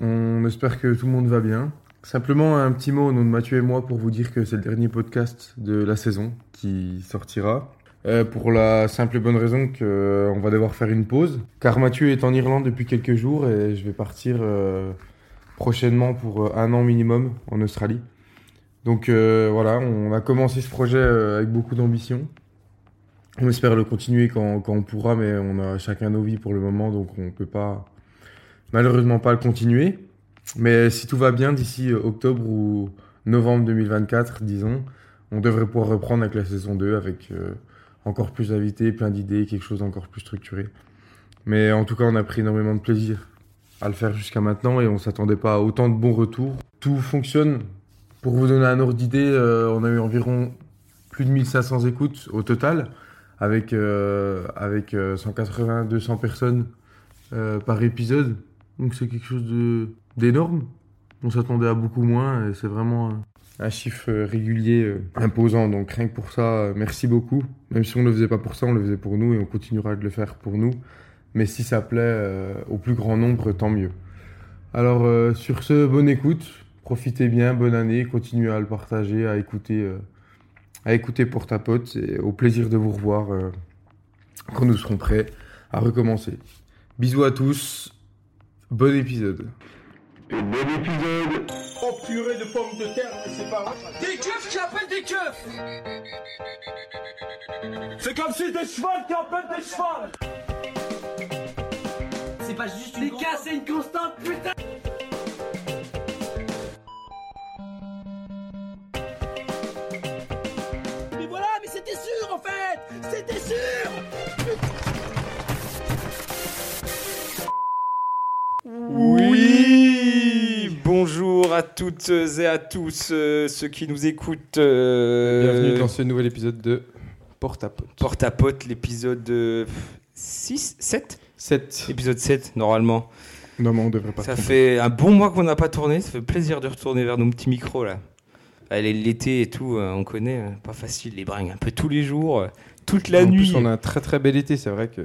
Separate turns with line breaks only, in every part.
on espère que tout le monde va bien. Simplement un petit mot au nom de Mathieu et moi pour vous dire que c'est le dernier podcast de la saison qui sortira. Euh, pour la simple et bonne raison qu'on va devoir faire une pause. Car Mathieu est en Irlande depuis quelques jours et je vais partir euh, prochainement pour euh, un an minimum en Australie. Donc euh, voilà, on a commencé ce projet euh, avec beaucoup d'ambition. On espère le continuer quand, quand on pourra, mais on a chacun nos vies pour le moment, donc on ne peut pas malheureusement pas le continuer. Mais si tout va bien d'ici euh, octobre ou novembre 2024, disons, on devrait pouvoir reprendre avec la saison 2, avec euh, encore plus d'invités, plein d'idées, quelque chose d'encore plus structuré. Mais en tout cas, on a pris énormément de plaisir à le faire jusqu'à maintenant et on s'attendait pas à autant de bons retours. Tout fonctionne. Pour vous donner un ordre d'idée, euh, on a eu environ plus de 1500 écoutes au total, avec, euh, avec 180-200 personnes euh, par épisode. Donc c'est quelque chose de- d'énorme. On s'attendait à beaucoup moins et c'est vraiment euh, un chiffre euh, régulier euh, imposant. Donc rien que pour ça, euh, merci beaucoup. Même si on ne le faisait pas pour ça, on le faisait pour nous et on continuera de le faire pour nous. Mais si ça plaît euh, au plus grand nombre, tant mieux. Alors euh, sur ce, bonne écoute, profitez bien, bonne année, continuez à le partager, à écouter, euh, à écouter pour ta pote et au plaisir de vous revoir euh, quand nous serons prêts à recommencer. Bisous à tous, bon épisode.
Oh purée de pommes de terre, mais c'est pas
Des keufs, j'appelle des keufs
C'est comme si des chevals qui appellent des chevals
C'est pas juste une Les gars, c'est une constante, putain Mais voilà, mais c'était sûr en fait C'était sûr
Oui Bonjour à toutes et à tous euh, ceux qui nous écoutent. euh,
Bienvenue dans ce nouvel épisode de Porte à Pote.
Porte à pote, l'épisode euh, 6, 7
7.
Épisode 7, normalement.
Non mais on devrait pas.
Ça fait un bon mois qu'on n'a pas tourné, ça fait plaisir de retourner vers nos petits micros là. Allez, l'été et tout, euh, on connaît, euh, pas facile, les bringues un peu tous les jours, euh, toute la
en
nuit.
plus, on a un très très bel été, c'est vrai que.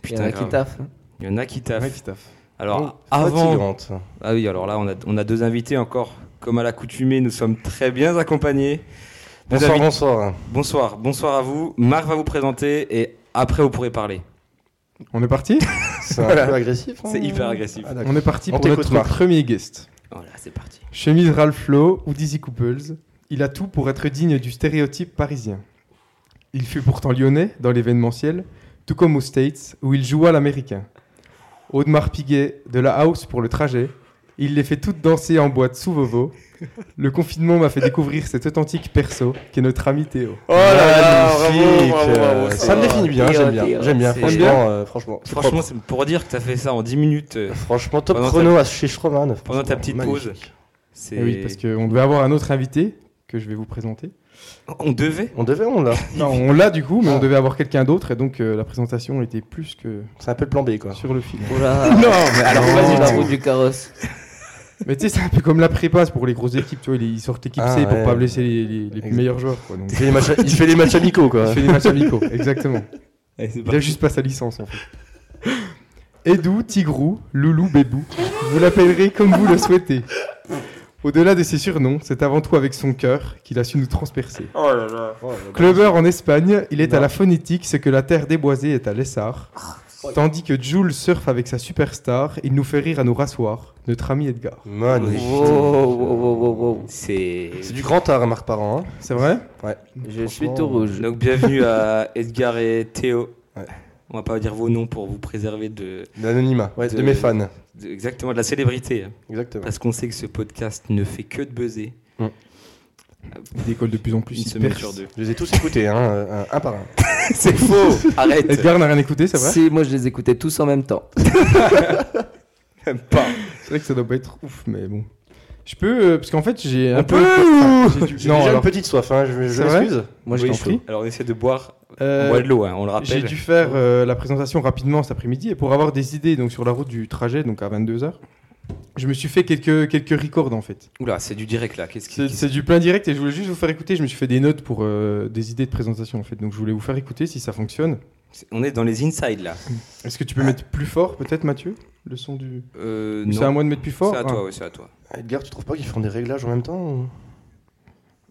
Putain, grave.
taffent.
Il y en a qui taffent.
Ouais, qui taffe.
Alors, avant, Ah oui, alors là, on a, on a deux invités encore. Comme à l'accoutumée, nous sommes très bien accompagnés. Deux
Bonsoir,
invités-
bonsoir.
bonsoir, bonsoir à vous. Marc va vous présenter et après, vous pourrez parler.
On est parti
C'est un peu agressif. hein
C'est hyper agressif.
Ah,
On
d'accord.
est parti
On
pour
t'écoute,
notre
Marc.
premier guest.
Voilà, c'est parti.
Chemise Ralph Lauren ou Dizzy Couples, il a tout pour être digne du stéréotype parisien. Il fut pourtant lyonnais dans l'événementiel, tout comme aux States où il joua l'américain. Audemars Piguet de la house pour le trajet, il les fait toutes danser en boîte sous Vovo. Le confinement m'a fait découvrir cet authentique perso qu'est notre ami Théo.
Oh là là, bravo,
Magnifique,
bravo,
euh,
bravo. Ça me définit bien, j'aime bien. J'aime bien,
C'est-
franchement. euh, Franchement, c'est
Franchement,
propre.
c'est pour dire que t'as fait ça en 10 minutes. euh,
franchement, top
Pendant ta-
chrono à chez Schroman.
Pendant ta petite
Magnifique.
C'est...
Eh oui, parce qu'on devait avoir un autre invité que je vais vous présenter.
On devait.
On devait, on l'a.
Non, on l'a du coup, mais on devait avoir quelqu'un d'autre et donc euh, la présentation était plus que
C'est un peu le plan B, quoi.
sur le fil.
Oula
Non, mais alors
Oh,
vas-y,
la
tu-
roue du carrosse.
Mais tu sais, c'est un peu comme la prépa c'est pour les grosses équipes, tu vois, ils sortent l'équipe
Ah,
C pour
ouais.
pas blesser les, les- les
Exact.
meilleurs joueurs. Quoi, donc,
Il fait les matchs, il fait les matchs amicaux,
il
quoi.
fait des matchs amicaux, exactement.
Allez, c'est
Il a
parti.
juste pas sa licence en fait. Edou, Tigrou, Loulou, Bébou, vous l'appellerez comme vous le souhaitez. Au-delà de ses surnoms, c'est avant tout avec son cœur qu'il a su nous transpercer.
Oh là là.
Clover en Espagne, il est à la phonétique ce que la terre déboisée est à l'essar.
Oh,
Tandis que Jules surfe avec sa superstar, il nous fait rire à nous rasseoir, notre ami Edgar.
Magnifique.
Wow, wow, wow, wow, wow.
C'est...
C'est du grand art, Marc Parent. hein.
C'est vrai
Je suis
Franchement,
tout rouge.
Donc, bienvenue à Edgar et Théo.
Ouais.
On va pas dire vos noms pour vous préserver de,
L'anonymat, ouais, de
De-
mes fans.
de- exactement de la célébrité. hein.
Exactement.
Parce qu'on sait que ce podcast ne fait que de buzzer.
Il décolle de plus en plus.
Une
il
semaine
perce.
sur deux.
Je les ai tous écoutés, hein, euh, un, un par un.
C'est faux Arrête
Edgar n'a rien écouté, c'est vrai
Si, moi je les écoutais tous en même temps.
pas.
C'est vrai que ça doit pas être ouf, mais bon. Je peux, euh, parce qu'en fait j'ai un
On
peu. J'ai du-
J'ai
Non,
déjà
alors,
une petite soif, hein, je, je
C'est vrai
m'excuse.
Moi je
Oui,
t'en
je-
prie.
Alors on essaie de boire, on
euh,
boit de l'eau, hein, on le
j'ai
rappelle.
dû faire euh, la présentation rapidement cet après-midi et pour avoir des idées donc sur la route du trajet, donc à 22h, je me suis fait quelques, quelques records en fait.
Oula, c'est du direct là. Qu'est-ce
C'est
qui
c'est du plein direct et je voulais juste vous faire écouter. Je me suis fait des notes pour euh, des idées de présentation en fait. Donc je voulais vous faire écouter si ça fonctionne.
C'est- On est dans les insides là.
Est-ce que tu peux mettre plus fort, peut-être, Mathieu Le son du.
Euh,
C'est
Ah. non.
à moi de mettre plus fort
C'est à
Ah.
toi, ouais, c'est à toi.
Edgar, tu trouves pas qu'ils font des réglages en même temps ou-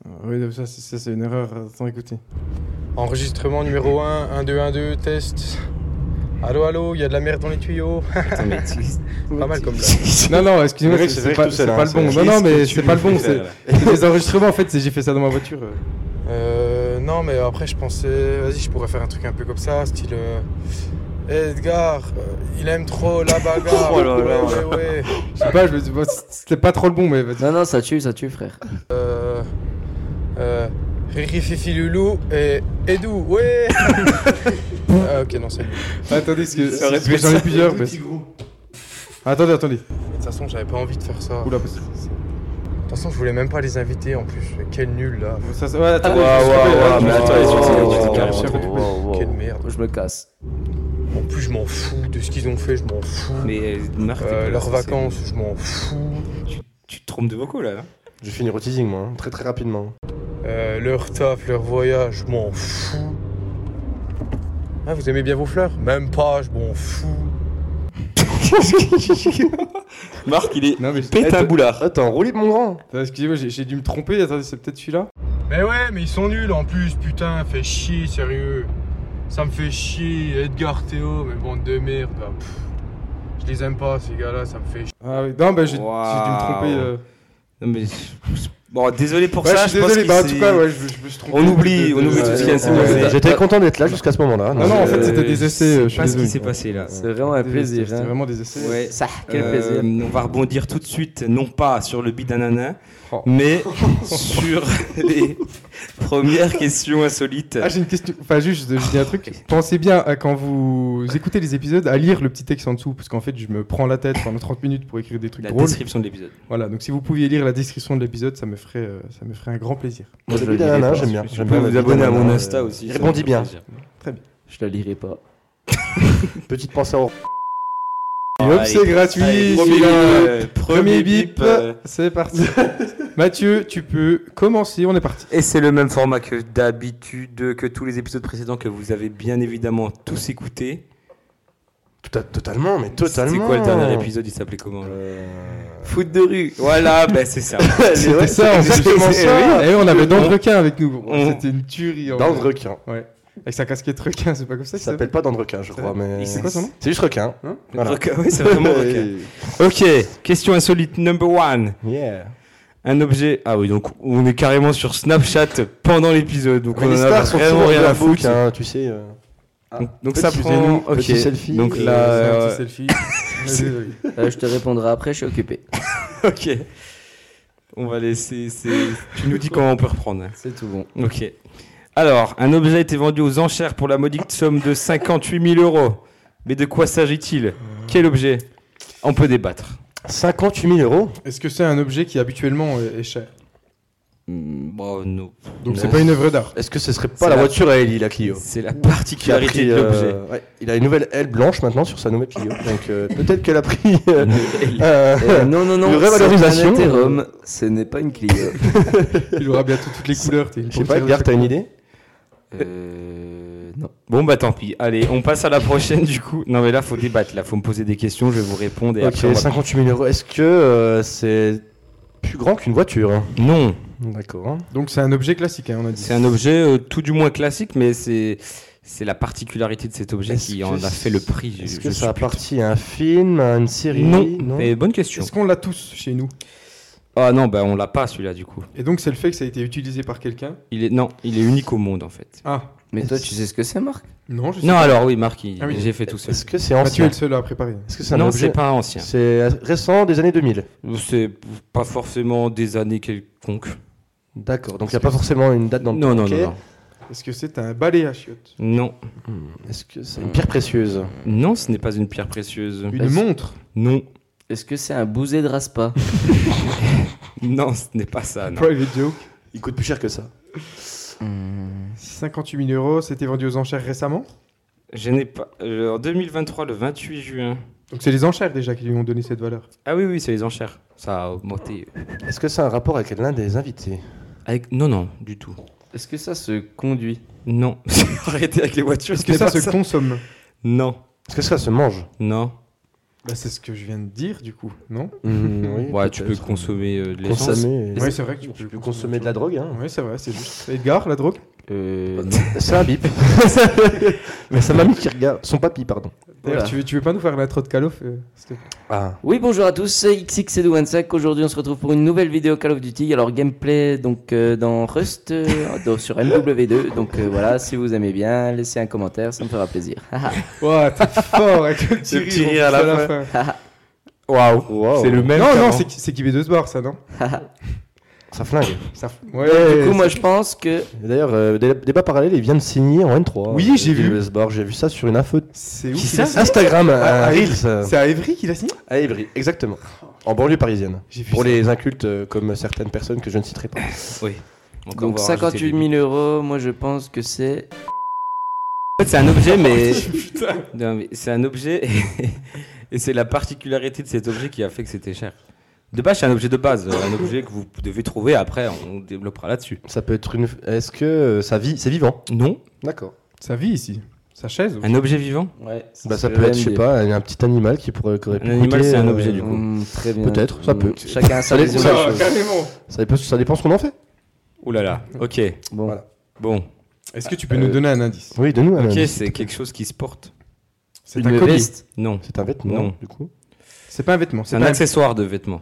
Ah Oui, ça, c'est- ça, c'est une erreur. euh, Attends, écoutez. Enregistrement numéro 1, 1, 2, 1, 2, test. Allô, allô, il y a de la merde dans les tuyaux.
Attends, mais tu-
Pas mal comme
Non, non,
Le
excusez-moi,
mec,
c'est
c'est
c'est
vrai
pas,
tout seul,
c'est
hein,
pas le bon.
c'est-
Non, non, mais
Qu'est-ce
c'est
que
pas le
tu fais,
bon. C'est
là
c'est les enregistrements, en fait, c'est- j'ai fait ça dans ma voiture. Euh, non, mais après, je pensais, vas-y, je pourrais faire un truc un peu comme ça, style. euh, Edgar, il aime trop la bagarre.
Oh là là Ouais,
ouais, ouais. Je sais pas, je me suis- c'était pas trop le bon, mais vas-y.
Non, non, ça tue, ça tue, frère.
Euh, euh, Riri, Fifi, Loulou et Edou, ouais Ah ok, non, c'est Attendez, parce que, parce que j'en ai plusieurs. mais- Attendez, attendez. De toute façon, j'avais pas envie de faire ça. Oula, parce que... De toute façon, je voulais même pas les inviter en plus. Quel nul là. ouais, attendez,
Ah,
je me suis trompé, là, je me
waouh, waouh, mais
suis
attends,
trompé,
ils sont-
je me
ils
suis
sont-
trompé, je me suis
ils sont-
trompé.
wow, wow.
Quelle merde.
Je me casse.
En plus, je m'en fous de ce qu'ils ont fait, je m'en fous.
Mais euh, Marc, t'es
Euh,
pas là,
leurs
c'est-
vacances, je m'en fous.
Tu te trompes de vocaux là. hein.
Je vais finir au teasing, moi, hein, très très rapidement.
Euh, leur taf, leur voyage, je m'en fous. Ah, vous aimez bien vos fleurs Même pas, je m'en fous.
Marc, il est
Non, mais
pète un boulard.
Attends, roulez mon grand
excusez-moi, j'ai dû me tromper. Attendez, c'est peut-être celui-là Mais ouais, mais ils sont nuls en plus, putain, fait chier, sérieux. Ça me fait chier, Edgar Théo, mais bande de merde. là, pff. Je les aime pas, ces gars-là, ça me fait chier. Ah oui, non, bah
j'ai- j'ai dû me tromper, euh. Non, mais... Bon, désolé pour
Ouais,
ça.
je suis désolé,
pense
bah en
qu'il
tout
s'est-
cas, ouais, je, je me suis trompé.
On oublie, on oublie
Ouais,
tout ce
ouais,
qu'il y a
ouais.
à se
Euh, J'étais content d'être là jusqu'à ce moment-là.
Non, non, en fait,
Euh,
c'était des essais, euh, je
Je
suis
sais pas ce qui
désolé.
s'est passé là.
C'est vraiment un
C'était-
plaisir.
C'était
hein.
vraiment des essais.
Ouais.
Ça, quel
Euh,
plaisir.
On va rebondir tout de suite, non pas sur le bid ananas,
Oh.
mais sur les premières questions insolites.
Ah, j'ai une question. Enfin, juste, je dis un
Ah,
truc. Pensez bien, à, quand vous écoutez les épisodes, à lire le petit texte en dessous, parce qu'en fait, je me prends la tête pendant 30 minutes pour écrire des trucs
la
drôles.
description de l'épisode.
Voilà, donc si vous pouviez lire la description de l'épisode, ça me ferait, euh, ça me ferait un grand plaisir.
Moi, je
Depuis
le
la
lirai
nana,
pas.
j'aime bien.
Vous
j'aime
pouvez
bien
vous
la
abonner à
nana,
mon
euh,
Insta aussi. ça
Répondis
me fait
bien.
plaisir.
Je le lirai pas.
Petite pensée en
Et hop,
allez.
c'est gratuit.
Allez,
c'est
Premier,
là.
euh,
Premier
premier
bip,
bip. euh,
c'est parti. Mathieu, tu peux commencer, on est parti.
Et c'est le même format que d'habitude, que tous les épisodes précédents que vous avez bien évidemment tous écoutés.
Tout à- Totalement, mais totalement.
C'est quoi le dernier épisode Il s'appelait comment là
Euh,
Foot de rue. Voilà, ben c'est ça.
C'est vrai,
ça, on
c'est
exactement
exactement
ça.
ça.
Et on avait dans le requin avec nous.
On-
C'était une tuerie. en
Dans le
vrai.
requin.
Avec sa casquette requin, c'est pas comme ça
Ça
qu'il s'appelle
s'appelle pas dans le requin, je crois, mais.
C'est quoi son nom Hein
C'est juste requin. Voilà.
Requin, Oui, c'est vraiment requin. Ok, question insolite number one.
Yeah.
Un objet. Ah oui, donc on est carrément sur Snapchat pendant l'épisode, donc
Mais
on
les
en a
stars sont
vraiment rien à foutre.
Hein, tu sais. euh.
Donc, donc
Petit
ça prend.
génie,
ok.
petit selfie,
donc
euh,
là,
C'est un
euh,
petit selfie. Désolé.
Euh, je te répondrai après, je suis occupé.
ok. On va laisser. c'est- Tu nous dis comment on peut reprendre. hein.
C'est tout bon.
Ok. Alors, un objet a été vendu aux enchères pour la modique somme de 58 000 euros. Mais de quoi s'agit-il Quel objet On peut débattre.
58 000 euros
Est-ce que c'est un objet qui habituellement est est cher
Hmm, bon, non. Non.
Donc c'est pas une œuvre d'art.
Est-ce que ce serait
C'est
pas la
la-
voiture à Ellie, la Clio
C'est la
Qui a
particularité
pris,
de l'objet.
euh, ouais, il a une nouvelle aile blanche maintenant sur sa nouvelle Clio. Donc euh, peut-être qu'elle a pris. euh, euh,
Euh, non, non, non.
Une
c'est
revalorisation.
un Interum, ce n'est pas une Clio.
Il aura bientôt toutes les couleurs. t'es une
Je sais
pompe
pas,
sur le
Edgar, t'as une idée
euh, non.
Bon bah tant pis. Allez, on passe à la prochaine du coup. Non mais là faut débattre, là faut me poser des questions, je vais vous répondre et
Ok,
après on va-
58 000 euros. Est-ce que euh, c'est plus grand qu'une voiture hein
Non,
D'accord. hein.
Donc c'est un objet classique, hein, on a dit.
c'est un objet euh, tout du moins classique, mais c'est c'est la particularité de cet objet
Est-ce
qui
que
en a
c'est-
fait le prix. je-
Est-ce
je
que
suis
ça
plus-
appartient à un film, à une série
Non, mais bonne question.
Est-ce qu'on l'a tous chez nous
Ah non, bah on l'a pas celui-là du coup.
Et donc c'est le fait que ça a été utilisé par quelqu'un
Il est non, il est unique au monde en fait.
Ah,
Mais toi, tu sais ce que c'est, Marc
non, je sais
Non
pas.
alors oui Marc, il-
Ah oui.
j'ai fait tout seul.
Est-ce que c'est
Mathieu
ancien
est le seul à préparer.
Est-ce que c'est un
non
objet
c'est pas ancien.
C'est récent des années 2000.
C'est pas forcément des années quelconques.
D'accord. Donc il n'y a pas forcément une date dans le
Non non
Ok.
non non.
Est-ce que c'est un balai à chiottes
Non
Est-ce que c'est une pierre précieuse
non ce n'est pas une pierre précieuse.
Une montre
Non
Est-ce que c'est un bousé de Raspa
non ce n'est pas ça. Non.
Private joke.
Il coûte plus cher que ça.
Hmm.
58 000 euros, c'était vendu aux enchères récemment.
Je n'ai pas. euh, en 2023, le 28 juin.
Donc c'est les enchères déjà qui lui ont donné cette valeur.
Ah oui, oui, c'est les enchères. Ça a augmenté.
Est-ce que ça a un rapport avec l'un des invités
Avec... Non, non, du tout.
Est-ce que ça se conduit
Non. Arrêtez avec les voitures.
Est-ce que
ce
ça
n'est pas
se consomme
Non.
Est-ce que ça se mange
Non.
Bah, C'est ce que je viens de dire, du coup, non
Oui,
Mmh. Ouais, tu peux
peut-être.
consommer euh, de l'essence.
consommer. et-
Oui, c'est vrai que tu
Tu peux consommer de la drogue. Hein.
Oui, c'est vrai, c'est juste. Edgar, la drogue
Euh,
C'est un bip. Mais sa mamie qui regarde. Son papy, pardon.
D'ailleurs,
Voilà.
tu, veux- tu veux pas nous faire la trotte calof euh, s'il te plaît
Ah.
Oui, bonjour à tous, c'est E XX et Douansac. Aujourd'hui, on se retrouve pour une nouvelle vidéo Call of Duty. Alors, gameplay donc euh, dans Rust euh, dans- sur MW2. Donc euh, voilà, si vous aimez bien, laissez un commentaire, ça me fera plaisir.
Ouah, t'es fort avec le petit
Le petit
rire,
rire à
on pousse
la
fin.
Waouh.
C'est le même.
Non, non,
qu'avant.
c'est qui- c'est qui B2 bar, ça, non
Ça flingue.
Ça f-
du coup,
Ouais,
moi, je pense que.
Et D'ailleurs, euh, dé- débat parallèle, il vient de signer en N3.
Oui,
Euh,
j'ai
Gilles
vu.
Lesbar, j'ai vu ça sur une info.
c'est où
Qui
qu'il
ça
a signé
Instagram, un
Ah, ah,
Reels. euh,
C'est à Evry qu'il a signé
À Évry, exactement. En banlieue parisienne.
J'ai vu
Pour
ça.
les incultes euh, comme certaines personnes que je ne citerai pas.
Encore, on
Donc,
va rajouter
58
des-
000 euros, moi, je pense que c'est.
En fait, c'est un objet, mais. Non, mais c'est un objet. et c'est la particularité de cet objet qui a fait que c'était cher. De base, c'est un objet de base. euh, Un objet que vous devez trouver. Après, on développera là-dessus.
Ça peut être une. Est-ce que euh, ça vit C'est vivant
Non.
D'accord.
Sa vie ici. Sa chaise
Un objet vivant
Ouais,
Bah, ça peut être, je sais pas, un petit animal qui pourrait. qui aurait
Un
pu
animal,
goûter,
c'est un
euh,
objet, du coup.
très bien.
Peut-être, ça
Mm,
peut.
Chacun sa
Ça
vision de
dépend-
la chose.
carrément
Ça dépend, ça dépend ce qu'on en fait.
Ouh là là. Ok.
Bon.
Voilà.
Bon.
Est-ce que tu peux nous donner un indice
Oui, de nous.
Ok, c'est quelque chose qui se porte.
C'est
Une
un collier.
veste.
Non.
C'est un vêtement,
Non.
du coup.
C'est pas un vêtement.
C'est
C'est
un
pas un-
accessoire de vêtement.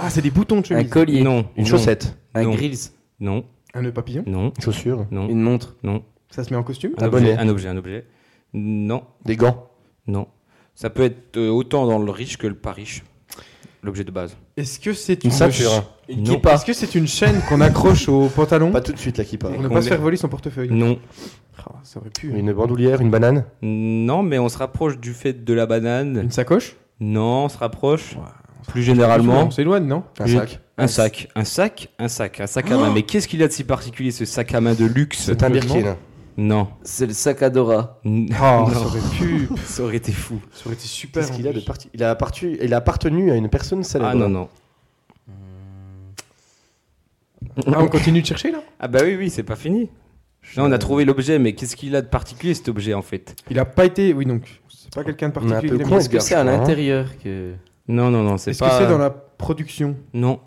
Ah, c'est des boutons de
Un
chemise.
collier.
Non.
Une
Non.
chaussette,
Un
Non.
grills.
Non.
Un nœud papillon.
Non.
une chaussure,
Non.
Une montre.
Non.
Ça se met en costume.
Un,
Un
objet.
bonnet.
Un objet. Un objet. Non.
des gants.
Non. Ça peut être euh, autant dans le riche que le pas riche. L'objet de base.
Est-ce que c'est
Une
une
ceinture.
ch-
Une
Non.
kippa.
Est-ce que c'est une chaîne qu'on accroche au pantalon
Pas tout de suite là qui part.
pour ne
qu'on
pas se
met-
faire voler son portefeuille
Non.
Ah, Ça aurait pu.
Une bandoulière, une banane.
Non, mais on se rapproche du fait de la banane.
Une sacoche
Non, on se rapproche.
Ouais,
Plus généralement,
On s'éloigne, non
Un
Oui.
sac.
un sac. Oh Un sac, un sac, un sac à main. Mais qu'est-ce qu'il y a de si particulier ce sac à main de luxe
C'est un birkin.
Non.
C'est le sac à Dora.
N-
Ah,
non.
ça aurait pu.
Ça aurait été fou.
Ça aurait été super.
Qu'est-ce qu'il a
en
de
plus.
parti- il a, appartu- il a appartenu à une personne célèbre.
Ah non, non.
Ah, on continue de chercher là
Ah bah oui, oui, c'est pas fini. Là, on a trouvé l'objet, mais qu'est-ce qu'il a de particulier cet objet en fait
Il a pas été. Oui, donc. C'est pas quelqu'un de
On est un
particulier.
peu
il a
con,
mis-
Est-ce que
Edgar,
c'est à
je crois, hein.
l'intérieur que.
Non, non, non, c'est
Est-ce
pas.
que c'est dans la production
Non.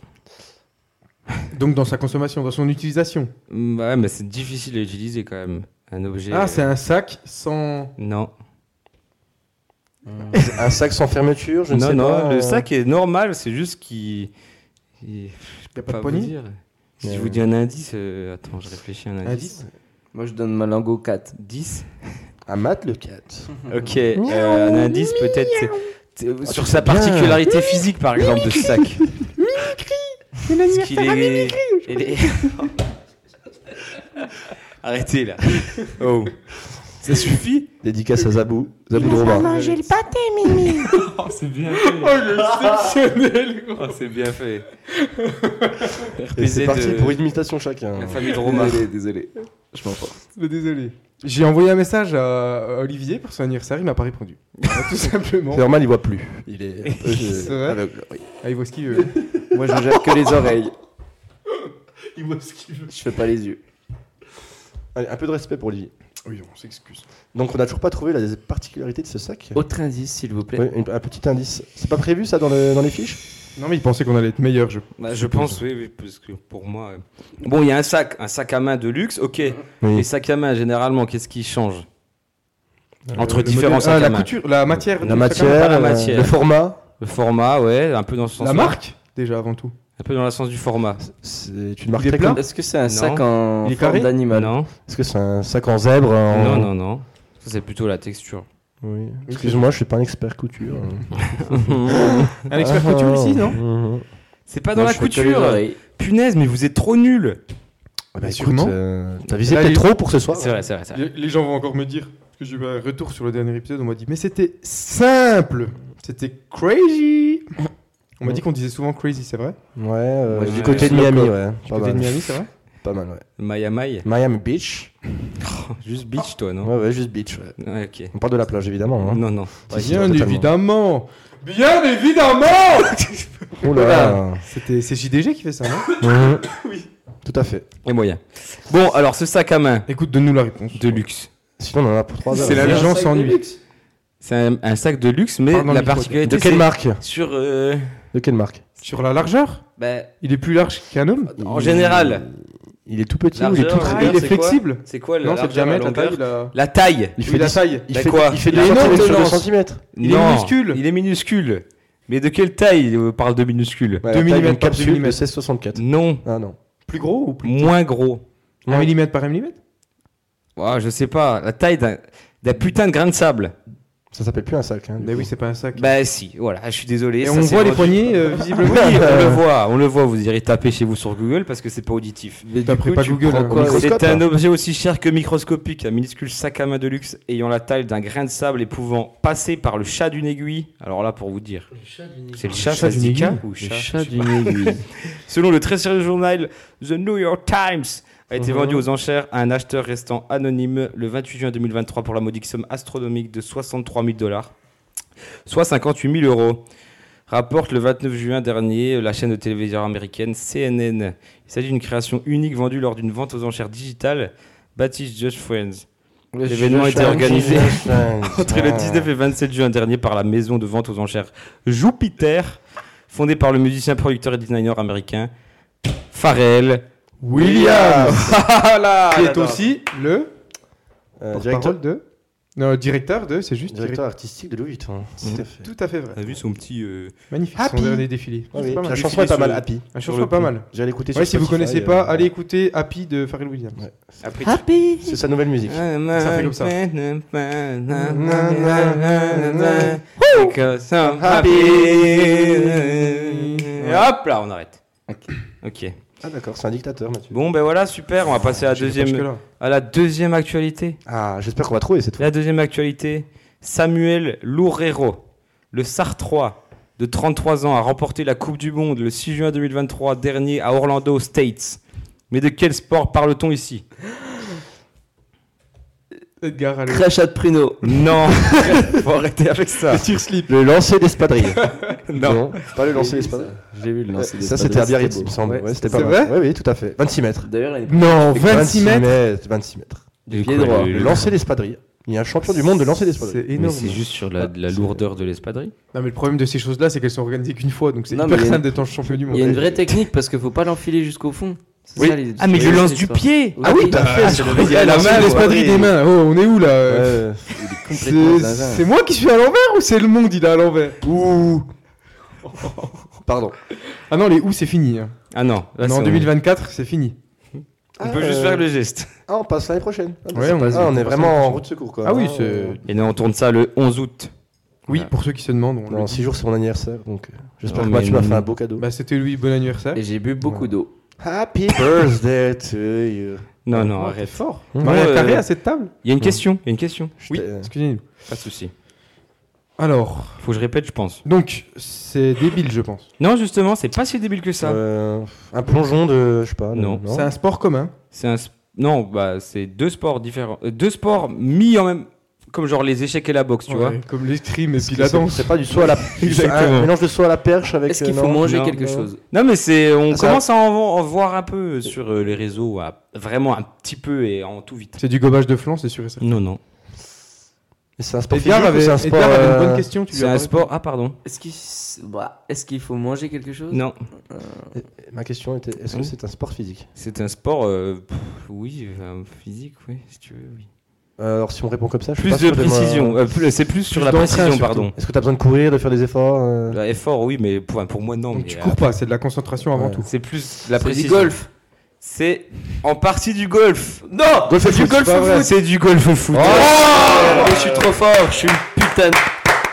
Donc dans sa consommation, dans son utilisation
Mm, Ouais, mais c'est difficile à utiliser quand même. Un objet.
Ah,
euh,
c'est un sac sans.
Non.
Un sac sans fermeture, je ne
non,
sais
non,
pas. euh,
le sac est normal, c'est juste qu'il. Il
Y a pas de
vous
poignée
dire. Si
Euh.
je vous dis un indice, euh, attends, je réfléchis à un indice.
Indice
Moi, je donne ma langue au 4.
10
Un mat le 4.
Ok, euh, un indice peut-être c'est- c'est- sur sa particularité physique par exemple de ce sac. Est-ce qu'il est- il est- Arrêtez là. Oh. Ça suffit
Dédicace à Zabou. Zabou de Romain.
Manger le pâté, Mimi.
Oh, c'est bien fait.
Oh, le exceptionnel
Oh, c'est bien fait.
Et c'est
RPZ
parti
de
pour une imitation chacun.
la famille de Romain.
désolé. Je m'en
Mais Désolé. J'ai envoyé un message à à Olivier pour son anniversaire, il m'a pas répondu. Tout simplement.
C'est normal, il voit plus. Il est un peu
C'est vrai
euh, aveugle. oui.
Ah, il voit ce qu'il veut.
Moi, je jette que les oreilles.
Il voit ce qu'il veut.
Je fais pas les yeux.
Allez, un peu de respect pour Olivier.
Oui, on s'excuse.
Donc, on n'a toujours pas trouvé la particularité de ce sac.
Autre indice, s'il vous plaît.
Ouais, une- un petit indice. C'est pas prévu ça dans, le- dans les fiches
Non, mais il pensait qu'on allait être meilleur, je.
Bah, je pense, oui, oui, parce que pour moi. euh, Bon, il y a un sac, un sac à main de luxe, ok. Les sacs à main, généralement, qu'est-ce qui change Entre
Le
différents
modèle-
sacs
ah,
à
la
main.
couture, la matière. du
La
sac à
matière,
la
euh,
matière.
le format.
Le format, ouais, un peu dans ce
main.
sens.
La marque, déjà avant tout.
Un peu dans le sens du format.
C'est une marque
Il est
très
plat
connue.
Est-ce que c'est un
Non.
sac en
Il est
forme
carré
d'animal
Non,
Est-ce que c'est un sac en zèbre en-
non, non, non. Ça, c'est plutôt la texture.
Oui. Excuse-moi, je suis pas un expert couture.
Un expert
Ah.
couture ici, non
non
c'est pas dans
Moi,
la
je fais que les
couture.
oreilles.
Punaise, mais vous êtes trop nuls.
Bah, sûrement.
T'as visé
Là,
peut-être
il-
trop pour ce soir.
C'est vrai, c'est vrai, c'est vrai.
Les les gens vont encore me dire que j'ai eu un retour sur le dernier épisode. On m'a dit, mais c'était simple. C'était crazy. On m'a dit qu'on disait souvent crazy, c'est vrai
Ouais, euh,
Ouais,
du
j'ai-
côté de
j'ai-
Miami, ouais.
Du
Pas
côté de
mal.
Miami, c'est vrai
Pas mal, ouais.
Maya Maya.
Miami Beach.
Juste bitch, toi, non
Ouais, ouais, juste beach, ouais.
Ouais, ok.
On parle de la plage, évidemment. hein.
Non, non.
Si, si,
Bien
totalement.
évidemment Bien évidemment
Oh là là.
C'était- C'est JDG qui fait ça, non
Mhm. Tout à fait.
Et moyen. Bon, alors ce sac à main
Écoute, donne-nous la réponse.
de luxe.
Sinon, on en a pour 3 heures.
C'est la
Hein.
légende s'ennuie.
C'est un, un sac de luxe, mais
Parle dans le
la
micro,
particularité.
De quelle
c'est
marque
Sur. euh,
De quelle marque
Sur la largeur
ben,
Il est plus large qu'un homme
en général.
Il est tout petit ou il est
Largeur,
tout
Ah,
grand
il
regarde,
est
c'est quoi
flexible
C'est quoi le
Non, c'est
largeur,
le
la
diamètre, la
longueur
taille, la...
La taille
Il
Oui,
fait
la
des-
taille.
il
Ben
fait-
quoi
il fait
Il a
des
une
centimètres sur 2
ordonnance.
centimètres.
Il est minuscule.
Il est minuscule. Mais de quelle taille on parle de minuscule
Ouais,
Deux
la taille d'une
millimètres par deux
capsule de
millimètres.
1664.
Non,
Ah non.
Plus gros ou plus
moins gros.
1 mm par 1 mm
Ouah, je sais pas, la taille d'un d'un putain de grain de sable.
Ça s'appelle plus un sac. Hein,
Bah oui, c'est pas un sac.
Bah si, voilà, je suis désolé.
Et
ça,
on
c'est
voit les
revu.
poignées, euh,
Oui,
visiblement.
on le voit, on le voit, vous irez taper chez vous sur Google parce que c'est pas auditif.
Mais du
T'as pris
coup,
pas
tu
Google,
prends
hein.
quoi
Micro-
C'est
Microscope,
un
hein.
objet aussi cher que microscopique, un minuscule sac à main de luxe ayant la taille d'un grain de sable et pouvant passer par le chat d'une aiguille. Alors là, pour vous dire, c'est le chat,
chat
ça se
d'une
dit
aiguille
chat ou
Le
chat
chat d'une aiguille.
Selon le très sérieux journal The New York Times, a été
Mhm.
vendu aux enchères à un acheteur restant anonyme le 28 juin 2023 pour la modique somme astronomique de 63 000 dollars, soit 58 000 euros. Rapporte le 29 juin dernier la chaîne de télévision américaine CNN. Il s'agit d'une création unique vendue lors d'une vente aux enchères digitales baptiste Just Friends. L'événement était organisé entre le 19 et 27 juin dernier par la maison de vente aux enchères Jupiter, fondée par le musicien, producteur et designer américain Pharrell Ah,
William
Voilà,
Qui est
j'adore.
aussi le
Euh,
porte-parole
directeur,
de... Non, directeur de, c'est juste...
directeur artistique de hein. Mm. Louis Vuitton.
direct- C'est tout à fait vrai.
T'as vu son petit. euh,
Magnifique,
Happy.
son dernier défilé.
Ah oui,
C'est pas mal.
La chanson est pas mal, Happy.
La
sur
chanson
le
est pas
coup.
mal.
J'allais l'écouter
Ouais,
sur
si vous
Spotify,
connaissez
euh,
pas, allez écouter Happy de Pharrell Williams.
après-
Happy
C'est sa nouvelle musique.
Ah. Ça
fait comme ça.
Because I'm happy. Et hop là, on arrête. Ok.
Ah d'accord, c'est un dictateur, Mathieu.
Bon, ben voilà, super. On va passer à la
J'irai Ah, pas
deuxième,
jusque-là.
à la deuxième actualité.
Ah, j'espère qu'on va trouver cette fois.
La deuxième actualité, Samuel Loureiro, le Sartrois de 33 ans, a remporté la Coupe du Monde le 6 juin 2023 dernier à Orlando, aux States. Mais de quel sport parle-t-on ici
Edgar, allez.
Crachat de pruneau.
Non Faut arrêter avec ça.
Tire slip.
Le lancer d'espadrilles.
Non.
pas le lancer d'espadrilles.
J'ai vu le
Ouais,
lancer des
Ça, c'était
spadrilles,
à Biarritz,
beau.
il me semble. Ouais, c'était pas
c'est
mal. Oui, oui, tout à fait. 26 mètres.
D'ailleurs, l'année
Non, 26 mètres.
26 mètres.
Du pied droit.
Le lancer d'espadrilles. Il y a un champion du monde de lancer d'espadrilles.
C'est énorme.
juste sur
la- la
lourdeur de l'espadrille.
Non, mais le problème de ces choses-là, c'est qu'elles sont organisées qu'une fois, donc c'est
Non,
hyper
mais il y a
simple
une-
d'être en champion du monde.
Il y a une vraie technique parce qu'il faut pas l'enfiler jusqu'au fond. C'est
Oui.
ça, les-
Ah, mais
c'est
je
juste
lance du
l'histoire.
pied
Oui,
Ah oui, t'as fait.
je
c'est le
croyais
mec qui a
La
lancé
main, l'espadrille
l'espadrille.
des mains. Oh, on est où là
Ouais.
complètement
C'est-
zinzin.
C'est moi qui suis à l'envers ou c'est le monde il est à l'envers
Ouh. Pardon.
Ah non, les ou c'est fini. hein.
Ah non. là,
non,
c'est-
en 2024, c'est fini.
On peut juste faire le geste.
Ah, on passe l'année prochaine. Ah, bah,
Ouais,
c'est
on-
pas- ah, on est
on-
vraiment en route de secours, quoi.
Ah oui,
Ah,
c'est-
euh,
Et nous, on tourne ça le 11 août.
Oui,
Voilà.
pour ceux qui se demandent. on le
Dans
dit.
6 jours, c'est mon anniversaire, donc euh, j'espère
Non,
que moi,
mais
tu m'as
non.
fait un beau cadeau.
Bah, c'était lui, bon anniversaire.
Et j'ai bu beaucoup
Ouais.
d'eau.
Happy birthday to you.
Non, non, arrête.
Oh, fort.
Mmh.
Maria
Ouais,
Carré
euh,
à cette table
Il y a une question. Il y a une question.
Oui,
t'ai-
excusez-nous.
Pas de souci.
Alors,
Faut que je répète, je pense.
donc, c'est débile, je pense.
Non, justement, c'est pas si débile que ça.
Euh, un plongeon de. Je sais pas.
Non.
C'est un sport commun.
C'est un. sp- Non, bah, c'est deux sports différents. euh, Deux sports mis en même. Comme genre les échecs et la boxe, tu
Ouais,
vois.
Comme l'escrime et puis
C'est-
la
c'est-
danse.
C'est pas du saut à la. c'est
Exactement.
Un mélange de saut à la perche avec.
Est-ce qu'il
euh,
faut
non.
manger
non,
quelque
non.
chose
Non, mais c'est. On
Ah, ça-
commence à en, vo- en voir un peu sur euh, les réseaux. à- Vraiment un petit peu et en tout vite.
C'est du gobage de flanc, c'est sûr et certain.
Non, non.
C'est un sport.
Edgar
physique ou
avait
c'est un sport.
Edgar avait
euh,
une bonne question. tu lui
C'est
as
un
pas
sport. Ah, pardon.
Est-ce qu'il bah, est-ce qu'il faut manger quelque chose
Non.
Ma question était est-ce que
Oui.
c'est un sport physique
C'est un sport, euh, pff, oui, euh, physique, oui, si tu veux, oui.
Euh, Alors, si on répond comme ça, je suis
Plus
pas
de
sûr moi-
précision, euh, plus- c'est plus sur la
d'entrain,
précision,
surtout.
pardon.
Est-ce que t'as besoin de courir, de faire des efforts euh,
Euh, Effort, oui, mais pour, pour moi, non.
Donc
mais,
tu
euh,
cours pas, c'est de la concentration avant
Ouais.
tout.
C'est plus la
C'est du
précision.
golf.
C'est en partie du golf. Non
Golf
C'est
et
du
foot,
golf
c'est pas
foot
vrai.
C'est du golf foot.
Ah
Oh, je suis trop fort, je suis une putain de...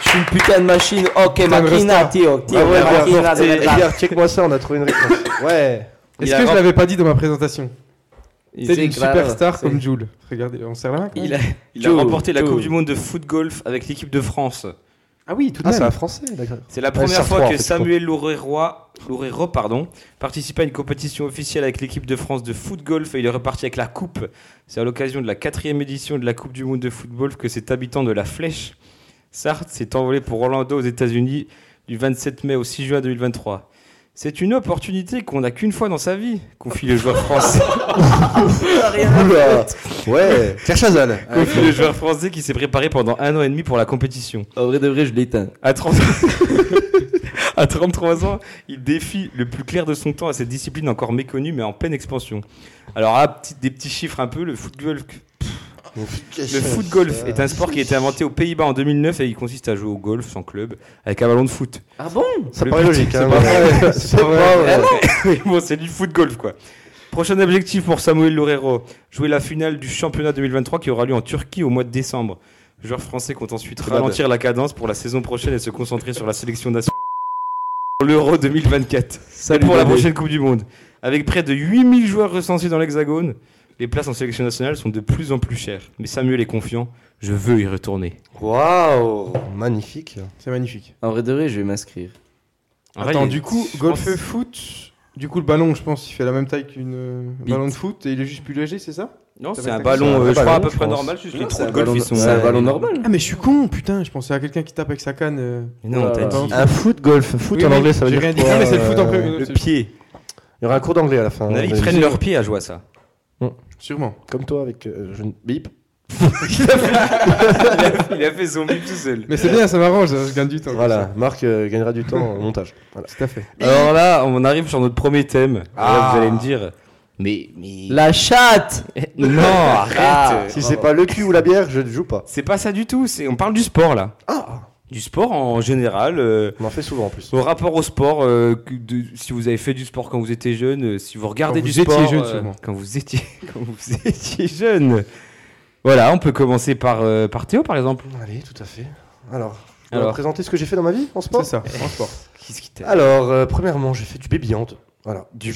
Je suis une putain de machine. Ok,
Putain de
machina,
resta.
tio, tio,
Ah ouais, regarde,
machina de
regarde,
verdad.
regarde, check-moi ça, on a trouvé une réponse. Ouais.
Il
Est-ce
a
que je
rem-
l'avais pas dit dans ma présentation
C'est
C'est une
grave,
superstar
c'est-
comme Jules. Regardez, on serre la main. quoi.
Il a, il a
Tout,
remporté la
tout.
Coupe du Monde de foot golf avec l'équipe de France.
Ah oui, tout de
Ah, c'est
même.
un français, d'accord.
C'est la
Ouais,
première
sur
fois
trois, en
que
fait,
Samuel Loureiro Loureiro, pardon, participa à une compétition officielle avec l'équipe de France de foot golf et il est reparti avec la coupe. C'est à l'occasion de la quatrième édition de la Coupe du Monde de football que cet habitant de la Flèche, Sarthe, s'est envolé pour Orlando aux États-Unis du 27 mai au 6 juin 2023. C'est une opportunité qu'on n'a qu'une fois dans sa vie, confie le joueur français.
Oula. Ouais, Claire Chazal.
confie le joueur français qui s'est préparé pendant un an et demi pour la compétition.
En vrai de vrai, je l'éteins.
À, 30 à 33 ans, il défie le plus clair de son temps à cette discipline encore méconnue mais en pleine expansion. Alors, ah, petit- des petits chiffres un peu, le foot golf, le foot golf est un sport qui a été inventé aux Pays-Bas en 2009 et il consiste à jouer au golf sans club avec un ballon de foot.
Ah bon
Ça
le
paraît
but,
logique.
c'est
hein,
pas
mais- C'est pas vrai.
Oui, Ah bon, c'est du foot golf quoi. Prochain objectif pour Samuel Lorero, jouer la finale du championnat 2023 qui aura lieu en Turquie au mois de décembre. Le joueur français compte ensuite
Kebab.
ralentir la cadence pour la saison prochaine et se concentrer sur la sélection nationale pour l'Euro 2024 et
Salut
pour la
Bobby.
prochaine Coupe du Monde. Avec près de 8000 joueurs recensés dans l'Hexagone, les places en sélection nationale sont de plus en plus chères. Mais Samuel est confiant, je veux y retourner.
Waouh, magnifique.
C'est magnifique.
En vrai de vrai, je vais m'inscrire.
En vrai,
Attends,
il est-
du coup,
je
golf
pense-
foot. Du coup, le ballon, je pense, il fait la même taille qu'une euh,
Bite.
ballon de foot et il est juste plus léger, c'est ça
Non,
Ça
c'est
va
un
être
ballon,
un
euh, je
ballon,
crois, à peu
je
près
pense.
normal, juste les
Non,
trous
c'est
de
un
golf,
ballon-
ils sont.
c'est un ballon normal.
Ah, mais je suis con, putain, je pensais à quelqu'un qui tape avec sa canne. euh.
Non, t'as
Ah.
dit
Un foot golf, foot
Oui,
en
oui,
anglais, ça veut
j'ai
dire
rien dit.
quoi,
Non, mais c'est le foot en
euh,
premier.
le pied.
Il y aura un cours d'anglais à la fin.
On a
hein,
dit,
mais-
ils prennent leur pied à jouer à ça.
Sûrement.
Comme toi avec euh, je... bip.
Il a fait zombie tout seul.
Mais c'est bien, ça m'arrange, hein, je gagne du temps.
Voilà, Marc euh, gagnera du temps au montage. Voilà.
Tout à fait.
Alors là, on arrive sur notre premier thème.
Ah.
Là, vous allez me dire. Mais. mais...
La chatte
Non,
Ah,
arrête
si c'est pas le cul ou la bière, je ne joue pas.
C'est pas ça du tout, c'est- on parle du sport là.
Ah,
Du sport en général. euh,
on en fait souvent en plus.
Au rapport au sport, euh, que de- si vous avez fait du sport quand vous étiez jeune, euh, si vous regardez
Quand
du
vous étiez
sport
jeune,
euh,
sûrement.
quand vous étiez quand vous étiez jeune. Voilà, on peut commencer par euh, par Théo par exemple.
Allez, tout à fait. Alors, je vais
Alors.
présenter ce que j'ai fait dans ma vie en sport
C'est ça, en sport.
Qu'est-ce qui t'a
Alors, euh, premièrement, j'ai fait du bébillante. Voilà. Du.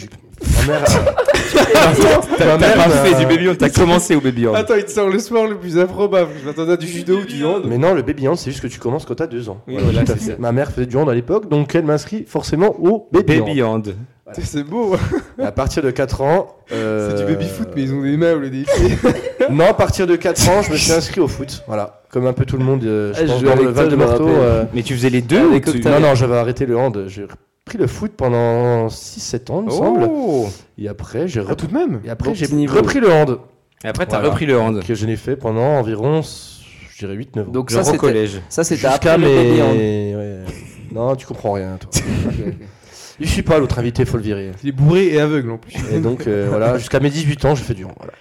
Ma mère.
Ah, T'as
mère,
pas
euh,
fait du baby t'as commencé au baby
Attends, il te sort le sport le plus improbable. Je m'attendais à du judo ou du hand.
Mais non, le baby hand, c'est juste que tu commences quand t'as deux ans.
Oui, voilà,
tout à
c'est
fait.
ça.
Ma mère faisait du hand à l'époque, donc elle m'inscrit forcément au baby,
Baby hand.
Putain, C'est beau. hein.
hand. À partir de 4 ans. euh,
C'est du baby foot, mais ils ont des mains ou des pieds.
Non, à partir de 4 ans, je me suis inscrit au foot. Voilà. Comme un peu tout le monde, euh, je
Ah, je
pense,
jouais
dans le
avec toi,
Val de
je me
Marteau.
rappelle.
euh,
Mais tu faisais les deux
Ah,
ou
les
tu-
cocktails.
Non, non, j'avais arrêté le hand. J'ai repris le foot pendant 6-7 ans, il me semble.
Oh
Et après, j'ai
Ah,
repris.
tout de même.
Et après,
Bon
j'ai
petit niveau.
repris le hand,
Et après t'as
Voilà.
repris le hand.
que je n'ai fait pendant environ, je dirais 8-9 ans.
Donc
Genre
ça
au
c'était
collège.
ça c'était
Jusqu'à
après le hein.
mes-
baby hand.
ouais. Non, tu comprends rien, toi. Il suit pas l'autre invité, faut le virer.
Il est bourré et aveugle en plus.
Et donc, euh, voilà, jusqu'à mes 18 ans, j'ai fait du hand. Voilà.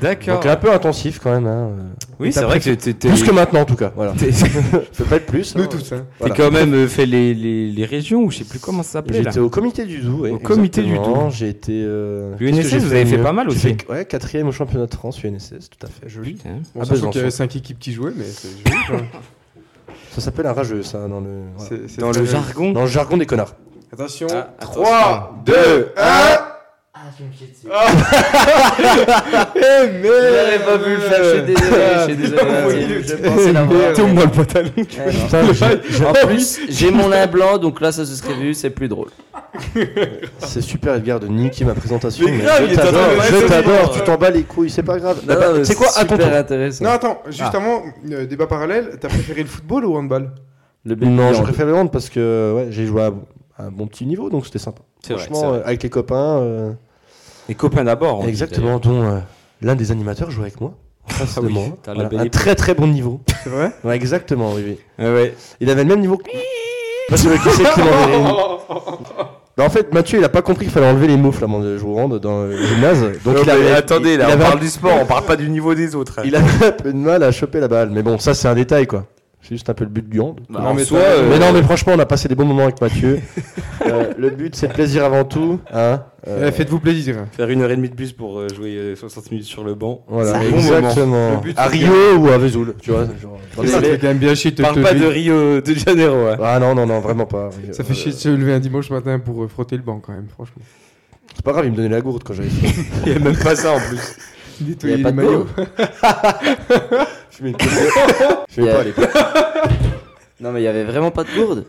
D'accord.
Donc, un peu intensif quand même. hein, euh.
Oui, c'est
t'as
vrai que t'étais
Plus que maintenant, en tout cas. Voilà.
t'es-
Faut pas être plus.
Nous
hein.
tous, hein.
t'es
Voilà.
quand même euh, fait les, les, les régions ou je sais plus comment ça s'appelait là.
J'étais au comité du Doubs. ouais,
Au comité du
exactement.
Doubs.
J'ai été. Euh...
L'UNSS,
qu'est-ce que j'ai
vous avez fait
mieux
pas mal
J'ai
aussi.
fait- ouais, quatrième au championnat de France, UNSS, tout à fait.
Joli.
Putain.
Bon,
Ah,
sachant
Besançon.
qu'il y avait 5 équipes qui jouaient, mais c'est joli. quoi.
Ça s'appelle un rageux, ça, hein, dans le, voilà.
C'est- c'est
Dans
très
le
joli.
jargon.
dans le jargon des connards.
Attention.
Ah. 3
2, 1
Ah,
Eh merde
J'avais pas vu le flash, je suis désolé, je suis désolé. Je pensais l'avoir.
Tourne-moi le pantalon.
Ouais, non.
Putain, j'ai-
En plus, j'ai mon nain blanc, donc là, ça se serait vu, c'est plus drôle.
C'est super Edgar de niquer ma présentation.
Mais grave, il
je
est en train de
t'adore,
parler
je
de
t'adore,
lui.
tu t'en bats les couilles, c'est pas grave. Bah,
Non, non, mais
C'est quoi à ton
Super
tour
intéressant.
Non, attends,
Ah.
juste avant, euh, débat parallèle, t'as préféré le football ou le handball
le baby
Non, je
hand.
préfère le hand parce que ouais, j'ai joué à à un bon petit niveau, donc c'était sympa.
C'est vrai,
Franchement,
c'est vrai.
euh, avec les copains. euh,
Les copains d'abord. on dit,
Exactement, dont euh, l'un des animateurs jouait avec moi. En face
Ah
de
oui,
moi.
t'as
Voilà,
la belle
un
époque.
très très bon niveau.
C'est vrai
Ouais, exactement, oui, oui.
d'ailleurs. Ah Ouais, ouais.
Il avait le même niveau que. Je sais pas qui c'est qui m'a enlevé une. Non, en fait, Mathieu, il a pas compris qu'il fallait enlever les moufles avant de jouer au hand dans le gymnase. Donc il avait, il- il avait un-
du sport, on parle pas du niveau des autres. hein.
il avait un peu de mal à choper la balle. Mais bon, ça, c'est un détail, quoi. C'est juste un peu le but du hand.
Bah,
Non,
en
mais
soi,
t'as-
euh,
Mais non, mais franchement, on a passé des bons moments avec Mathieu. Euh, le but, c'est le plaisir avant tout. Hein Euh,
Eh, Faites-vous plaisir.
faire une heure et demie de plus pour euh, jouer euh, 60 minutes sur le banc.
Voilà,
c'est un bon
exactement.
Le but,
à
c'est de
Rio ou à Vesoul, tu vois. genre, dans
Ça
les-
ça fait quand même bien chier de te
Parle
te
pas de
lever.
Rio de Janeiro. hein.
Ah non, non, non, vraiment pas. Euh,
Ça fait chier de se lever un dimanche matin pour euh, frotter le banc quand même, franchement.
C'est pas grave, il me donnait la gourde quand j'avais faim.
Il y a même pas ça en plus.
Nettoyer
pas
les
de
maillots.
Je mets une gourde. Je fais pas à l'époque.
Non, mais il y avait vraiment pas de gourde.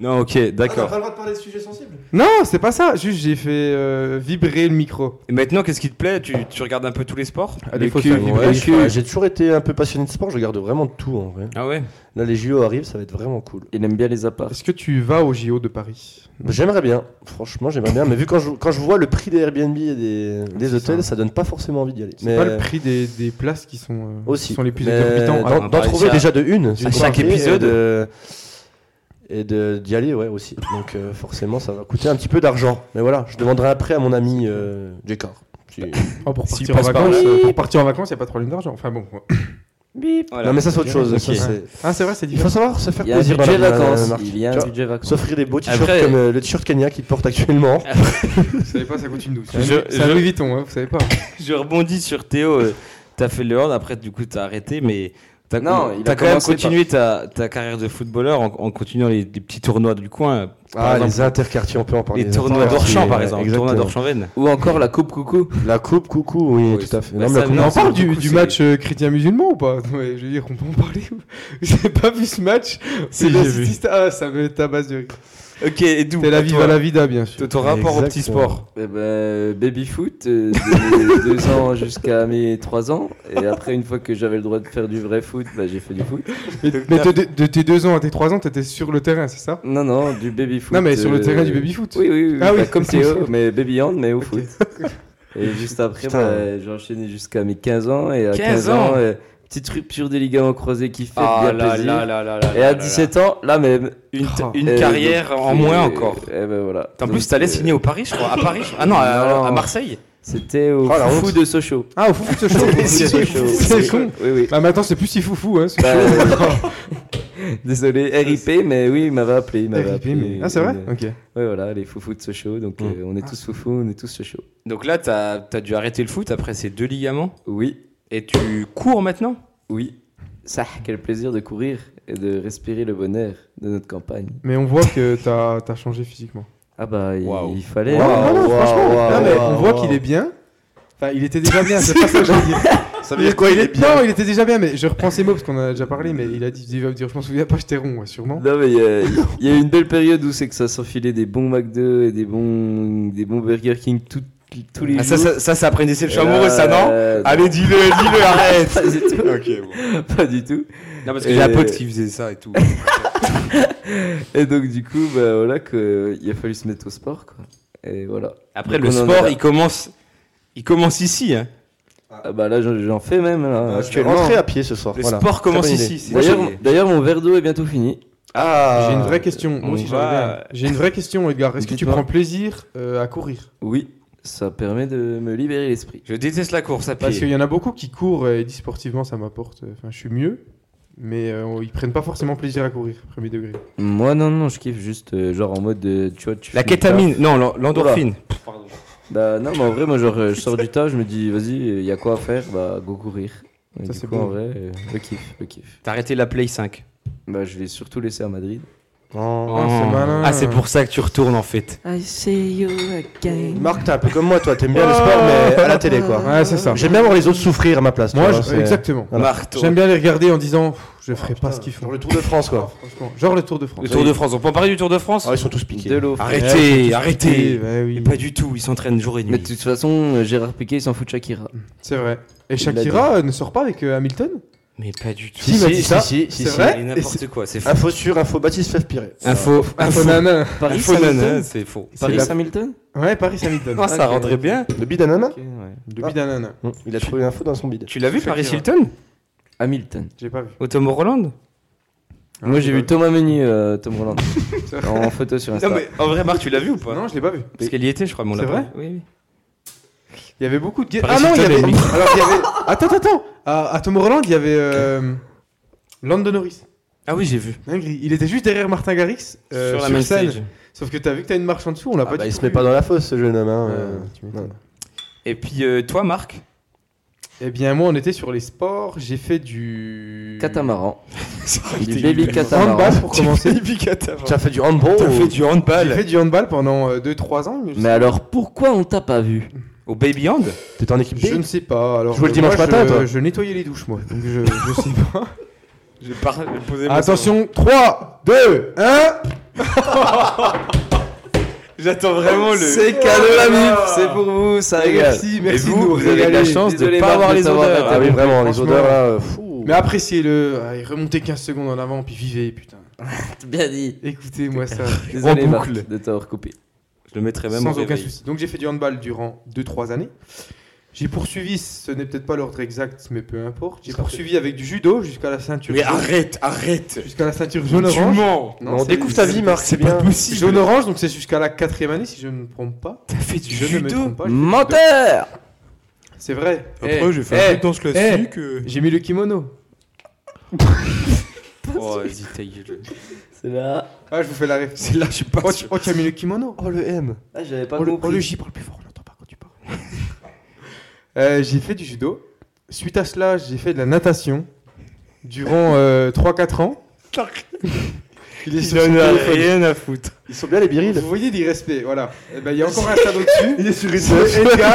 Non, ok, d'accord.
le droit de parler de sujets sensibles
Non, c'est pas ça. Juste, j'ai fait euh, vibrer le micro.
Et maintenant, qu'est-ce qui te plaît tu, tu regardes un peu tous les sports
À
Ah,
Le
défaut de
cul.
faire vibrer
Ouais,
le
je-
micro.
J'ai toujours été un peu passionné de sport, je regarde vraiment tout en vrai.
Ah ouais
Là, les JO arrivent, ça va être vraiment cool.
Il aime bien les apparts.
Est-ce que tu vas au JO de Paris
J'aimerais bien, franchement, j'aimerais bien, mais vu quand je, quand je vois le prix des Airbnb et des, des hôtels, ça. donne pas forcément envie d'y aller.
C'est pas
euh,
le prix des, des places qui sont, euh,
aussi.
qui sont les plus
mais
exorbitants.
D'en
Ah,
d'en
bah,
trouver
ça-
déjà de une, d'une
à chaque
soirée,
épisode.
et de- euh, Et de- d'y aller, ouais, aussi. Donc euh, forcément, ça va coûter un petit peu d'argent. Mais voilà, je demanderai après à mon ami euh, Jekar. Si-
Oh, pour,
S'il
partir en
passe par
vacances,
là.
euh, pour partir en vacances, il n'y a pas de problème d'argent. Enfin bon. ouais.
Voilà.
Non, mais ça, c'est autre chose.
Ok.
ça, c'est-
Ah, c'est vrai, c'est
Il faut
différent.
savoir se faire
Il y a un
plaisir dans la
budget
vie, madame,
vacances.
Marc.
Il y a
Tu
un
vois,
budget vacances.
S'offrir des beaux t-shirts
Après-
comme euh, le t-shirt Kenya qu'il porte actuellement.
Vous savez pas, ça coûte une douce.
Je-
C'est un
je-
Louis Vuitton, hein, vous savez pas.
Je rebondis sur Théo. euh, T'as fait le hand, après, du coup, t'as arrêté, mais. T'as
Non, il a
t'as quand même
commencé
continué ta, ta carrière de footballeur en, en continuant les, les petits tournois du coin.
Ah,
Par exemple,
les interquartiers, on peut en parler.
les tournois
interquartiers,
d'Orchamps, par
ouais,
exemple. Les
exactement.
tournois d'Orchamps-Venne.
Ou encore la coupe coucou.
La coupe, coucou, oui,
Oui,
tout à fait.
bah,
Non, mais
ça,
la coupe-
non,
on parle du,
beaucoup,
du
c'est-
match euh, chrétien-musulman ou pas ouais, Je veux dire, on peut en parler. J'ai pas vu ce match.
Si,
Mais
j'ai vu.
c'est- Ah, ça me tabasse de rire.
Ok, et d'où
C'est la
vie
viva la vida, bien sûr.
Ton rapport au petit
Exactement.
sport.
Eh ben, baby foot, euh, de 2 ans jusqu'à mes 3 ans. Et après, une fois que j'avais le droit de faire du vrai foot, bah, j'ai fait du foot.
Mais, mais de, de tes 2 ans à tes 3 ans, t'étais sur le terrain, c'est ça
Non, non, du baby foot.
Non, mais sur le
euh,
terrain du baby foot.
Oui, oui, oui.
Ah
bah,
oui.
comme Théo, mais baby hand, mais au foot. Et juste après,
Putain.
bah, j'ai enchaîné jusqu'à mes 15 ans. Et à 15,
15
ans,
ans. Ah
euh, petite rupture des ligaments croisés qui fait bien plaisir.
là là là
Et à 17 ans, là même.
Une,
Oh.
une
euh,
carrière
donc,
en
euh,
moins encore.
Eh ben voilà.
En plus,
Donc,
t'allais
euh,
signer au Paris, je crois. À Paris je crois. Ah non, à,
Non.
à Marseille.
C'était au
Oh, la
foot
honte.
de Sochaux.
Ah, au foot, c'est chaud.
Sochaux.
C'est con.
Oui, oui.
Bah maintenant c'est plus si foufou hein. c'est
Bah,
chaud.
Désolé, RIP, mais oui, il m'avait appelé. Il m'avait appelé.
RIP, mais- Ah c'est vrai
Euh,
Ok.
Ouais, voilà, les foufous de Sochaux. Donc, euh, on est tous foufous, on est tous Sochaux.
Donc là, t'as as dû arrêter le foot après ces deux ligaments.
Oui,
Et tu cours maintenant
oui. Ça, quel plaisir de courir et de respirer le bon air de notre campagne.
Mais on voit que t'as as changé physiquement.
Ah bah, il,
Waouh.
il fallait. hein.
Waouh,
non, non,
waouh,
franchement,
waouh,
non, mais on
waouh,
voit
waouh.
qu'il est bien. Enfin, il était déjà bien, c'est pas ça que je veux dire.
Ça veut dire quoi Il est bien
Non, il était déjà bien, mais je reprends ses mots parce qu'on en a déjà parlé, mais il a dit, il va me dire, je m'en souviens pas, j'étais rond, ouais, sûrement.
Non, mais il y, a- il y a eu une belle période où c'est que ça s'enfilait des bons McDo et des bons, des bons Burger King tout- tous les
Ah,
jours.
ça, ça, ça, c'est après une déception
Et là,
amoureuse, ça, non
euh,
Allez, dis-le, dis-le, arrête
Pas du tout. Pas du tout.
Non, parce
que j'ai un pote
qui faisait ça et tout.
Et donc, du coup, bah, voilà, que, il a fallu se mettre au sport, quoi. Et voilà.
Après,
Donc,
le
on en est
sport,
là.
il commence, il commence ici. hein.
Ah bah là, j'en- j'en fais même, là,
Je vais
actuellement.
rentrer à pied ce soir.
Le
voilà.
sport commence
Très bonne
ici.
idée.
c'est-
D'ailleurs, d'ailleurs, mon verre d'eau est bientôt fini.
Ah
J'ai une vraie question. Moi
on
aussi, j'en
va-
avais un. J'ai une vraie question, Edgar. Est-ce que tu
Dites-moi.
prends plaisir euh, à courir
Oui, ça permet de me libérer l'esprit.
je déteste la course à
Parce qu'il
pied.
y en a beaucoup qui courent et disent sportivement, ça m'apporte. euh, Enfin, je suis mieux, mais euh, ils prennent pas forcément plaisir à courir, premier degré.
Moi, non, non, je kiffe juste, euh, genre en mode, euh, tu vois, tu
La
finis le
kétamine, non, l'en- l'endorphine.
taf. Bah non, mais en vrai, moi, genre, euh, je sors du taf, je me dis, vas-y, euh, y a quoi à faire Bah, go courir. Et
Ça,
du
c'est
coup,
bon.
en vrai, euh, le kiff, le kiff.
T'as arrêté la Play 5.
Bah, je l'ai surtout laissé à Madrid.
Oh.
Oh, c'est malin.
Ah, c'est pour ça que tu retournes en fait.
I see you again.
Marc, t'es un peu comme moi, toi. T'aimes bien le sport, mais à la télé, quoi.
Ouais, c'est ça.
J'aime bien voir les autres souffrir à ma place. tu
Moi,
vois,
je-
c'est-
exactement.
Voilà.
Marteau.
J'aime bien les regarder en disant, Pff, je ferai pas ce qu'ils font.
Ah, Genre le Tour de France, quoi.
Franchement, genre le Tour de France.
Le Tour de France, on peut en parler du Tour de France
Ah, ils sont tous
De
piqués.
l'eau.
Arrêtez,
Eh,
arrêtez
bah oui.
Pas du tout, ils s'entraînent jour et nuit.
Mais de toute façon, euh, Gérard Piquet, il s'en fout de Shakira.
C'est vrai. Et Shakira euh, ne sort pas avec euh, Hamilton
Mais pas du tout.
Si, il m'a dit ça.
si, si,
C'est
si.
vrai
Et n'importe quoi, c'est faux.
Info sur info, Baptiste Fevpiré.
Info,
Ah,
info,
nana.
Paris
info
Hamilton
nana, c'est faux.
C'est
Paris
la-
Hamilton
Ouais, Paris Hamilton.
Ah, ça rendrait bien.
Le bid à nana
Ok, ouais.
Le bid à nana.
Il a trouvé l'info dans son bid.
Tu l'as vu Paris
Shakira.
Hilton
Hamilton.
J'ai pas vu.
au Tomorrowland
Moi,
Ah,
j'ai vu Thomas Meunier, euh, Tom Roland, en photo sur Insta.
Non mais en vrai Marc, tu l'as vu ou pas
Non, je l'ai pas vu.
Parce qu'elle y était, je crois, mon
C'est
lapin.
vrai
Oui, oui.
Il y avait beaucoup de.
Paris
ah non, il y
Hilton
avait.
est mis.
Alors, il y avait... Attends, attends, attends. À, à Tomorrowland, il y avait. Euh... Lando Norris.
Ah oui, j'ai vu.
Dinguerie. Il était juste derrière Martin Garrix. euh,
sur
sur
la même
scène.
stage.
Sauf que t'as vu que t'as une marche en dessous, on l'a
Ah
pas
bah,
dit.
il se met pas dans la fosse, ce jeune homme. hein,
Euh,
euh,
tu m'étonnes.
Et puis euh, toi Marc
Eh bien, moi, on était sur les sports. J'ai fait du.
Catamaran. du
T'es
baby
hyper-
catamaran.
Handball pour commencer.
Tu as fait du handball
T'as fait
ou-
du
J'ai
handball
fait du handball pendant 2-3 ans. je-
Mais alors pourquoi on t'a pas vu
au baby hand
T'étais en équipe
Je
B
ne sais pas. Alors,
Tu jouais le
euh,
dimanche
moi,
matin,
je,
toi
je nettoyais les douches, moi. Donc, je, je sais pas.
J'ai pas posé
Attention, 3, 2, 1.
J'attends vraiment Ben, le. Ah,
C'est cadeau la mif, c'est pour vous, ça régale.
Merci,
Et
merci de
vous,
nous
vous avez de la
régaler.
chance de
Désolé,
pas
Marc,
avoir
de
les
t'avoir
odeurs.
Ah oui, vraiment, les
franchement,
odeurs là. euh, fou.
Mais appréciez-le. Ah, Allez, remontez 15 secondes en avant, puis vivez, putain.
Bien dit.
Écoutez-moi ça.
Désolé
En
Marc
boucle.
de t'avoir coupé.
Je le mettrai même au
Sans aucun
réveil.
souci. Donc j'ai fait du handball durant 2-3 années. J'ai poursuivi, ce n'est peut-être pas l'ordre exact, mais peu importe. J'ai poursuivi avec du judo jusqu'à la ceinture
Mais
jaune.
arrête, arrête
Jusqu'à la ceinture jaune-orange.
mens
Non, on découvre ta vie, Marc, c'est bien.
Jaune-orange, donc c'est jusqu'à la quatrième année, si je ne me trompe pas.
T'as fait du
je ne
judo
me trompe pas. j'ai fait du judo.
Menteur
C'est vrai.
Après, j'ai
eh,
fait un truc dans ce classique. euh,
J'ai mis le kimono.
Oh, vas-y, ta gueule.
C'est là.
Ah, je vous fais la ref.
C'est là, je suis pas
Oh, tu,
sûr.
oh, tu as mis le kimono.
Oh le M.
Ah, j'avais pas
Oh, le, oh, le
compris.
J parle plus fort, on n'entend pas quand tu parles. Euh, j'ai fait du judo. Suite à cela, j'ai fait de la natation durant euh, 3-4 ans. Il est sur son téléphone.
à foutre. Ils sont bien les birils.
Vous voyez l'irrespect, voilà. Eh ben, Il y a encore un stade au-dessus. Il est sur une C'est Edgar,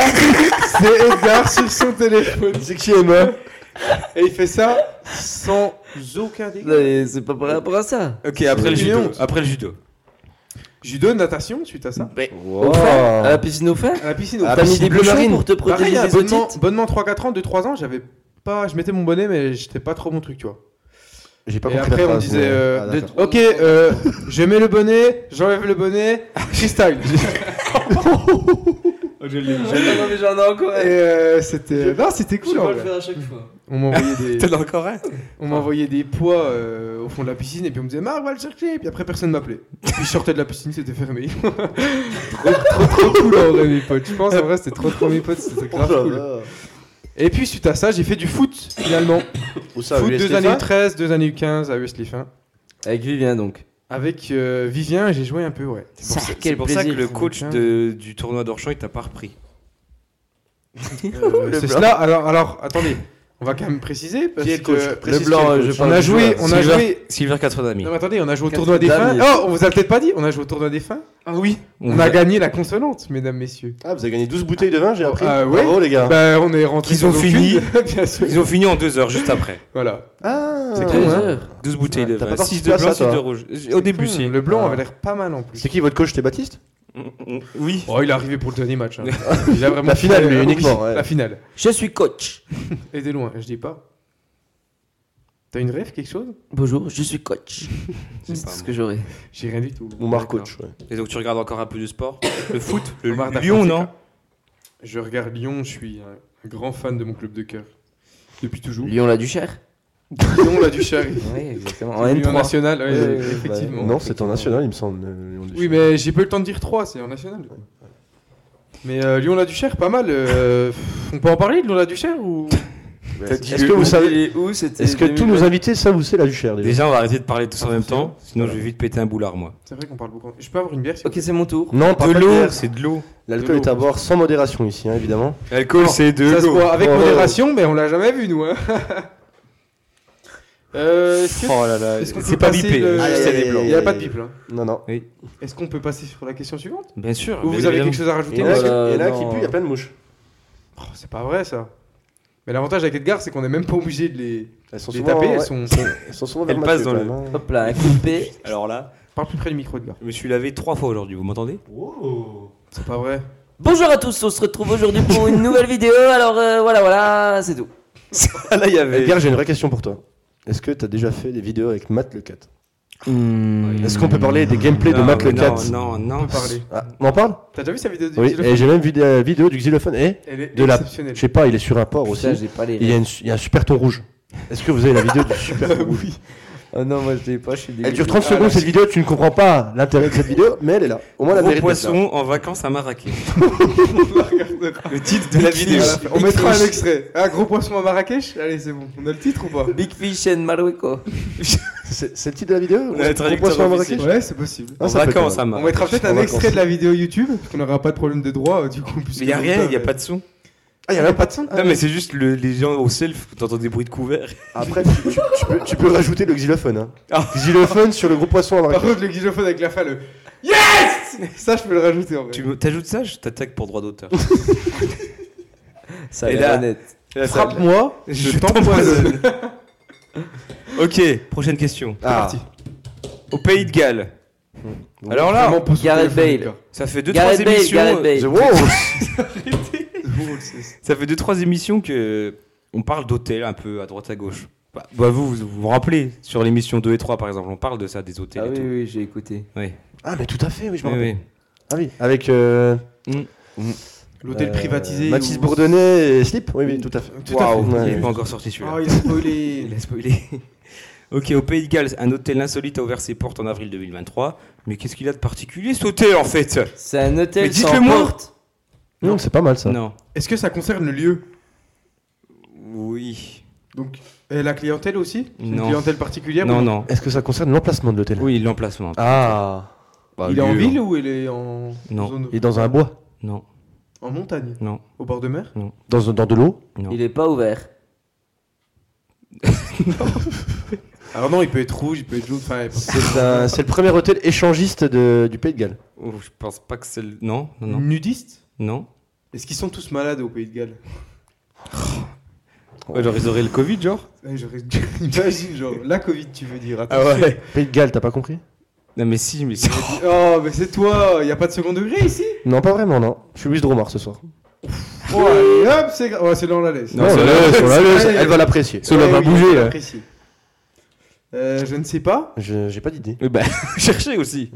c'est Edgar sur son téléphone.
C'est qui Emma
Et il fait ça sans aucun dégât.
Non, mais C'est pas par rapport à ça.
Ok, après le
C'est
judo.
mignon.
Après le judo.
Judo, natation, suite à ça.
Au fin, à la piscine au fin
À la piscine, au
T'as
fait.
mis Ah, des
bleu
bouchons
marine.
pour te protéger
Pareil,
des
à bonnement,
otites
bonnement 3-4 ans, de 3 ans, j'avais pas, je mettais mon bonnet, mais j'étais pas trop mon truc, tu vois.
J'ai pas
Et
compris
après,
la
on
phrase,
disait
mais-
euh,
Ah,
de-
d'accord.
Ok, euh, je mets le bonnet, j'enlève le bonnet, freestyle.
Non, mais j'en ai encore
Et euh, c'était. Non, c'était cool. en vrai.
à chaque fois.
On m'envoyait des,
T'en as encore un
on m'envoyait des poids euh, au fond de la piscine et puis on me disait Marc, va le chercher. Et puis après, personne m'appelait. Puis je sortais de la piscine, c'était fermé. trop, trop, trop cool en vrai, mes potes. Je pense en vrai, c'était trop trop mes potes, c'était
Oh là
grave cool.
là.
Et puis suite à ça, j'ai fait du foot finalement.
Où ça
foot
US
2
les
années
fins
13, 2 années 15 à US Leaf 1.
Avec Vivien donc.
Avec euh, Vivien, j'ai joué un peu, ouais.
Ça,
C'est
quel
pour ça que
plaisir.
le coach de- du tournoi d'Orchamps, il t'a pas repris.
Euh, c'est cela. Alors, alors, attendez, on va quand même préciser parce
Qui est le
que
coach
précise
Le blanc,
qui est
euh,
le
je
coach.
parle
On a
du
joué,
joueur.
on a
Silver-
joué.
Silver Catronami.
Non, mais attendez, on a joué au
Quatre
tournoi des fins.
dames,
Oh, on vous a peut-être pas dit, on a joué au tournoi des fins.
Ah oui.
On a gagné la consolante, mesdames, messieurs.
Ah, vous avez gagné 12 bouteilles de vin, j'ai appris.
Ah, ouais.
Bravo les gars.
Bah, on est rentrés.
Ils
sans
ont fini.
aucune, bien sûr.
Ils ont fini en deux heures, juste après.
Voilà.
Ah,
C'est
Deux
con, hein.
heures.
12 bouteilles de
t'as
vin,
pas
6
participé
de
à ça,
blanc, 6 de
toi
rouge. Au début, si.
Le blanc
Ah.
avait l'air pas mal en plus.
C'est qui votre coach C'était Baptiste
Mm, Oui.
Oh, il est arrivé pour le dernier match. hein. Il a vraiment
La finale,
fait-
lui,
oui,
uniquement, ouais.
La finale.
Je suis coach.
Et de loin, je dis pas. T'as une rêve, quelque chose
Bonjour, je suis coach. C'est
pas
ce que j'aurais.
J'ai rien du tout.
Ou Marc coach ouais.
Et donc tu regardes encore un peu de sport Le foot Le
Omar Da
Lyon,
Fonseca.
non
Je regarde Lyon, je suis un un grand fan de mon club de cœur. Depuis toujours.
Lyon la Duchère
Lyon, la Duchère.
Oui, exactement. En
En Lyon
N3.
national, ouais,
Ouais,
effectivement.
bah,
Non, c'est en national, il me semble. euh, Léon Deschamps.
Oui, mais j'ai pas eu le temps de dire 3, c'est en national. Mais euh, Lyon, la Duchère, pas mal. euh, on peut en parler de Lyon, la Duchère ou...
Est-ce que vous savez
où c'était
Est-ce que tous nos invités savent où c'est la Duchère déjà
Déjà, on va arrêter de parler tous en même temps, sinon je vais vite péter un boulard, moi.
C'est vrai qu'on parle beaucoup. Je peux avoir une bière s'il vous
Ok, c'est mon tour.
Non, pas
De
pas
l'eau,
bière.
c'est de l'eau.
L'alcool est à boire sans modération ici, hein, évidemment.
L'alcool, c'est de
plaît Ça se boit avec
Oh.
modération, mais on l'a jamais vu, nous. hein. Euh, est-ce que-
Oh là là,
est-ce qu'on
c'est
peut
pas
passer
bipé.
le-
Aïe,
juste
aïe,
des
aïe,
blancs.
Il n'y a pas de pipe, là.
Non, non.
Est-ce qu'on peut passer sur la question suivante
Bien sûr.
Ou
bien
vous avez
Ah, évidemment.
quelque chose
Il
à
y
rajouter
en a, qui-
Euh,
il y en a qui
non.
puent, il y a plein de mouches.
Oh, C'est pas vrai, ça. Mais l'avantage avec Edgar, c'est qu'on n'est même pas obligé de les,
Elles sont
les
souvent.
taper.
ouais,
Elles sont...
Elles sont souvent
Elles
vers
passent
Mathieu,
dans
quand
le-
même, hein.
Hop là, un coupé.
Alors là,
Parle plus près du micro, Edgar.
je me suis lavé trois fois aujourd'hui, vous m'entendez
C'est pas vrai.
Bonjour à tous, on se retrouve aujourd'hui pour une nouvelle vidéo. Alors euh, voilà, voilà, c'est tout.
Ah là, il y avait.
Edgar, j'ai une vraie question pour toi. Est-ce que t'as déjà fait des vidéos avec Matt le 4
Mmh.
Est-ce qu'on peut parler des gameplays de
Non,
Matt le
non,
4
Non,
On
non,
peut parler.
Ah, On en parle
T'as déjà vu sa vidéo du
Oui,
xylophone
et j'ai même vu des euh, vidéos du xylophone. Et
Elle est
de la-
exceptionnelle.
je sais pas, il est sur un port
Putain,
aussi.
j'ai pas les
Il y, a une- il y a un super ton rouge. Est-ce que vous avez la vidéo du super ton rouge
Ah non, moi je l'ai pas, je suis
Elle dure 30 secondes cette vidéo, tu ne comprends pas l'intérêt de cette vidéo, mais elle est là. Au moins la
Gros
vérité.
poisson en vacances à Marrakech.
Le titre de la vidéo. On mettra un extrait. Ah, gros poisson à Marrakech Allez, c'est bon. On a le titre ou pas
Big Fish and Marueco.
C'est c'est le titre de la vidéo
On a le
Gros
traducteur
poisson à
officiel.
Marrakech
Ouais, c'est possible.
Ah,
En
ça peut être
vacances hein.
pas
à
mal.
On
Marrakech.
mettra peut-être
en
un
vacances.
extrait de la vidéo YouTube, parce qu'on n'aura pas de problème de droit, euh, du coup. puisque
Mais y a rien,
longtemps,
y a
euh,
pas de son.
Ah, il y a même pas de son
Non, mais c'est juste le- les gens au self, t'entends des bruits de couvert.
Après, tu, tu- tu peux, tu peux rajouter le xylophone. Hein.
Ah.
Xylophone sur le gros poisson à
Par
Marrakech.
contre, le xylophone avec la fin, le Yes Ça, je peux le rajouter en vrai.
Tu me- t'ajoutes ça, je t'attaque pour droit d'auteur.
Ça
Et
a
là-
l'air honnête.
Et là, ça-
Frappe-moi, je t'empoisonne.
Ok, prochaine question.
Ah,
Au pays de Galles. Alors là,
Vraiment, pose au
Gareth
téléphone,
Bale.
les gars.
ça fait 2-3
Gareth Bale,
émissions.
Gareth Bale.
The Wolves.
Ça fait deux trois émissions que on parle d'hôtels un peu à droite à gauche. Bah, bah, vous, vous vous vous rappelez sur l'émission 2 et 3 par exemple, on parle de ça des hôtels
Ah
et
oui,
tout.
oui, j'ai écouté.
Oui.
Ah, mais tout à fait, oui, je me
Oui,
rappelle.
oui.
Ah oui, avec euh,
L'hôtel
euh,
privatisé.
Mathis
où-
Bourdonnais et Slip. Oui, oui, tout à fait.
Tout à
Waouh,
Ouais,
il est
ouais.
pas encore sorti celui-là.
Ah, il a spoilé.
Il a spoilé. ok, au Pays de Galles, un hôtel insolite a ouvert ses portes en avril 2023. Mais qu'est-ce qu'il a de particulier ce hôtel en fait
C'est un
Mais
hôtel
dites-le
sans
moi.
porte.
Non, c'est pas mal ça.
Non.
Est-ce que ça concerne le lieu
Oui.
Donc, et la clientèle aussi C'est Une
Non.
clientèle particulière
Non,
ou-
non.
Est-ce que ça concerne l'emplacement de l'hôtel
Oui, l'emplacement.
Ah. Bah,
Il est en
lieu.
ville ou il est en
Non.
zone-
Il est dans un bois.
Non,
En montagne
non,
Au bord de mer
Dans, dans de l'eau.
non.
Il est pas ouvert.
Alors non, il peut être rouge, il peut être jaune. Enfin, il peut-
C'est un- c'est le premier hôtel échangiste de- du Pays de Galles.
Oh, je pense pas que c'est le... Non, non, non.
Nudiste
Non.
Est-ce qu'ils sont tous malades au Pays de Galles
Ouais, genre ils auraient le Covid, genre
Ouais, j'aurais- Imagine, genre, la Covid, tu veux dire. attention.
Ah ouais.
Pays de Galles, t'as pas compris
Non mais si, mais si.
Oh, mais c'est toi Il a pas de second degré ici
Non, pas vraiment, non. Je suis Louis Dromard ce soir.
Oh, allez, hop, c'est grave. Ouais, c'est dans la laisse.
Non,
Ouais,
c'est
ouais,
la-
ouais,
c'est
sur la-
la-
ça- Elle va l'apprécier.
Ouais,
va
oui,
bouger.
j'apprécie. Euh, je ne sais pas.
Je J'ai pas d'idée.
Eh ben, cherchez aussi.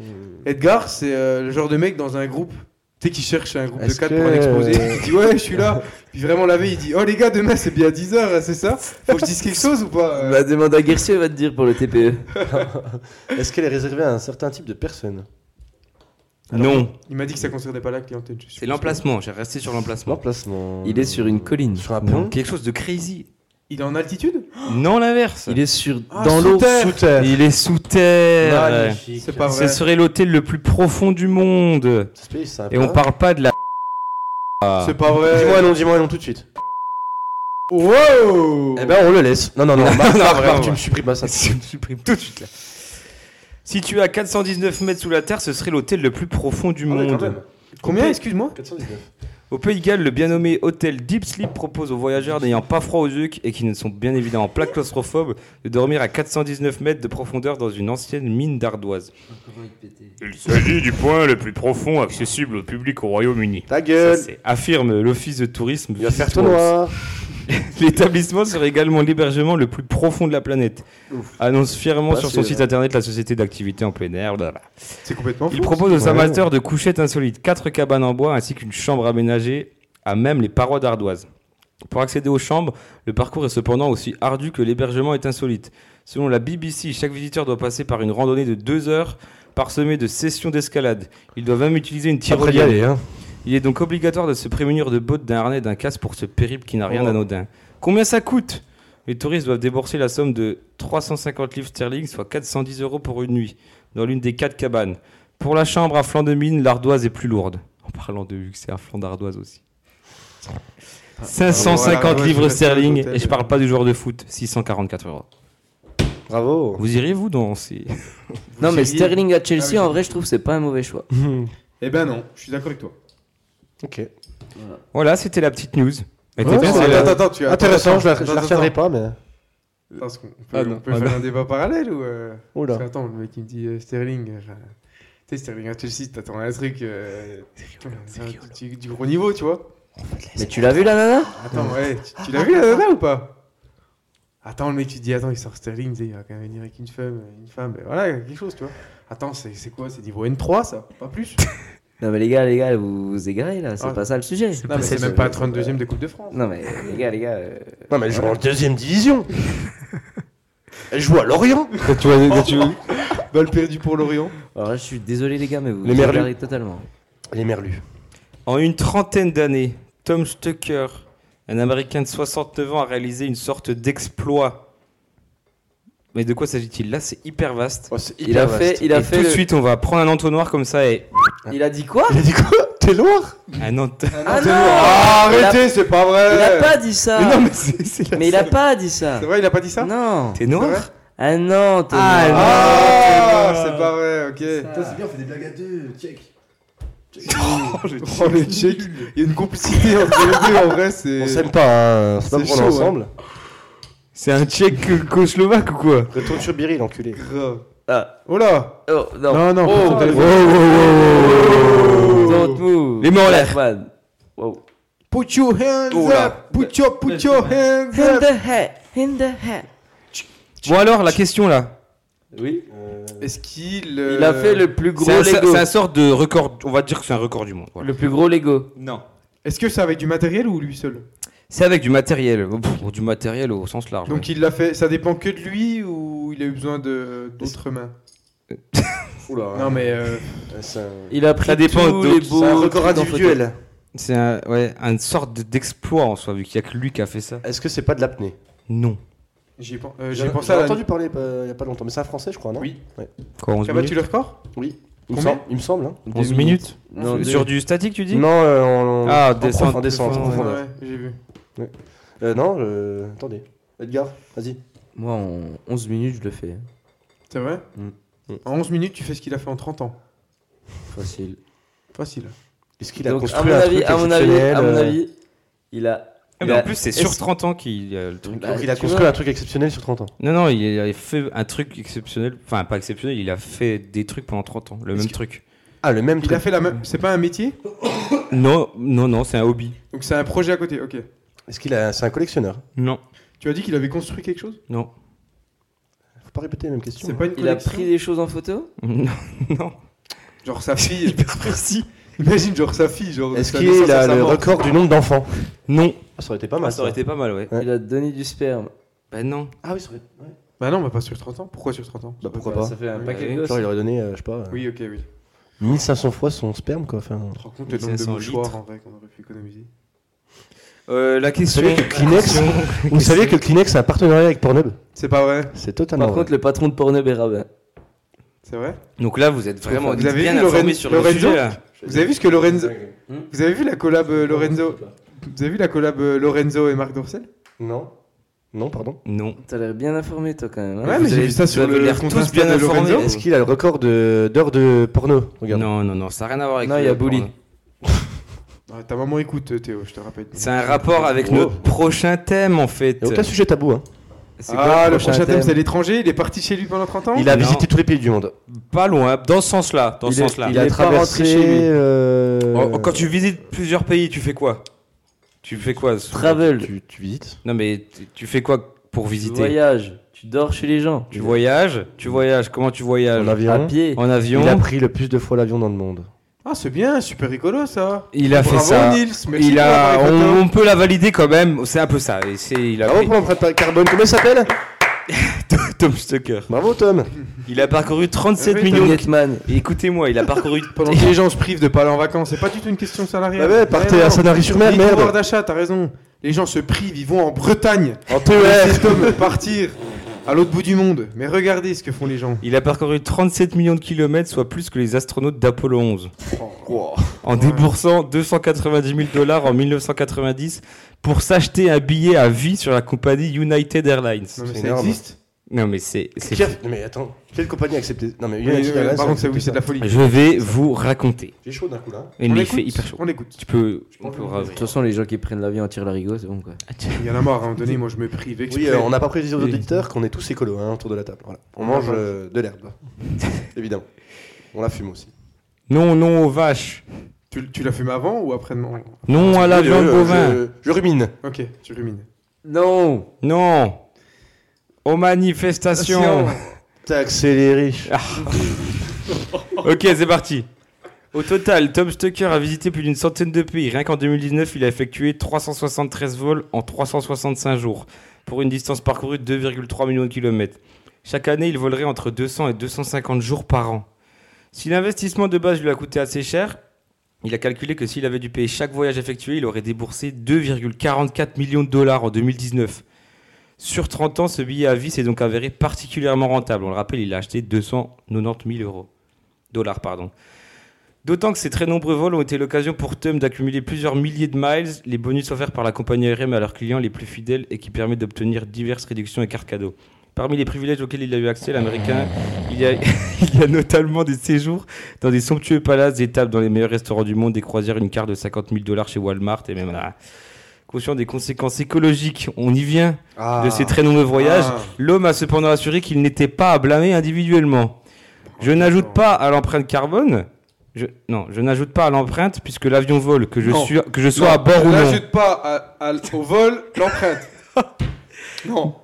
Edgar, c'est euh, le genre de mec dans un groupe. Tu sais, qui cherche un groupe de
Est-ce
4
que- euh,
pour un exposé. Il dit Ouais, je suis là. Puis vraiment, la veille, il dit Oh les gars, demain c'est bien 10h, c'est ça Faut que je dise quelque chose ou pas Euh,
Bah, demande à Guercier, il va te dire pour le E. TPE.
Est-ce qu'elle est réservée à un certain type de personne
non,
Il m'a dit que ça concernait pas la clientèle. je
c'est
suppose.
l'emplacement, j'ai resté sur l'emplacement.
L'emplacement.
Il est sur une colline.
Sur un
Non,
pont
quelque chose de crazy.
Il est en altitude
Non, l'inverse.
Il est sur
Ah,
dans
sous
l'eau.
terre.
Sous terre.
Oh Il est sous terre.
Magnifique.
C'est pas vrai.
Ce serait l'hôtel le plus profond du monde.
Ce pays, c'est
Et on
sympa.
parle pas de la. Ah.
C'est pas vrai.
Dis-moi non, dis-moi non tout de suite.
Wow
Eh ben, on le laisse. Non, non, non. Marc,
Non,
Marc,
vraiment.
Marc, tu me supprimes pas ça.
Je me supprime tout de suite là. Situé à 419 mètres sous la terre, ce serait l'hôtel le plus profond du
Ah ouais, quand
monde.
même.
Combien, excuse-moi
419.
Au Pays de Galles, le bien nommé hôtel Deep Sleep propose aux voyageurs n'ayant pas froid aux yeux et qui ne sont bien évidemment pas claustrophobes de dormir à 419 mètres de profondeur dans une ancienne mine d'ardoise. Il s'agit du point le plus profond accessible au public au Royaume-Uni.
Ta
Ça,
gueule.
c'est- affirme l'office de tourisme.
Il va faire
Visit
tout
World.
noir.
L'établissement serait également l'hébergement le plus profond de la planète.
Ouf.
Annonce fièrement
Pas
sur
sûr, hein.
son site internet la société d'activité en plein air. blablabla.
C'est complètement
Il
fou.
propose aux
Ouais.
amateurs de couchettes insolites, quatre cabanes en bois ainsi qu'une chambre aménagée à même les parois d'ardoise. Pour accéder aux chambres, le parcours est cependant aussi ardu que l'hébergement est insolite. Selon la BBC, chaque visiteur doit passer par une randonnée de deux heures parsemée de sessions d'escalade. Ils doivent même utiliser une
Après d'y
tyrolienne.
aller, hein.
Il est donc obligatoire de se prémunir de bottes, d'un harnais, d'un casque pour ce périple qui
Oh.
n'a rien d'anodin. Combien ça coûte Les touristes doivent débourser la somme de 350 livres sterling, soit 410 euros pour une nuit, dans l'une des quatre cabanes. Pour la chambre à flanc de mine, l'ardoise est plus lourde. En parlant de luxe, c'est à flanc d'ardoise aussi. 550
Voilà, ouais,
livres
je suis resté à
sterling,
l'hôtel.
et je parle pas du joueur de foot, 644 euros.
Bravo.
Vous irez, vous, dans ces...
Non, mais
Vous y-
Sterling à
Ah
Chelsea,
oui.
en vrai, je trouve que c'est pas un mauvais choix.
Eh ben non, je suis d'accord avec toi.
Ok.
Voilà, c'était la petite news. Elle était
Ouais,
bien,
c'est-
celle-là.
attends, attends, tu as-
euh, Intéressant, je la, je
Attends,
la
attends,
retiendrai pas, mais.
attends, parce qu'on peut,
Ah non.
on peut
Ah
faire un débat parallèle ou. euh,
Oula.
Parce que attends, le mec il me dit euh, Sterling. euh, enfin, Tu sais, Sterling à Chelsea, t'attends un truc. euh, un- du, du gros niveau, tu vois.
Mais tu l'as vu, la nana
Attends, ouais, tu, tu l'as vu la nana ou pas Attends, le mec, tu te dis, attends, il sort Sterling, tu sais, il va quand même venir avec une femme, euh, une femme, ben voilà, quelque chose, tu vois. Attends, c'est c'est quoi C'est niveau N3, ça Pas plus
Non, mais les gars, les gars, vous vous égarez là, c'est
Ah.
pas ça le sujet.
Non, mais c'est même pas 32 e de Coupe de France.
Non, mais les gars, les gars. euh,
Non, mais elle joue en deuxième division. Elle joue à Lorient.
Tu vois, tu vois-
Balle perdue pour Lorient.
Alors là, je suis désolé, les gars, mais vous
Les
vous
merlus.
égarez totalement.
Les Merlus.
En une trentaine d'années, Tom Stucker, un Américain de 69 ans, a réalisé une sorte d'exploit. Mais de quoi s'agit-il Là, c'est hyper vaste.
Oh, c'est
Il a fait. Il a
et
fait
tout de
le-
suite, on va prendre un entonnoir comme ça et
Il a dit quoi
Il a dit quoi T'es noir
un ent-
Ah
c'est
non
lourd. Ah,
Il a-
arrêtez, c'est pas
Il a
vrai
pas dit ça
Mais non, mais c'est, c'est la-
Mais il a pas dit ça
C'est vrai, il a pas dit ça
Non
T'es
C'est vrai
noir
Ah non, t'es
Ah,
nul.
Ah, c'est pas vrai, ok.
Toi, c'est bien, on fait des blagues à deux. Check.
Oh, les Tchèques, il y a une complicité entre les deux, en vrai, c'est...
On s'aime pas, hein. c'est pas
C'est
pour
chaud,
l'ensemble.
C'est un tchèque slovaque ou quoi
Retourne sur Biril, l'enculé.
Ah,
Oh là
oh, non.
Non, non,
Oh,
prends ton téléphone.
Don't move.
Les mains en l'air.
Man. Wow.
Put your hands
Oh là.
up Put your, put your hands
In
up
the head, in the head.
Bon alors, la question là.
Oui.
Euh,
Est-ce qu'il... euh,
Il a fait le plus
C'est
gros
un,
Lego.
c'est un sort de record, on va dire que c'est un record du monde. voilà.
Le plus gros Lego.
Non.
Est-ce que c'est avec du matériel ou lui seul
C'est avec du matériel, oh, pff, du matériel au sens large.
Donc il l'a fait... Ça dépend que de lui ou il a eu besoin de- d'autres mains
Oula.
Non mais... euh,
C'est un...
Il a pris
Ça dépend
tous
de-
les
c'est
beaux.
c'est un record
trucs dans
individuel.
ouais. C'est un, ouais, une sorte de- d'exploit en soi, vu qu'il n'y a que lui qui a fait ça.
Est-ce que c'est pas de l'apnée
Non.
J'ai pen- euh, j'ai
J'ai
pensé à la...
entendu parler euh, il y a pas longtemps, mais c'est un français, je crois, non
Oui.
Quoi, 11
Qui
Eh
a
ben,
minutes
battu le record
Oui. Il me
Combien
semble. Il me semble hein.
11
Deux
minutes
Non,
Sur
deux.
du statique, tu dis
Non, euh, en, en-
Ah,
en prof,
descente,
en descente, en
ouais,
profondeur.
Ouais, j'ai vu.
Euh, non, euh, attendez. Edgar, vas-y.
Moi, en 11 minutes, je le fais.
C'est vrai
Mm.
En 11 minutes, tu fais ce qu'il a fait en 30 ans.
Facile.
Facile.
Est-ce qu'il a
Donc, à
construit
mon
un
avis,
truc
à mon avis,
exceptionnel
à mon
euh,
avis, il a.
Ah,
il
mais
a-
en plus, c'est sur 30 ans qu'il y a le truc.
Bah,
Il a
tu
construit
vois.
un truc exceptionnel sur 30 ans.
Non, non, il a fait un truc exceptionnel. Enfin, pas exceptionnel, il a fait des trucs pendant 30 ans. Le
Est-ce
même
que-
truc.
Ah, le même
Il a
truc.
fait la même... C'est pas un métier
Non, non, non, c'est un hobby.
Donc c'est un projet à côté, ok.
Est-ce qu'il a... C'est un collectionneur
Non,
Tu as dit qu'il avait construit quelque chose
non,
Faut pas répéter la même question.
C'est
hein.
pas une
Il a
collection
pris des choses en photo
non, non.
Genre sa fille. Imagine genre sa fille, genre.
Est-ce
sa
qu'il
naissance à
a
sa
le
mort.
record du nombre d'enfants
Non.
Ah, Ça aurait été pas mal.
ça aurait été pas mal, ouais.
Ouais.
Il a donné du sperme.
Bah non.
Ah oui, ça aurait. ouais.
Bah non, bah pas sur 30 ans. Pourquoi sur 30 ans
Bah pourquoi
Bah,
pas
Ça fait un
Oui,
paquet
oui.
de
Genre, il
gosses.
aurait donné, euh, je sais pas, euh,
Oui, ok, oui.
1500 fois son sperme quoi. Enfin,
Tu te rends compte le nombre de
500
mouchoirs
litres.
en vrai qu'on aurait pu économiser
Euh, la question.
savez que Kleenex-
la question-
Vous savez que Kleenex a un partenariat avec Pornhub
C'est pas vrai
C'est totalement.
Par contre, le patron de Pornhub est rabbin.
C'est vrai
Donc là, vous êtes vraiment
Vous avez
bien
vu
informé
Loren-
sur le
Lorenzo
sujet. là.
Vous avez vu ce que Lorenzo. Hmm Vous avez vu la collab euh, Lorenzo Vous avez vu la collab euh, Lorenzo et Marc Dorcel
Non. Non, pardon.
Non.
T'as l'air bien informé, toi, quand même. hein.
Ouais, mais j'ai
avez-
vu ça
vous
sur
avez
le
l'air
compte
tous
Insta
bien
de
informés.
Lorenzo.
Est-ce qu'il a le record de- d'heures de... porno Regarde.
Non, non, non, ça n'a rien à voir avec.
Non,
le
il y a Bully.
porno.
Ouais, Ta maman écoute, euh, Théo, je te rappelle.
C'est un rapport avec
Oh.
notre prochain thème en fait.
Et aucun sujet tabou. Hein.
C'est quoi
Ah, le prochain thème, c'est l'étranger. Il est parti chez lui pendant 30 ans
Il a
Non.
visité tous les pays du monde.
Pas loin, dans ce sens-là, dans ce
il, est-
sens-là.
il a
Il est pas
traversé.
rentré chez lui.
euh,
Oh, Quand tu visites plusieurs pays, tu fais quoi Tu fais quoi ce-
Travel.
tu, tu visites.
Non mais tu- tu fais quoi pour
Tu
visiter
voyages. Tu dors chez les gens.
Tu voyages Tu voyages Comment tu hein. voyages
En avion.
À pied.
En avion.
Il a pris le plus de fois l'avion dans le monde.
Ah, c'est bien, super rigolo ça.
Il a fait
Bravo,
ça.
Nils, merci
Il
pour
a,
avoir les photos.
on, on peut la valider quand même. C'est un peu ça. Et c'est, il a
Bravo
pris
pour l'empreinte carbone. Comment il s'appelle
Tom Stoker.
Bravo Tom.
Il a parcouru 37
Oui,
Tony
millions.
Hetman.
Et Écoutez-moi, il a parcouru.
Pendant que les gens se privent de pas aller en vacances, c'est pas du tout une question salariale.
Ah
Bah ouais, partez à Sanary-sur-Mer,
Les pouvoirs
merde.
d'achat, t'as raison. Les gens se privent, ils vont en Bretagne.
En E
Laissez
TER.
Tom partir à l'autre bout du monde. Mais regardez ce que font les gens.
Il a parcouru 37 millions de kilomètres, soit plus que les astronautes d'Apollo 11. En déboursant 290 000 dollars en 1990 pour s'acheter un billet à vie sur la compagnie United Airlines.
Non mais
C'est
ça
énorme.
existe.
Non mais c'est. c'est-
Qui a- Non, mais attends, quelle compagnie a accepté Non mais
Oui,
United
oui,
Airlines.
par
a
contre, c'est-
accepté
oui, c'est
ça. euh,
de la folie.
Je vais vous raconter.
J'ai chaud d'un coup là.
Et
On
mais il
écoute,
fait hyper chaud.
On écoute.
Tu peux. On peut
De toute façon, les gens qui prennent l'avion en tirent l'arigot, c'est bon, quoi.
Il y en a marre, à un moment donné, moi je me prive exprès.
Oui, euh, on n'a pas précisé aux
Oui.
auditeurs qu'on est tous écolos hein, autour de la table. Voilà. On mange euh, de l'herbe, évidemment. On la fume aussi.
Non, non aux vaches.
Tu, tu l'as fumé avant ou après demain
Non à la
Oui,
viande
euh,
bovin.
Je, je rumine.
Ok, tu rumines.
Non
Non Aux manifestations
Taxe les riches.
Ok, c'est parti Au total, Tom Stocker a visité plus d'une centaine de pays. Rien qu'en 2019, il a effectué 373 vols en 365 jours, pour une distance parcourue de 2,3 millions de kilomètres. Chaque année, il volerait entre 200 et 250 jours par an. Si l'investissement de base lui a coûté assez cher, il a calculé que s'il avait dû payer chaque voyage effectué, il aurait déboursé 2,44 millions de dollars en 2019. Sur 30 ans, ce billet à vie s'est donc avéré particulièrement rentable. On le rappelle, il a acheté 290 000 euros. Dollars, pardon. D'autant que ces très nombreux vols ont été l'occasion pour Tom d'accumuler plusieurs milliers de miles, les bonus offerts par la compagnie aérienne à leurs clients les plus fidèles et qui permettent d'obtenir diverses réductions et cartes cadeaux. Parmi les privilèges auxquels il a eu accès, l'Américain, il y a, il y a notamment des séjours dans des somptueux palaces, des tables dans les meilleurs restaurants du monde, des croisières, une carte de 50 000 dollars chez Walmart et même... ah, Conscient des conséquences écologiques, on y vient,
Ah.
de ses très nombreux voyages,
Ah.
l'homme a cependant assuré qu'il n'était pas à blâmer individuellement. Je n'ajoute pas à l'empreinte carbone. Je, non, je n'ajoute pas à l'empreinte puisque l'avion vole, que je,
Non.
suis, que je sois à
Non,
bord ou non.
N'ajoute pas à- à- au vol l'empreinte. non.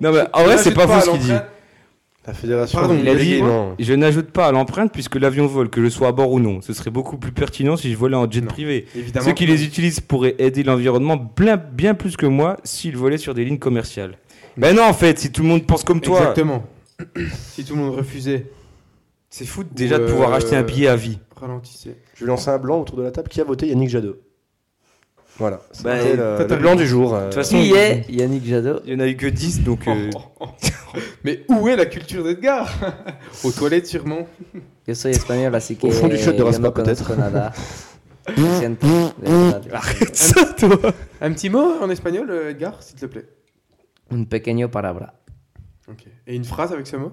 Non, mais en vrai, c'est
N'ajoute
pas faux ce qu'il dit.
l'empreinte.
La fédération.
Pardon,
des
il a dit-
délégués, non.
Je n'ajoute pas à l'empreinte puisque l'avion vole, que je sois à bord ou non. Ce serait beaucoup plus pertinent si je volais en jet
Non.
privé.
Évidemment.
Ceux qui les utilisent pourraient aider l'environnement bien, bien plus que moi s'ils volaient sur des lignes commerciales. Ben non, en fait, si tout le monde pense comme toi,
Mm. Exactement. si tout le monde refusait,
c'est fou déjà de
Euh,
pouvoir acheter un billet à vie.
ralentissez.
Je vais lancer un blanc autour de la table. Qui a voté Yannick Jadot Voilà. C'était
Bah,
le,
t'as-
le blanc du jour. euh,
De toute façon,
Qui est Yannick Jadot
il n'y en a eu que 10, donc. euh,
Mais où est la culture d'Edgar Aux toilettes sûrement.
Yo soy espagnol, así que.
Au fond du chiotte de
yo
Raspa,
no conozco
peut-être.
nada. Lo siento, de verdad.
Un petit mot en espagnol, euh, Edgar, s'il te plaît.
Un pequeño palabra.
Et une phrase avec ce mot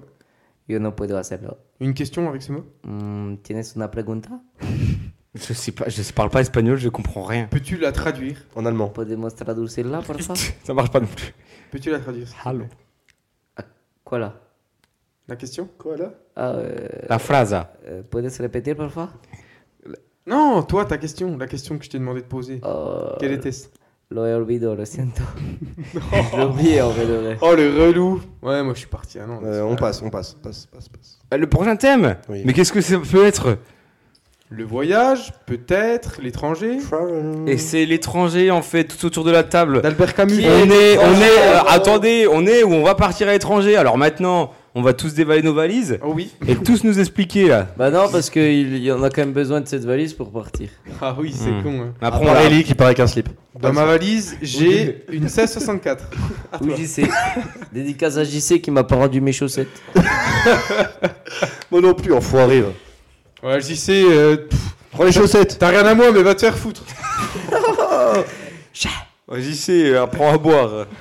Yo no puedo hacerlo.
Une question avec ce mot
Mm, ¿Tienes una pregunta?
je sais pas, je parle pas espagnol, je comprends rien.
Peux-tu la traduire
En allemand.
¿Podemos traducirla, por favor?
Ça marche pas non plus.
Peux-tu la traduire s'il te plaît
¿Cuál?
La question
Quoi là
Ah, eh,
La phrase.
eh, ¿Puedes repetir, por favor?
Non, toi, ta question. La question que je t'ai demandé de poser.
Euh.
Oh,
Quelle était-ce
Lo he olvidado, lo siento. lo olvidé, en fait.
Oh, le relou Ouais, moi, je suis parti. Ah, non,
Euh, On passe, on passe. Passe, passe, passe.
Euh, le prochain thème
Oui.
Mais qu'est-ce que ça peut être
Le voyage, peut-être, l'étranger.
Et c'est l'étranger, en fait, tout autour de Mm. la table.
D'Albert Camus.
On est, on est, euh, attendez, on est où on va partir à l'étranger. Alors maintenant, on va tous dévaler nos valises
Oh oui.
et tous nous expliquer là.
Bah non, parce qu'il y en a quand même besoin de cette valise pour partir.
Ah oui, c'est
Hmm.
con. hein.
Après, on
Prends
va-
Ellie qui part avec un slip.
Dans ma valise, j'ai une 1664.
Ou JC. Dédicace à JC qui m'a pas rendu mes chaussettes.
Moi non plus, enfoiré.
Ouais, j'y sais. euh, pff,
Prends les chaussettes.
T'as rien à moi, mais va te faire foutre.
Ouais, J'y sais, euh, apprends à boire.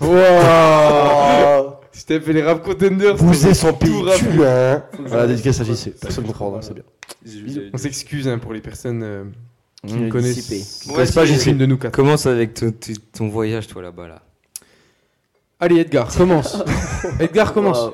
Wow
Si t'avais fait les rap contenders,
Bouser
t'aurais
son
tout
pays
rap-
cul, hein Voilà, dédicace à JC. Personne ne comprendra, c'est bien.
On s'excuse hein, pour les personnes euh, qui
On
ne
est
connaissent
dissipés.
qui
Ouais,
connaissent pas
si,
Justine de nous quatre.
Commence avec ton, ton- ton voyage, toi là-bas là.
Allez, Edgar, commence. Edgar, commence.
Waouh.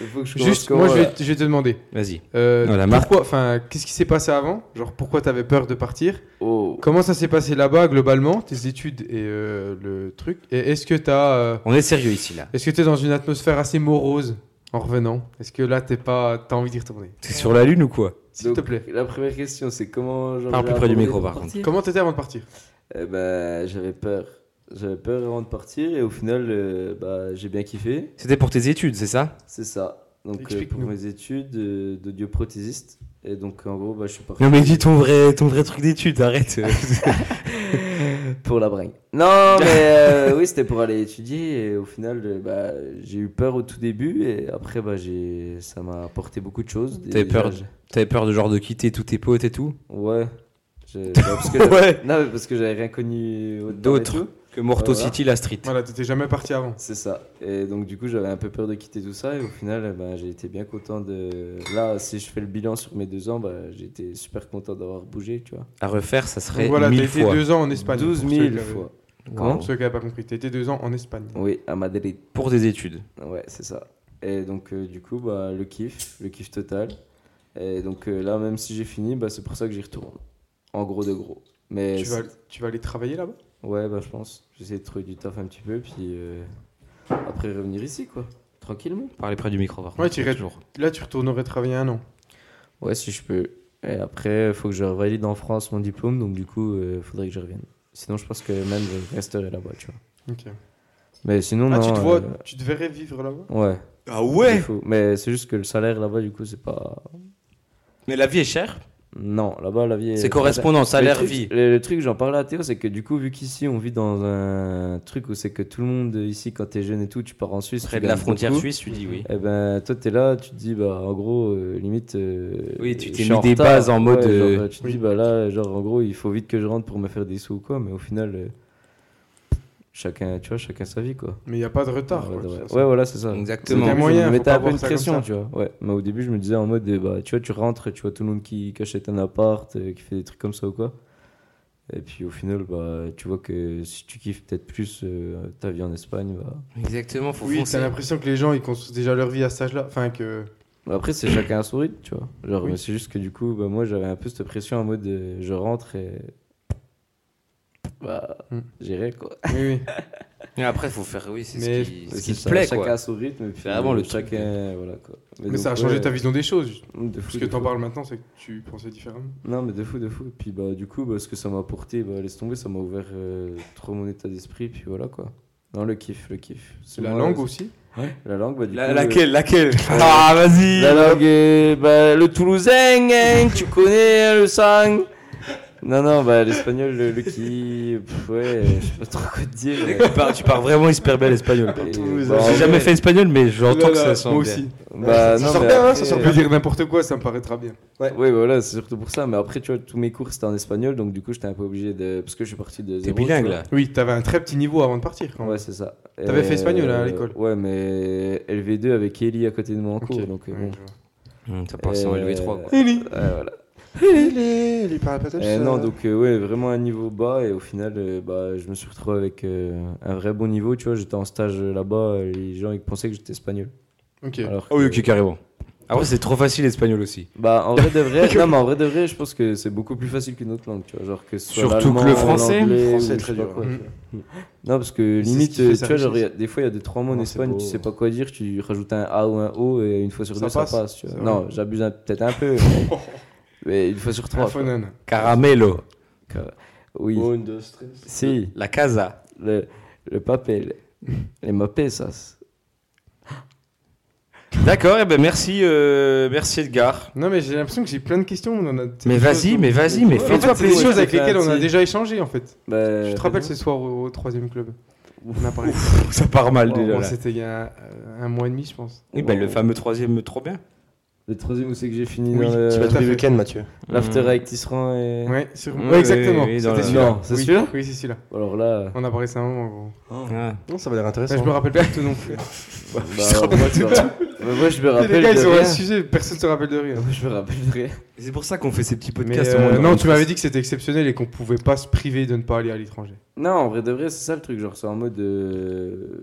Il faut que je commence
Juste,
comment,
moi, je
là
vais, je vais te demander.
Vas-y.
euh,
Non, la marque.
pourquoi, enfin, qu'est-ce qui s'est passé avant Genre, pourquoi t'avais peur de partir
Oh.
Comment ça s'est passé là-bas, globalement, tes études et euh, le truc Et est-ce que t'as. euh,
On est sérieux ici là.
Est-ce que t'es dans une atmosphère assez morose en revenant Est-ce que là t'es pas, t'as envie d'y retourner
T'es sur la lune ou quoi
S'il
Donc,
te plaît.
La première question, c'est comment. j'en
Parle
ai
plus près du
abordé
micro,
pour
par contre.
partir
Comment t'étais avant de partir
Eh ben, j'avais peur. J'avais peur avant de partir et au final, euh, bah, j'ai bien kiffé.
C'était pour tes études, c'est ça
C'est ça. Donc, euh, pour
Explique-nous.
mes études euh, d'audioprothésiste. Et donc, en gros, bah, je suis parti.
Non mais dis ton vrai, ton vrai truc d'études, arrête.
Pour la bringue. Non, mais euh, oui, c'était pour aller étudier. Et au final, euh, bah, j'ai eu peur au tout début. Et après, bah, j'ai... ça m'a apporté beaucoup de choses.
T'avais
Déjà,
peur
j'ai-
T'avais peur de genre de quitter tous tes potes et tout
Ouais. J'ai- bah, parce que j'avais-
Ouais.
Non, mais parce que j'avais rien connu autant et
D'autres
tout.
que Morto
Voilà.
City, la street.
Voilà, t'étais jamais parti avant.
C'est ça. Et donc, du coup, j'avais un peu peur de quitter tout ça. Et au final, eh ben, j'ai été bien content de. Là, si je fais le bilan sur mes deux ans, bah, j'étais super content d'avoir bougé, tu vois.
À refaire, ça serait
Donc voilà, t'as
mille
été
fois.
deux ans en Espagne.
12
pour ceux qui
000
avaient-
fois.
Wow.
Comment
Pour ceux qui n'avaient pas compris, t'étais deux ans en Espagne.
Oui, à Madrid.
Pour des études.
Ouais, c'est ça. Et donc, euh, du coup, bah, le kiff, le kiff total. Et donc, euh, là, même si j'ai fini, bah, c'est pour ça que j'y retourne. En gros de gros. Mais
Tu
c'est-
vas, tu vas aller travailler là-bas
ouais, bah, je pense. J'essaie de trouver du taf un petit peu, puis euh, après revenir ici, quoi. Tranquillement.
Parlez près du micro, par
Ouais,
contre.
tu irais Là, tu retournerais travailler un an.
Ouais, si je peux. Et après, il faut que je valide en France mon diplôme, donc du coup, il faudrait que je revienne. Sinon, je pense que même je resterai là-bas, tu vois.
Ok.
Mais sinon,
Ah,
non.
tu te vois,
euh,
tu te verrais vivre là-bas
Ouais.
Ah
de fou. Mais c'est juste que le salaire là-bas, du coup, c'est pas.
Mais la vie est chère.
Non, là-bas, la vie est.
C'est correspondant,
Le
salaire,
truc-
vie.
Le, le truc, j'en parlais à Théo, c'est que du coup, vu qu'ici, on vit dans un truc où c'est que tout le monde, euh, ici, quand t'es jeune et tout, tu pars en Suisse.
Près
tu
de la
gagnes
frontière
beaucoup.
suisse, tu dis oui.
Et ben, toi, t'es là, tu te dis, bah, en gros, euh, limite. euh,
Oui, tu t'es
je suis
mis
en
des
retard.
bases en mode,
Ouais,
euh,
genre, tu te dis, bah là, genre, en gros, il faut vite que je rentre pour me faire des sous ou quoi, mais au final. euh, Chacun, tu vois, chacun sa vie, quoi.
Mais il n'y a pas de retard. quoi,
ouais,
de toute
ouais.
façon.
Ouais, voilà, c'est ça.
Exactement.
Il y a
Je
moyen,
me
faut
mettais
pas
un peu
voir
une
ça comme
pression,
ça.
tu vois. Ouais. Mais au début, je me disais en mode, euh, bah, tu vois, tu rentres, tu vois tout le monde qui, qui achète un appart, euh, qui fait des trucs comme ça ou quoi. Et puis au final, bah, tu vois que si tu kiffes peut-être plus euh, ta vie en Espagne, bah,
Exactement, faut
Oui,
foncer.
t'as l'impression que les gens, ils construisent déjà leur vie à cet âge-là. Enfin, que.
Bah Après, c'est chacun à son rythme, tu vois. Genre,
Oui.
mais c'est juste que du coup, bah, moi, j'avais un peu cette pression en mode euh, je rentre et. Bah,
Hmm.
j'irai quoi.
Oui, oui.
Mais après, faut faire, oui, c'est
Mais-
ce qui, ce
C'est
qui te
ça,
plaît,
Chacun
quoi.
à son rythme, et puis euh,
C'est vraiment le truc.
chacun. Voilà quoi.
Mais
donc,
ça a changé
ouais,
ta vision des choses.
de fou,
Ce que
de
t'en
fou.
parles maintenant, c'est que tu pensais différemment.
Non, mais de fou, de fou. Et puis, bah, du coup, bah, ce que ça m'a apporté, bah, laisse tomber, ça m'a ouvert euh, trop mon état d'esprit, puis voilà quoi. Non, le kiff, le kiff. C'est
La
moi,
langue
c'est-
aussi
La langue, bah, du
La-
coup,
laquelle, laquelle
Ah,
vas-y
La langue, euh, bah, le toulousain, hein, tu connais le sang.
Non, non, bah, l'espagnol, le, le qui. pff, ouais, je sais pas trop quoi te dire. mais-
tu pars, tu pars vraiment hyper bien l'espagnol.
Et,
Toulousain.
bah,
J'ai
en
jamais
vrai,
fait espagnol, mais j'entends que ça sent
Moi
bien.
aussi.
Bah,
ça
non,
sort
mais
bien, hein,
après,
ça sort
Je
bien.
peux dire n'importe quoi, ça me paraîtra bien.
Oui, voilà, c'est surtout pour ça. Mais après, tu vois, tous mes cours c'était en espagnol, donc du coup, j'étais un peu obligé de. Parce que je suis parti de.
T'es
zéro,
bilingue
tu
là.
Oui, t'avais un très petit niveau avant de partir quand
vois.
même.
Ouais, c'est ça.
T'avais
Et,
fait espagnol, hein, à
euh,
l'école
Ouais, mais LV2 avec Eli à côté de moi en
Ok.
cours, donc euh,
Ouais,
bon.
je vois.
Hum, T'as
passé en LV3, quoi. Ouais, voilà.
Il parle pas
Et non, donc euh, ouais, vraiment un niveau bas. Et au final, euh, bah, je me suis retrouvé avec euh, un vrai bon niveau. Tu vois, j'étais en stage euh, là-bas, et les gens ils pensaient que j'étais espagnol.
Ok.
Alors
Ah oui,
que-
ok, carrément. Après, c'est trop facile l'espagnol aussi.
Bah, en vrai de vrai, non, mais en vrai de vrai, je pense que c'est beaucoup plus facile qu'une autre langue, tu vois. Genre que ce soit
Surtout que
l'allemand,
le français.
l'anglais,
Le français
ou
est
je
très
sais pas
dur,
quoi,
hein.
tu vois. Non, parce que
c'est ce
limite,
qui fait
euh,
sa
tu vois, genre,
richesse.
il y a- des fois, il y a deux, trois mots en
Non, c'est
Espagne,
beau.
tu sais pas quoi dire, tu rajoutes un A ou un O, et une fois sur
Ça
deux,
passe,
ça passe, tu vois.
c'est vrai.
Non, j'abuse un- peut-être un peu, mais, mais une fois sur trois. quoi.
Trafonane.
Caramelo,
Oui, si,
la casa.
le, le papel, les mapesas.
D'accord, et ben merci, euh, merci Edgar.
Non, mais j'ai l'impression que j'ai plein de questions. on en a-
Mais vas-y, mais vas-y, mais
Ouais,
fais-toi
en fait, c'est des
plaisir.
choses avec
Fais-toi
lesquelles on a
plaisir.
déjà échangé en fait.
Bah,
Je te rappelle ce soir au, au troisième club. On a parlé.
Ça part mal
Oh,
déjà.
bon,
là.
C'était il y a euh, un mois et demi, je pense.
Oui, bah, le fameux troisième, trop bien.
le troisième, où c'est que j'ai fini
Oui,
dans le-
Tu vas
tout à
te le
fait.
week-end, Mathieu.
l'after
Mmh.
avec Tisserand et...
Ouais, sur...
Ouais,
ouais, exactement.
oui, oui, dans
C'était
la-
celui-là.
Non, c'est
Oui,
celui-là
Oui, c'est celui-là.
Alors là...
On a parlé ça un moment, gros.
Ah.
Non, ça va hein. l'air
Ouais, je me
intéressant.
rappelle pas de tout non plus.
Bah, moi, je me rappelle- Bah, moi, je me
Les
rappelle
gars,
de
ils ont un
rien.
sujet, personne se rappelle de rien.
Moi, je me rappelle de rien.
C'est pour ça qu'on fait ces petits
Mais,
podcasts.
euh,
au moins,
non,
on-
tu m'avais dit que c'était exceptionnel et qu'on pouvait pas se priver de ne pas aller à l'étranger.
Non, en vrai de vrai, c'est ça le truc. Genre, c'est en mode. euh,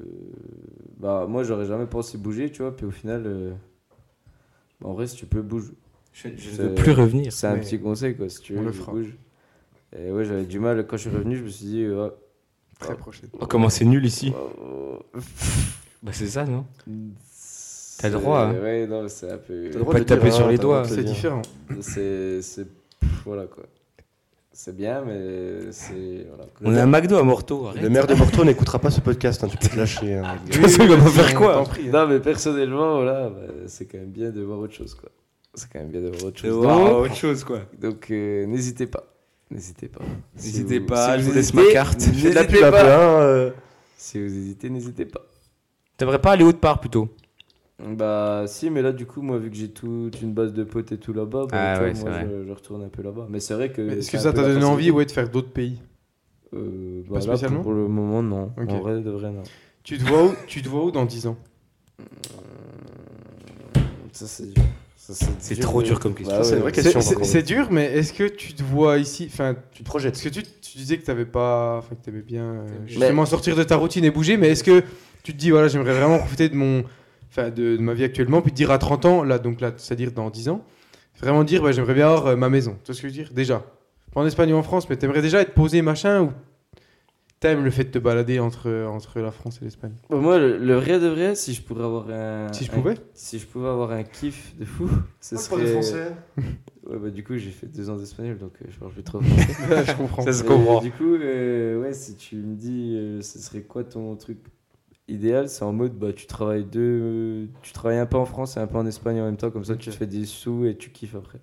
Bah, moi, j'aurais jamais pensé bouger, tu vois. Puis au final. euh, bah, en vrai, si tu peux, bouge.
Je
C'est-
ne veux plus revenir.
C'est un
Mais
petit conseil, quoi. Si tu
on
veux,
le
je
fera.
bouge. Et ouais, j'avais du mal. Quand je suis revenu, je me suis dit. euh,
Très prochaine.
Oh, comment c'est nul ici
euh,
Bah, c'est ça, non
c'est-
T'as le droit, hein.
Ouais, non, c'est un peu.
droit de taper
hein,
sur les doigts.
C'est différent.
C'est. c'est- pff, Voilà, quoi. C'est bien, mais c'est. Voilà. quoi.
On a un McDo à Morteau. arrête.
Le maire de Morteau n'écoutera pas ce podcast, hein, tu peux te lâcher. hein.
De toute façon, il va pas faire
T'en
quoi
prie, hein.
Non, mais personnellement, voilà, bah, c'est quand même bien de voir autre chose, quoi. C'est quand même bien de voir autre chose.
Wow,
Donc,
Ah, autre chose, quoi.
donc, euh, n'hésitez pas. N'hésitez pas. Si
N'hésitez
vous-
pas,
si
je vous laisse
hésitez,
ma carte.
Je fais de la
N'hésitez
pub un peu,
pas.
hein, euh.
Si vous hésitez, n'hésitez pas.
T'aimerais pas aller autre part plutôt
Bah, si, mais là, du coup, moi, vu que j'ai toute une base de potes et tout là-bas, bah,
Ah
tu vois,
ouais, c'est
moi,
vrai.
je, je retourne un peu là-bas. Mais c'est vrai que.
Mais Est-ce
c'est
que
un
ça
peu
t'a
la
donné envie
facilité.
ouais, de faire d'autres pays
Euh, bah,
Pas
là,
spécialement
pour, pour le moment, non.
Ok.
En vrai, de vrai, non.
tu te, vois où, tu te vois où dans 10 ans
Ça, c'est dur. Ça,
C'est trop
mais-
dur comme question.
Bah,
Ça, c'est
ouais.
une vraie
C'est
question. par
c'est-
contre.
c'est dur, mais est-ce que tu te vois ici Enfin,
Tu te projettes.
Parce que tu, tu disais que t'avais pas, enfin que t'aimais bien euh, justement sortir de ta routine et bouger, mais est-ce que tu te dis voilà j'aimerais vraiment profiter de mon, enfin de, de ma vie actuellement, puis te dire à 30 ans là donc là c'est-à-dire dans 10 ans, vraiment dire bah, j'aimerais bien avoir euh, ma maison, tu vois ce que je veux dire déjà, pas en Espagne ou en France, mais t'aimerais déjà être posé machin ou t'aimes le fait de te balader entre entre la France et l'Espagne.
Bah, moi, le, le vrai de vrai, si je pourrais avoir un.
si je
un
pouvais.
Si je pouvais avoir un kiff de fou, ce serait. Ouais, bah, du coup, j'ai fait deux ans d'espagnol, donc euh, je parle plus trop. français.
je comprends.
Ça se
Et
comprend.
Du coup, euh, ouais, si tu me dis, euh, ce serait quoi ton truc idéal C'est en mode, bah, tu travailles deux, tu travailles un peu en France et un peu en Espagne en même temps, comme ça, tu
Ok.
te fais des sous et tu kiffes après.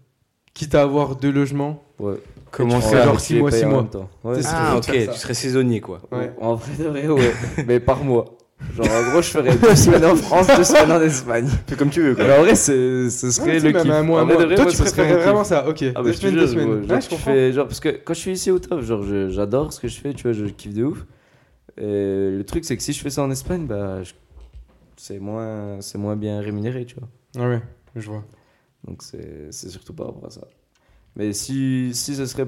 Quitte à avoir deux logements.
Ouais.
Comment
tu
ça
ferais
Ouais,
genre
et
six
tu les
mois,
payes
six
en
mois.
même temps. Ouais.
C'est-
Ah,
Tu peux faire
ok,
ça.
tu serais saisonnier, quoi.
Ouais.
En vrai, de vrai, ouais. Mais par mois. Genre, en gros, je ferais deux semaines en France, deux semaines en Espagne.
Fais comme tu veux, quoi.
Mais en vrai, c'est- ce serait
Ouais, tu sais,
le
même
kiff.
un mois,
En
un
vrai,
mois.
de vrai,
Toi
moi,
tu
ce serait un
préférerais
kiff.
vraiment ça, ok.
Ah bah,
deux
je te
semaines, deux
jure,
semaines.
moi, genre,
Ouais, je
tu
comprends.
fais- genre, parce que quand je suis ici au taf, genre, je- j'adore ce que je fais, tu vois, je kiffe de ouf. Et le truc, c'est que si je fais ça en Espagne, bah, je- c'est moins, c'est moins bien rémunéré, tu vois.
Ah ouais, je vois.
Donc, c'est c'est surtout par rapport à ça. Mais si, si ce serait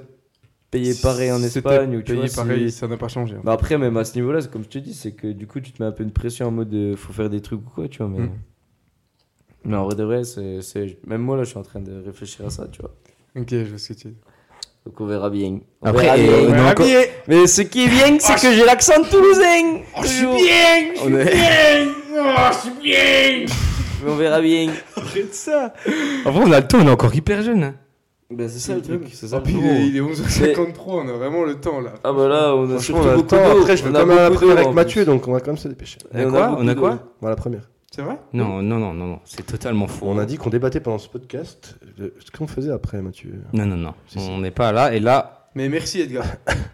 payé pareil en
C'était
Espagne ou tu
payé
vois,
pareil,
c'est-
ça n'a pas changé.
Bah après, même à ce niveau-là, c'est comme je te dis, c'est que du coup, tu te mets un peu une pression en mode euh, faut faire des trucs ou quoi, tu vois. Mais,
Mm.
mais en vrai de vrai, c'est, c'est- même moi là, je suis en train de réfléchir à ça, tu vois.
Ok, je vois ce que tu dis.
Donc on verra bien. On
Après,
verra
et-
bien.
on a encore-
Mais ce qui est bien, c'est que j'ai l'accent toulousain. je suis bien, je suis bien, Mais on verra bien.
En vrai, on a le temps, on est encore hyper jeune. hein.
Bah, c'est ça le truc, c'est ça
Ah,
le
puis
truc.
il est, il est 11h53, on a vraiment le temps là.
Ah bah là, on a
Franchement, on
surtout
a le
beaucoup
temps.
d'eau.
Après, je vais
On a
quand même à la
beaucoup
première
d'eau,
avec
en
Mathieu,
plus.
donc on va quand même se dépêcher.
On a
Et
quoi
beaucoup
On a
d'eau.
quoi
Voilà, la première.
C'est vrai
Non, non, non, non, non, c'est totalement faux.
On a dit qu'on débattait pendant ce podcast de ce qu'on faisait après, Mathieu.
Non, non, non,
Si, si.
on n'est pas là. Et là,
Mais merci Edgar.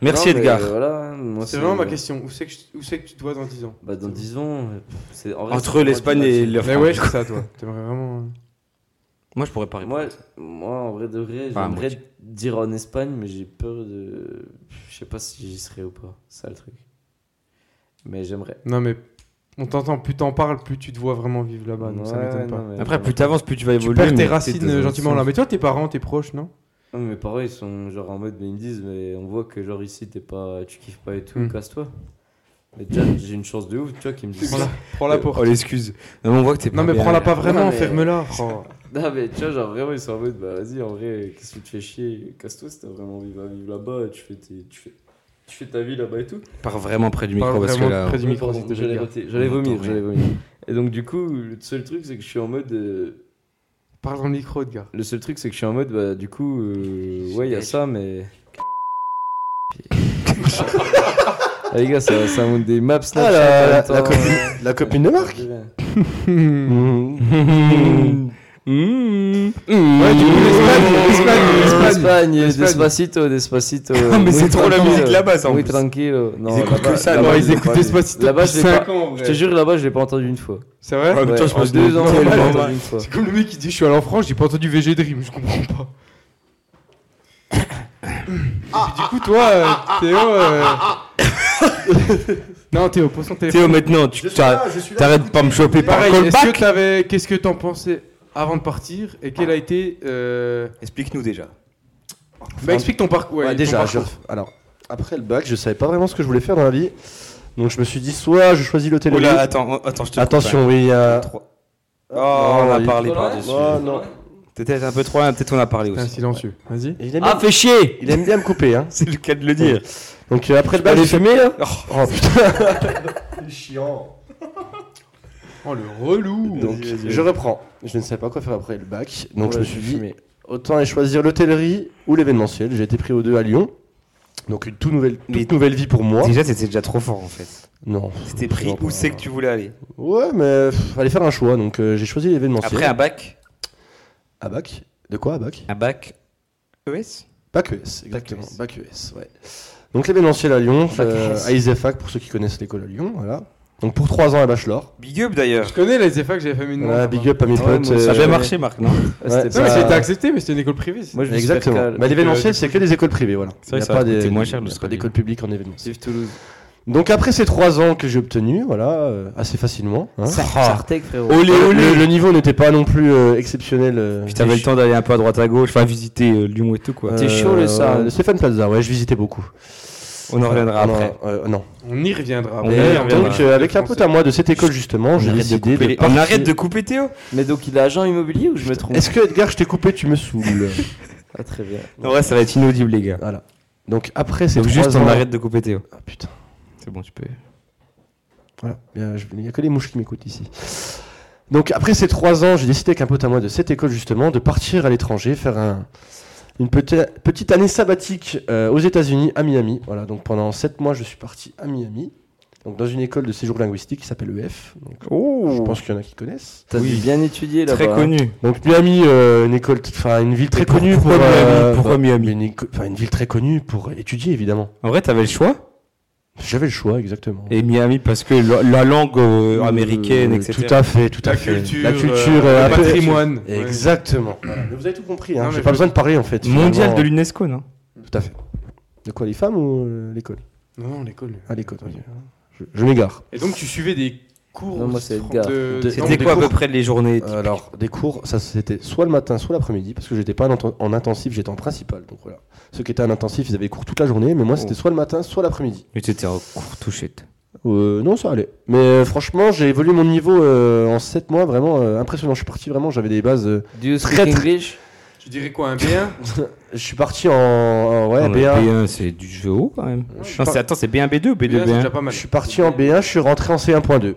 merci
Non, mais
Edgar.
Voilà, moi,
C'est vraiment ma question. Où c'est que, je- où c'est que tu te vois dans 10 ans
Bah, dans 10 ans, euh, pff, c'est en vrai,
Entre
c'est-
l'Espagne et le
Mais ouais, c'est ça toi. T'aimerais vraiment. hein.
Moi, je pourrais pas répondre.
Moi, moi, en vrai de vrai,
Enfin,
j'aimerais
moi,
dire en Espagne, mais j'ai peur de. Je sais pas si j'y serai ou pas, c'est ça le truc. Mais j'aimerais.
Non, mais on t'entend, plus t'en parles, plus tu te vois vraiment vivre là-bas, donc Ah bah, ça
Ouais,
m'étonne pas.
non, mais-
Après, plus t'avances, plus tu vas
Tu
évoluer.
perds tes
mais
racines
t'es dans
euh,
un
gentiment
sens.
là. Mais toi, tes parents, tes proches, non
Non, mais mes parents, ils sont genre en mode, mais ils me disent, mais on voit que genre ici, t'es pas... tu kiffes pas et tout,
Hmm.
casse-toi. Mais déjà, j'ai une chance de ouf, tu vois, qu'ils me disent.
Prends-la prends-la pour.
Oh, l'excuse. Non, mais on voit que t'es pas
Non, mais
bien.
prends-la pas vraiment,
Non, mais- euh,
ferme-la.
Non, mais tu vois, genre vraiment, ils sont en mode, bah vas-y, en vrai, qu'est-ce que tu te fais chier Casse-toi si t'as vraiment envie de vivre là-bas, tu fais, tes- tu, fais... tu fais ta vie là-bas et tout.
Parle vraiment près du
Parle
micro parce que
vraiment
là.
près du
Oui,
micro,
pardon,
s'il te plaît,
J'allais
Edgar.
voter, j'allais
On
vomir,
entend
j'allais vomir. Et donc du coup, le seul truc c'est que je suis en mode, euh,
Parle dans le micro, Edgar.
le seul truc c'est que je suis en mode, bah du coup, euh, ouais il y a ça, mais. ah, les gars, ça, ça monte des maps Snapchat. euh,
Ah, la,
en
la-
même temps.
la copine, la copine de Marc
Ouais, du coup, l'Espagne, l'Espagne,
Espagne,
l'Espagne.
Despacito, Despacito.
mais c'est
Muy
trop la musique
tranquilo,
là-bas, ça, en
muy
plus.
tranquilo. Non,
Ils écoutent
là-bas-
que ça,
là-bas,
non,
je
ils
l'ai
écoutent
pas-
Despacito
Là-bas, je l'ai pas.
cinq ans, en vrai.
Je te jure, là-bas, je l'ai pas entendu une fois.
C'est vrai
Ouais, putain, je
en
pense que
deux ans,
c'est
je l'ai pas
normal,
entendu une fois.
C'est comme le mec qui dit Je suis allé en France, j'ai pas entendu VG Dream, je comprends pas. Et du coup, toi, euh, Théo. euh, non, Théo, pose ton téléphone.
Théo, oh, maintenant, tu t'as- t'arrêtes pas me choper par un
Pareil, est-ce que
callback.
t'avais- Qu'est-ce que t'en pensais avant de partir Et quel a été. euh,
Explique-nous déjà.
Bah, explique ton parcours.
Ouais,
ouais, ton
déjà,
parcours.
je- alors, après le bac, je savais pas vraiment ce que je voulais faire dans la vie. Donc je me suis dit, soit je choisis le
Oh
téléphone.
là, attends, attends, je te coupe, hein.
Attention, oui, euh, il y a-
Oh, on a
oui.
parlé par-dessus.
Oh, non.
T'étais un peu trop loin, peut-être on a parlé
Putain,
aussi.
silencieux. Vas-y.
Il aime,
Ah,
bien,
fais chier
il aime bien me couper, hein.
C'est le cas de le dire.
Donc euh, après le bac, j'ai fumé, là Oh putain Chiant
Oh, le relou
Donc je reprends. Je ne savais pas quoi faire après le bac, donc je me suis dit,
mais
autant aller choisir l'hôtellerie ou l'événementiel. J'ai été pris aux deux à Lyon. Donc une toute nouvelle, toute
Mais-
nouvelle vie pour moi.
Déjà, c'était déjà trop fort en fait.
Non.
C'était pris
Non,
où
pas-
c'est que tu voulais aller.
Ouais, mais pff, fallait faire un choix, donc euh, j'ai choisi l'événementiel.
Après un bac,
À bac De quoi à bac
un bac ES
Bac ES, exactement. Bac ES, ouais. Donc l'événementiel à Lyon,
E
euh, à Isefac pour ceux qui connaissent l'école à Lyon, voilà. Donc pour 3 ans à Bachelor.
Big up d'ailleurs.
Je connais les EFA que j'avais fait une demande.
Voilà, big up à mes potes.
Ah Ça a
euh,
jamais marché, Marc, non
ouais,
Non, mais
ça-
c'était accepté, mais c'était une école privée.
Moi, je me suis fait
Exactement.
cal-
Mais l'événementiel, c'est que des écoles privées, voilà.
C'est vrai
Il y
que
a
ça
pas
va coûter
des-
moins cher de
il y a
se
pas
relever.
d'école publique en événement.
Vive Toulouse.
Donc après ces 3 ans que j'ai obtenus, voilà, euh, assez facilement. hein.
Sartec, frérot.
Oh.
Olé,
Le, le niveau n'était pas non plus euh, exceptionnel. euh,
Puis t'avais le temps d'aller un peu à droite à gauche, enfin visiter euh, Lyon et tout quoi. Euh,
T'es chaud, le ça.
ouais, Euh, Stéphane Plaza, ouais, je visitais beaucoup.
On en reviendra
Non,
après.
euh, non.
On y reviendra.
On
Et
y
après.
reviendra.
donc euh, avec un pote à moi de cette école justement, j'ai
arrête de
décidé
couper
de
les-
partir.
on arrête de couper Théo
Mais donc, il est agent immobilier ou je me trompe
Est-ce que Edgar, je t'ai coupé, tu me saoules
Ah, très bien.
En vrai, ça va être inaudible les gars.
Voilà. Donc après ces
Donc
trois
juste
ans...
on arrête de couper Théo.
Ah putain,
C'est bon, tu peux.
voilà. Bien, je- Il n'y a que les mouches qui m'écoutent ici. Donc après ces trois ans, j'ai décidé avec un pote à moi de cette école justement de partir à l'étranger, faire un... une peti- petite année sabbatique euh, aux États-Unis, à Miami. Voilà, donc pendant sept mois, je suis parti à Miami. Donc dans une école de séjour linguistique qui s'appelle EF. Donc,
Oh.
Je pense qu'il y en a qui connaissent.
T'as dû bien étudié là-bas.
Très
hein.
connu.
Donc Miami, euh, une école, enfin une ville très
pourquoi
connue pour
Miami
euh,
Pourquoi
bah,
Miami
une éco- enfin une ville très connue pour étudier évidemment.
En vrai, t'avais le choix.
J'avais le choix exactement.
Et Miami parce que la, la langue euh,
Euh,
américaine, etc.
Tout à fait, tout à
La
fait.
culture,
la culture,
euh,
euh,
le
un peu-
patrimoine.
Exactement. Voilà. Mais Vous avez tout compris. Hein.
Non, mais
J'ai pas
je-
besoin de parler en fait.
Mondial
finalement.
de l'UNESCO, non
Tout à fait. De quoi les femmes ou euh, l'école
Non, non, l'école.
Ah l'école. oui. Je, je m'égare.
Et donc, tu suivais des cours
Non, moi, c'est Edgar.
de-
De-
non,
C'était
des
quoi à peu
cours-
près les journées
Euh, Alors, des cours, ça c'était soit le matin, soit l'après-midi, parce que j'étais pas en, int- en intensif, j'étais en principal. Donc voilà. Ceux qui étaient en intensif, ils avaient cours toute la journée, mais moi c'était soit le matin, soit l'après-midi.
Mais t'étais en cours touchette.
Euh, non, ça allait. Mais euh, franchement, j'ai évolué mon niveau euh, en 7 mois, vraiment euh, impressionnant. Je suis parti vraiment, j'avais des bases. euh,
Do you speak
Traître.
English
Je dirais quoi, un B1
je suis parti en, en- ouais,
Non, mais
B1.
B1, c'est du jeu haut quand même.
Je suis
Non,
par-
c'est- attends, c'est B1, B2 ou
B1,
B2,
c'est déjà
B1
pas mal.
je suis parti en B1, je suis rentré en C1.2
Ouais,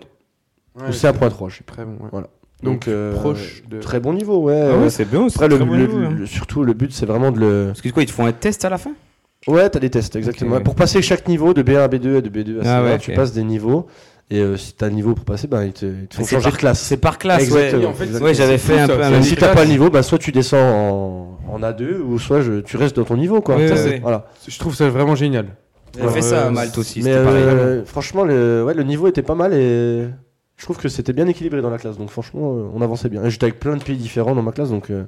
ou C1.3, je sais plus.
Très bon, ouais.
Voilà.
Donc,
euh,
proche de.
Très bon niveau, ouais.
Ah
Euh,
ouais, c'est bien, c'est
Après, le,
très bon
le-
niveau, hein.
le- surtout, le but, c'est vraiment de le.
Parce que quoi, ils te font un test à la fin
Ouais, t'as des tests, exactement.
ouais.
Pour passer chaque niveau de B1 à B2 et de B2 à C1,
Ah ouais,
tu
ok.
passes des niveaux. Et euh, si t'as un niveau pour passer, ben ils te, ils te font
Mais c'est
changer
par-
de classe.
C'est par classe,
Exactement.
Et en fait,
Exactement.
Ouais, j'avais fait un
C'est
peu
ça,
un
c'est
même
si t'as pas le niveau, bah, soit tu descends en, en A2 ou soit je- tu restes dans ton niveau. Quoi.
Ouais,
Ça,
ouais,
c'est-
ouais.
Voilà.
Je trouve ça vraiment génial.
J'avais fait ça à Malte aussi,
Mais
c'était pareil.
euh, franchement, le, ouais, le niveau était pas mal et je trouve que c'était bien équilibré dans la classe. Donc franchement, euh, on avançait bien. Et J'étais avec plein de pays différents dans ma classe, donc euh,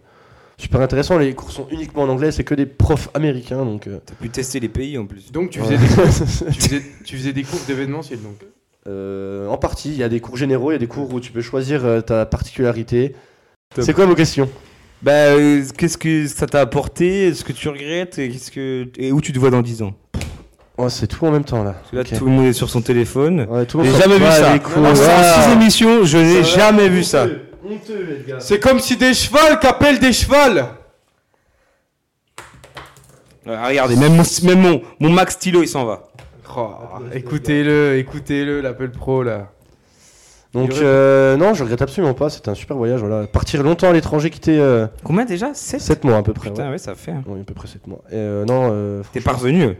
super intéressant. Les cours sont uniquement en anglais, c'est que des profs américains. Donc, euh,
T'as pu tester les pays en plus.
Donc, tu faisais, des, tu faisais, tu faisais des cours d'événementiel, donc.
Euh, en partie, il y a des cours généraux, il y a des cours où tu peux choisir euh, ta particularité. C'est quoi vos questions
Bah, euh, qu'est-ce que ça t'a apporté Est-ce que tu regrettes et, qu'est-ce que... et où tu te vois dans 10 ans
Oh, C'est tout en même temps là.
Parce que là,
Ok.
tout le monde est sur son téléphone.
Ouais, tout le
J'ai
monde-
jamais vu
Ouais,
ça.
les cours,
En
ouais.
6 émissions, je n'ai jamais vu Ah. ça.
C'est comme si des chevals qu'appellent des chevals
Ah, regardez, même, mon, même mon, mon Max Stylo, il s'en va.
Oh, écoutez-le, écoutez-le, l'Apple Pro là.
Donc, euh, non, je regrette absolument pas. C'était un super voyage. Voilà. Partir longtemps à l'étranger, quitter euh,
Combien déjà 7
7 mois à peu près.
Putain,
ouais.
ouais, ça fait. hein.
Oui, à peu près 7 mois. Et, euh, non, euh,
T'es parvenu.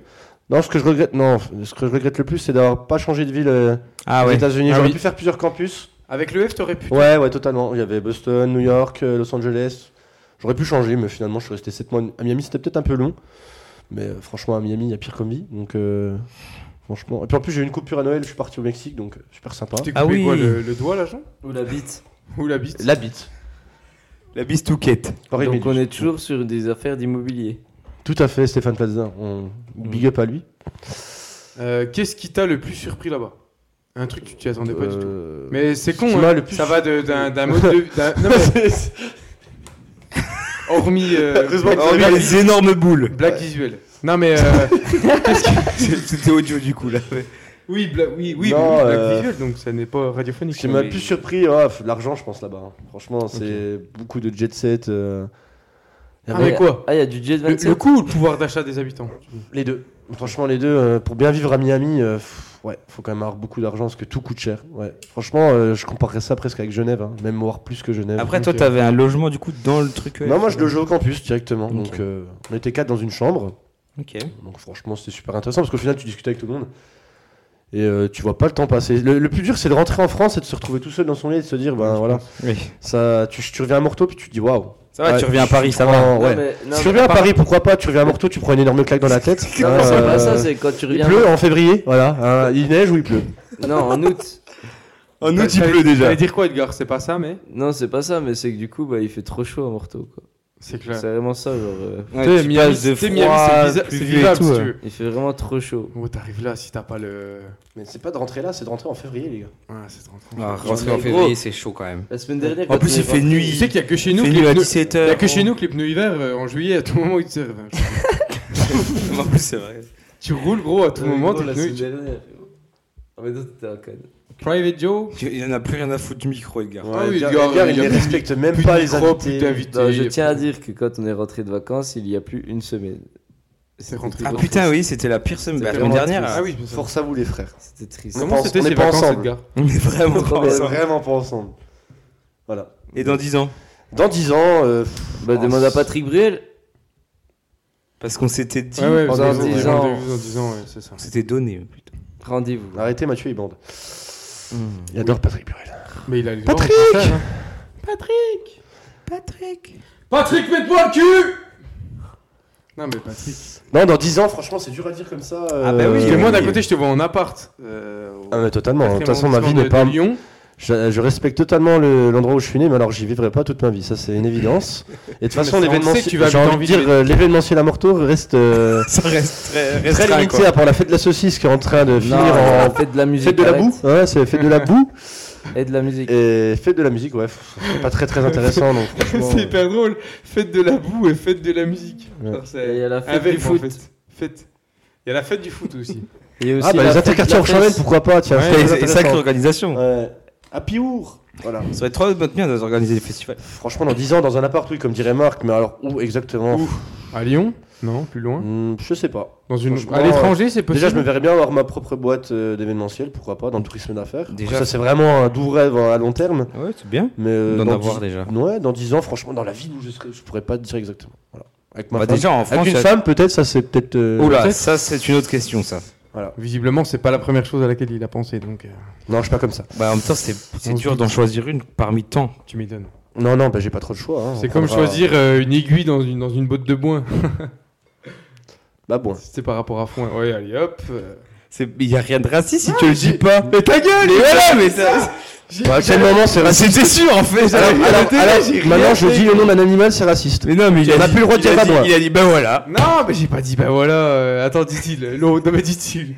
non, ce que je regrette, non, ce que je regrette le plus, c'est d'avoir pas changé de ville euh,
Ah
aux
ouais.
États-Unis.
Ah
J'aurais
oui.
pu faire plusieurs campus.
Avec le F, t'aurais pu.
Ouais, ouais, totalement. Il y avait Boston, New York, euh, Los Angeles. J'aurais pu changer, mais finalement, je suis resté 7 mois. À Miami, c'était peut-être un peu long. Mais euh, franchement, à Miami, il y a pire comme vie. Donc, euh, franchement. Et puis en plus, j'ai eu une coupure à Noël, je suis parti au Mexique, donc euh, super sympa.
Tu t'es
Ah
coupé
oui.
quoi, le, le doigt là, Jean
Ou la bite
Ou la bite
La bite.
La bistouquette.
Pareil,
Donc
mais-
on est toujours sur des affaires d'immobilier.
Tout à fait, Stéphane Plaza. On...
Mm.
Big up à lui.
Euh, Qu'est-ce qui t'a le plus surpris là-bas Un truc que tu t'y attendais pas du tout.
Euh,
Mais c'est con,
qui
hein.
m'a le plus
ça va de- d'un d'un mode de. d'un- Non, mais hormis. euh,
Oh, Regarde les énormes boules.
blague visuelle. Non mais. euh,
C'était audio du coup là.
oui, bla- oui, oui,
Non,
blague
euh,
visuelle, donc ça n'est pas radiophonique.
Ce qui m'a le
Mais-
plus surpris, oh, f- l'argent, je pense, là-bas. hein. Franchement, c'est beaucoup de jet set. euh, il y
Ah,
avait-
mais quoi
Ah, il y a du jet
le,
27
le coût ou le pouvoir d'achat des habitants
Les deux. Franchement, les deux. euh, pour bien vivre à Miami, euh, pff, ouais, faut quand même avoir beaucoup d'argent parce que tout coûte cher. Ouais. Franchement, euh, je comparerais ça presque avec Genève, hein, même voire plus que Genève.
Après, toi, t'avais un logement du coup dans le truc. euh,
non, moi je logeais au campus directement.
Ok.
Donc, euh, on était quatre dans une chambre.
Ok.
Donc, franchement, c'était super intéressant parce qu'au final, tu discutais avec tout le monde. Et euh, tu vois pas le temps passer. Le, le plus dur, c'est de rentrer en France et de se retrouver tout seul dans son lit et de se dire, ben voilà,
Oui.
ça, tu, tu reviens à Morteau puis tu te dis, waouh.
Ça va,
Ouais,
Ah tu reviens à Paris, ça va.
prends-
Non,
ouais.
mais- non,
tu
mais-
reviens à Paris, pourquoi pas Tu reviens à Morteau, tu prends une énorme claque dans la tête.
Non, mais c'est
Euh,
pas ça, c'est quand tu
Il
reviens.
pleut en février, voilà. hein, il neige ou il pleut.
Non, en août.
En
T'allais- T'allais dire quoi, Edgar C'est pas ça, mais.
Non, c'est pas ça, mais c'est que du coup, bah, il fait trop chaud à Morteau. quoi.
C'est
C'est
clair.
vraiment ça, genre. euh,
T'es Miami,
passes de
t'es
froid,
Miami, c'est bizarre- c'est
pluvieux et
vivable
tout,
si
ouais.
tu veux.
Il fait vraiment trop chaud.
Oh, t'arrives là si t'as pas le.
Mais c'est pas de rentrer là, c'est de rentrer en février, les gars.
Ouais, c'est trop con.
Ah,
Mais
rentrer en
gros.
février, c'est chaud quand même.
La semaine dernière,
En
quand
plus,
on
il
est
fait
parti- euh,
Tu
nuit.
sais qu'il y a que chez
Il
nous
fait
que les
nuit à
pneus- il y a
17h.
que chez nous que les pneus hiver euh, en juillet à tout moment ils te servent. hein.
En plus, c'est vrai.
tu roules gros à tout
Ouais,
moment
Euh, gros,
tes
la
pneus.
semaine dernière. Ah, mais non, t'étais un con.
tu- Private Joe.
Il y en a plus rien à foutre du micro, Edgar.
Ah oui,
Edgar,
Edgar,
Edgar,
il
il
y a
les
plus-
respecte même
plus
pas
de
les
micro,
invités.
plus d'invités.
Non, Bah, je
Et-
tiens à dire que quand on est rentré de vacances, il y a plus une semaine.
C'est
C'était
rentré.
Ah
trop
putain,
triste.
oui, c'était la pire semaine. bah, La
C'était
semaine
vraiment
dernière.
triste.
Ah oui, je me souviens.
Force à vous, les frères.
C'était triste.
Non,
Comment
pense-
c'était
on
ces
est pas
vacances,
ensemble.
Edgar
On est vraiment pas
On est
ensemble.
vraiment pas ensemble. Voilà.
Et dans 10 ans
Dans 10 ans, euh, pff,
Bah, demande à Patrick Bruel.
Parce qu'on s'était dit.
Ouais, ouais,
Dans
vous avez
dix
rendez-vous
ans.
dans 10 ans, ouais, c'est ça.
On s'était donné. euh, putain.
Rendez-vous.
arrêtez Mathieu, il bande.
Hmm.
Il adore Patrick Burel.
Mais il a les
Patrick
gens, hein.
Patrick, mets-toi le cul
Non mais Patrick.
Non, dans 10 ans, franchement, c'est dur à dire comme ça.
Ah bah oui,
Parce que
Euh,
moi d'un
oui.
côté je te vois en appart. euh, au
Ah, mais
hein.
totalement. De
quatrième
toute façon, ma vie
arrondissement
n'est
de-
pas.
de Lyon.
Je, je respecte totalement le- l'endroit où je suis né, mais alors j'y vivrai pas toute ma vie, ça c'est une évidence. Et de toute façon,
mais ça, on le sait
l'événementiel,
que tu vas
j'ai
habiter en
envie de dire,
ville.
euh, l'événementiel à Morteau reste. euh,
Ça reste très,
très
restreint,
limité
quoi.
à part la fête de la saucisse qui est en train de finir
Non,
en
faites de la musique.
fête de la
arrête.
boue. Ouais, c'est fête de la boue.
Et de la musique.
Et faites de la musique, ouais, pff, c'est pas très très intéressant. Donc, franchement,
C'est hyper drôle. Faites de la boue et faites de la musique.
Ouais.
Genre, c'est
Et il y a la fête
un verbe,
du foot.
en fait. Fête. Il y a la fête du foot aussi.
Il y a aussi
Ah bah les
la fête de
interquartiers
la
en Chamel,
presse.
pourquoi pas Tiens,
Ouais,
c'est
C'est une sacrée
intéressant.
organisation.
Ouais. À Piour Voilà.
Ça serait trop de notre bien d'organiser des festivals.
Franchement, dans 10 ans, dans un appart, oui, comme dirait Marc, mais alors où exactement
À Lyon Non, plus loin.
Hmm, Je sais pas.
Dans une...
Franchement,
À l'étranger, c'est
Déjà,
possible.
je me verrais bien avoir ma propre boîte euh, d'événementiel, pourquoi pas, dans le tourisme d'affaires.
Déjà.
Ça, c'est vraiment un doux rêve hein, à long terme.
Ah Ouais, c'est bien.
Mais euh,
D'en
dans
avoir
10
déjà.
Ouais, dans 10 ans, franchement, dans la ville où je serais, je pourrais pas te dire exactement. Voilà. Avec ma
Bah,
femme.
déjà en
Avec
France.
une
ça-
femme, peut-être, ça c'est peut-être. euh,
Oula, ça c'est une autre question ça.
Visiblement, c'est pas la première chose à laquelle il a pensé, donc euh,
Non, je suis pas comme ça.
Bah en même temps c'est c'est
On
dur
se-
d'en choisir une parmi tant.
tu m'étonnes.
Non, non, bah, j'ai pas trop de choix. hein,
C'est
on
comme
prendra-
choisir euh, une aiguille dans une, dans une botte de bois.
Bah, bon.
C'était par rapport à foin. Ouais, allez, hop. euh.
C'est- Il y a rien de raciste si tu le dis pas. Ah, Mais ta gueule mais ça- Ah,
Bah, à quel moment c'est
Bah,
raciste
C'était sûr en fait.
Alors, alors, alors, Maintenant, je dis le nom d'un animal, c'est raciste.
Mais non mais il
On
a
a
dit-
plus le droit de
il a
dire
dit-
pas moi.
Il a dit ben voilà.
Non, mais j'ai pas dit, bah voilà. euh, attends, dit-il. L'autre, non, mais dit-il.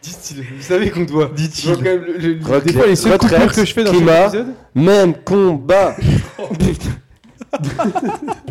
Dit-il. Vous savez qu'on doit.
Dit-il.
Genre, quand même, le- le-
Recla-
des fois, les seules
retraite,
coupures que je fais dans
climat.
cet épisode.
Même combat.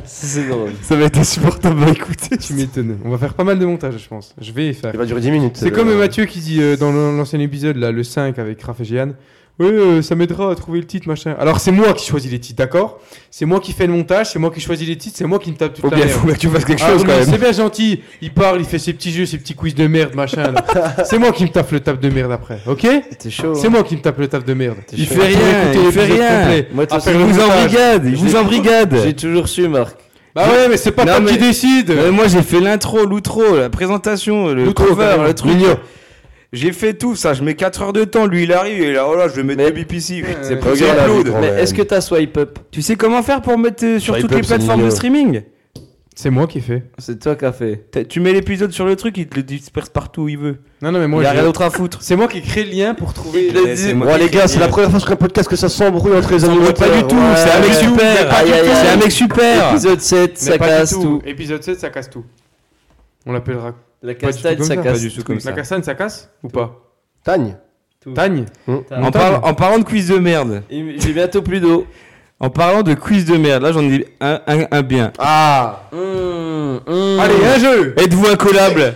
C'est drôle.
Ça va être insupportable à écouter.
Tu m'étonnes. On va faire pas mal de montage, je pense. Je vais faire.
Il va durer 10 minutes.
C'est
le-
comme Mathieu qui dit euh, dans l'an- l'ancien épisode, là, le 5 avec Raph et Jeanne. Oui, euh, ça m'aidera à trouver le titre, machin. Alors, c'est moi qui choisis les titres, d'accord C'est moi qui fais le montage, c'est moi qui choisis les titres, c'est moi qui me tape toute
Faut
la
bien,
merde.
faut bien que tu fasses quelque
Ah
chose
oui,
quand même.
C'est bien gentil, il parle, il fait ses petits jeux, ses petits quiz de merde, machin. là. c'est moi qui me tape le taf de merde après, ok
T'es
Oh.
chaud.
C'est moi qui me tape le taf de merde.
Il
faut
fait rien,
écouter
il
l'épisode
fait rien.
complet.
Moi, de toute
Ah,
façon,
faire le
vous en
montage.
brigade, il vous en
J'ai
brigade.
toujours su, Marc.
Bah ouais, mais c'est pas
Non,
toi qui
mais-
décide.
Euh, moi j'ai fait l'intro, l'outro, la présentation, le
L'outro,
cover,
carrément.
le truc. J'ai fait tout ça, je mets 4 heures de temps, lui il arrive et là oh là je vais mettre
Mais-
des BPC.
Ouais.
C'est pour
Regarde la vie,
upload.
quand
Mais
même.
est-ce que t'as swipe up
Tu sais comment faire pour mettre euh, sur
Sur
toutes
iCloud,
les plateformes
c'est
de
mieux.
streaming
C'est moi qui ai fait.
C'est toi qui as fait.
T'as- Tu mets l'épisode sur le truc, il te le disperse partout où il veut.
Non, non, mais
Il
moi,
y a rien
j'ai-
d'autre à foutre.
c'est moi qui ai créé le lien pour trouver.
Il a dit- C'est moi
Bon,
qui
les gars, c'est la
ai-
première fois sur un podcast que ça s'embrouille entre les animateurs.
Pas du tout, c'est un mec
Ouais.
super.
Aïe, aïe, aïe.
C'est un mec
Ah.
super.
Épisode 7,
Mais
ça
pas du
casse
tout.
tout.
Épisode 7, ça casse tout. On l'appellera. Pas
La
du tout
castagne,
comme
ça
ça,
casse
pas
du tout comme
La
ça.
castagne, ça casse ou pas
Tagne.
Tagne
En, par- en parlant de quiz de merde,
Et J'ai bientôt plus d'eau.
en parlant de quiz de merde, là j'en ai un, un, un bien.
Ah
Hum, hum.
Allez, un jeu
Êtes-vous incollable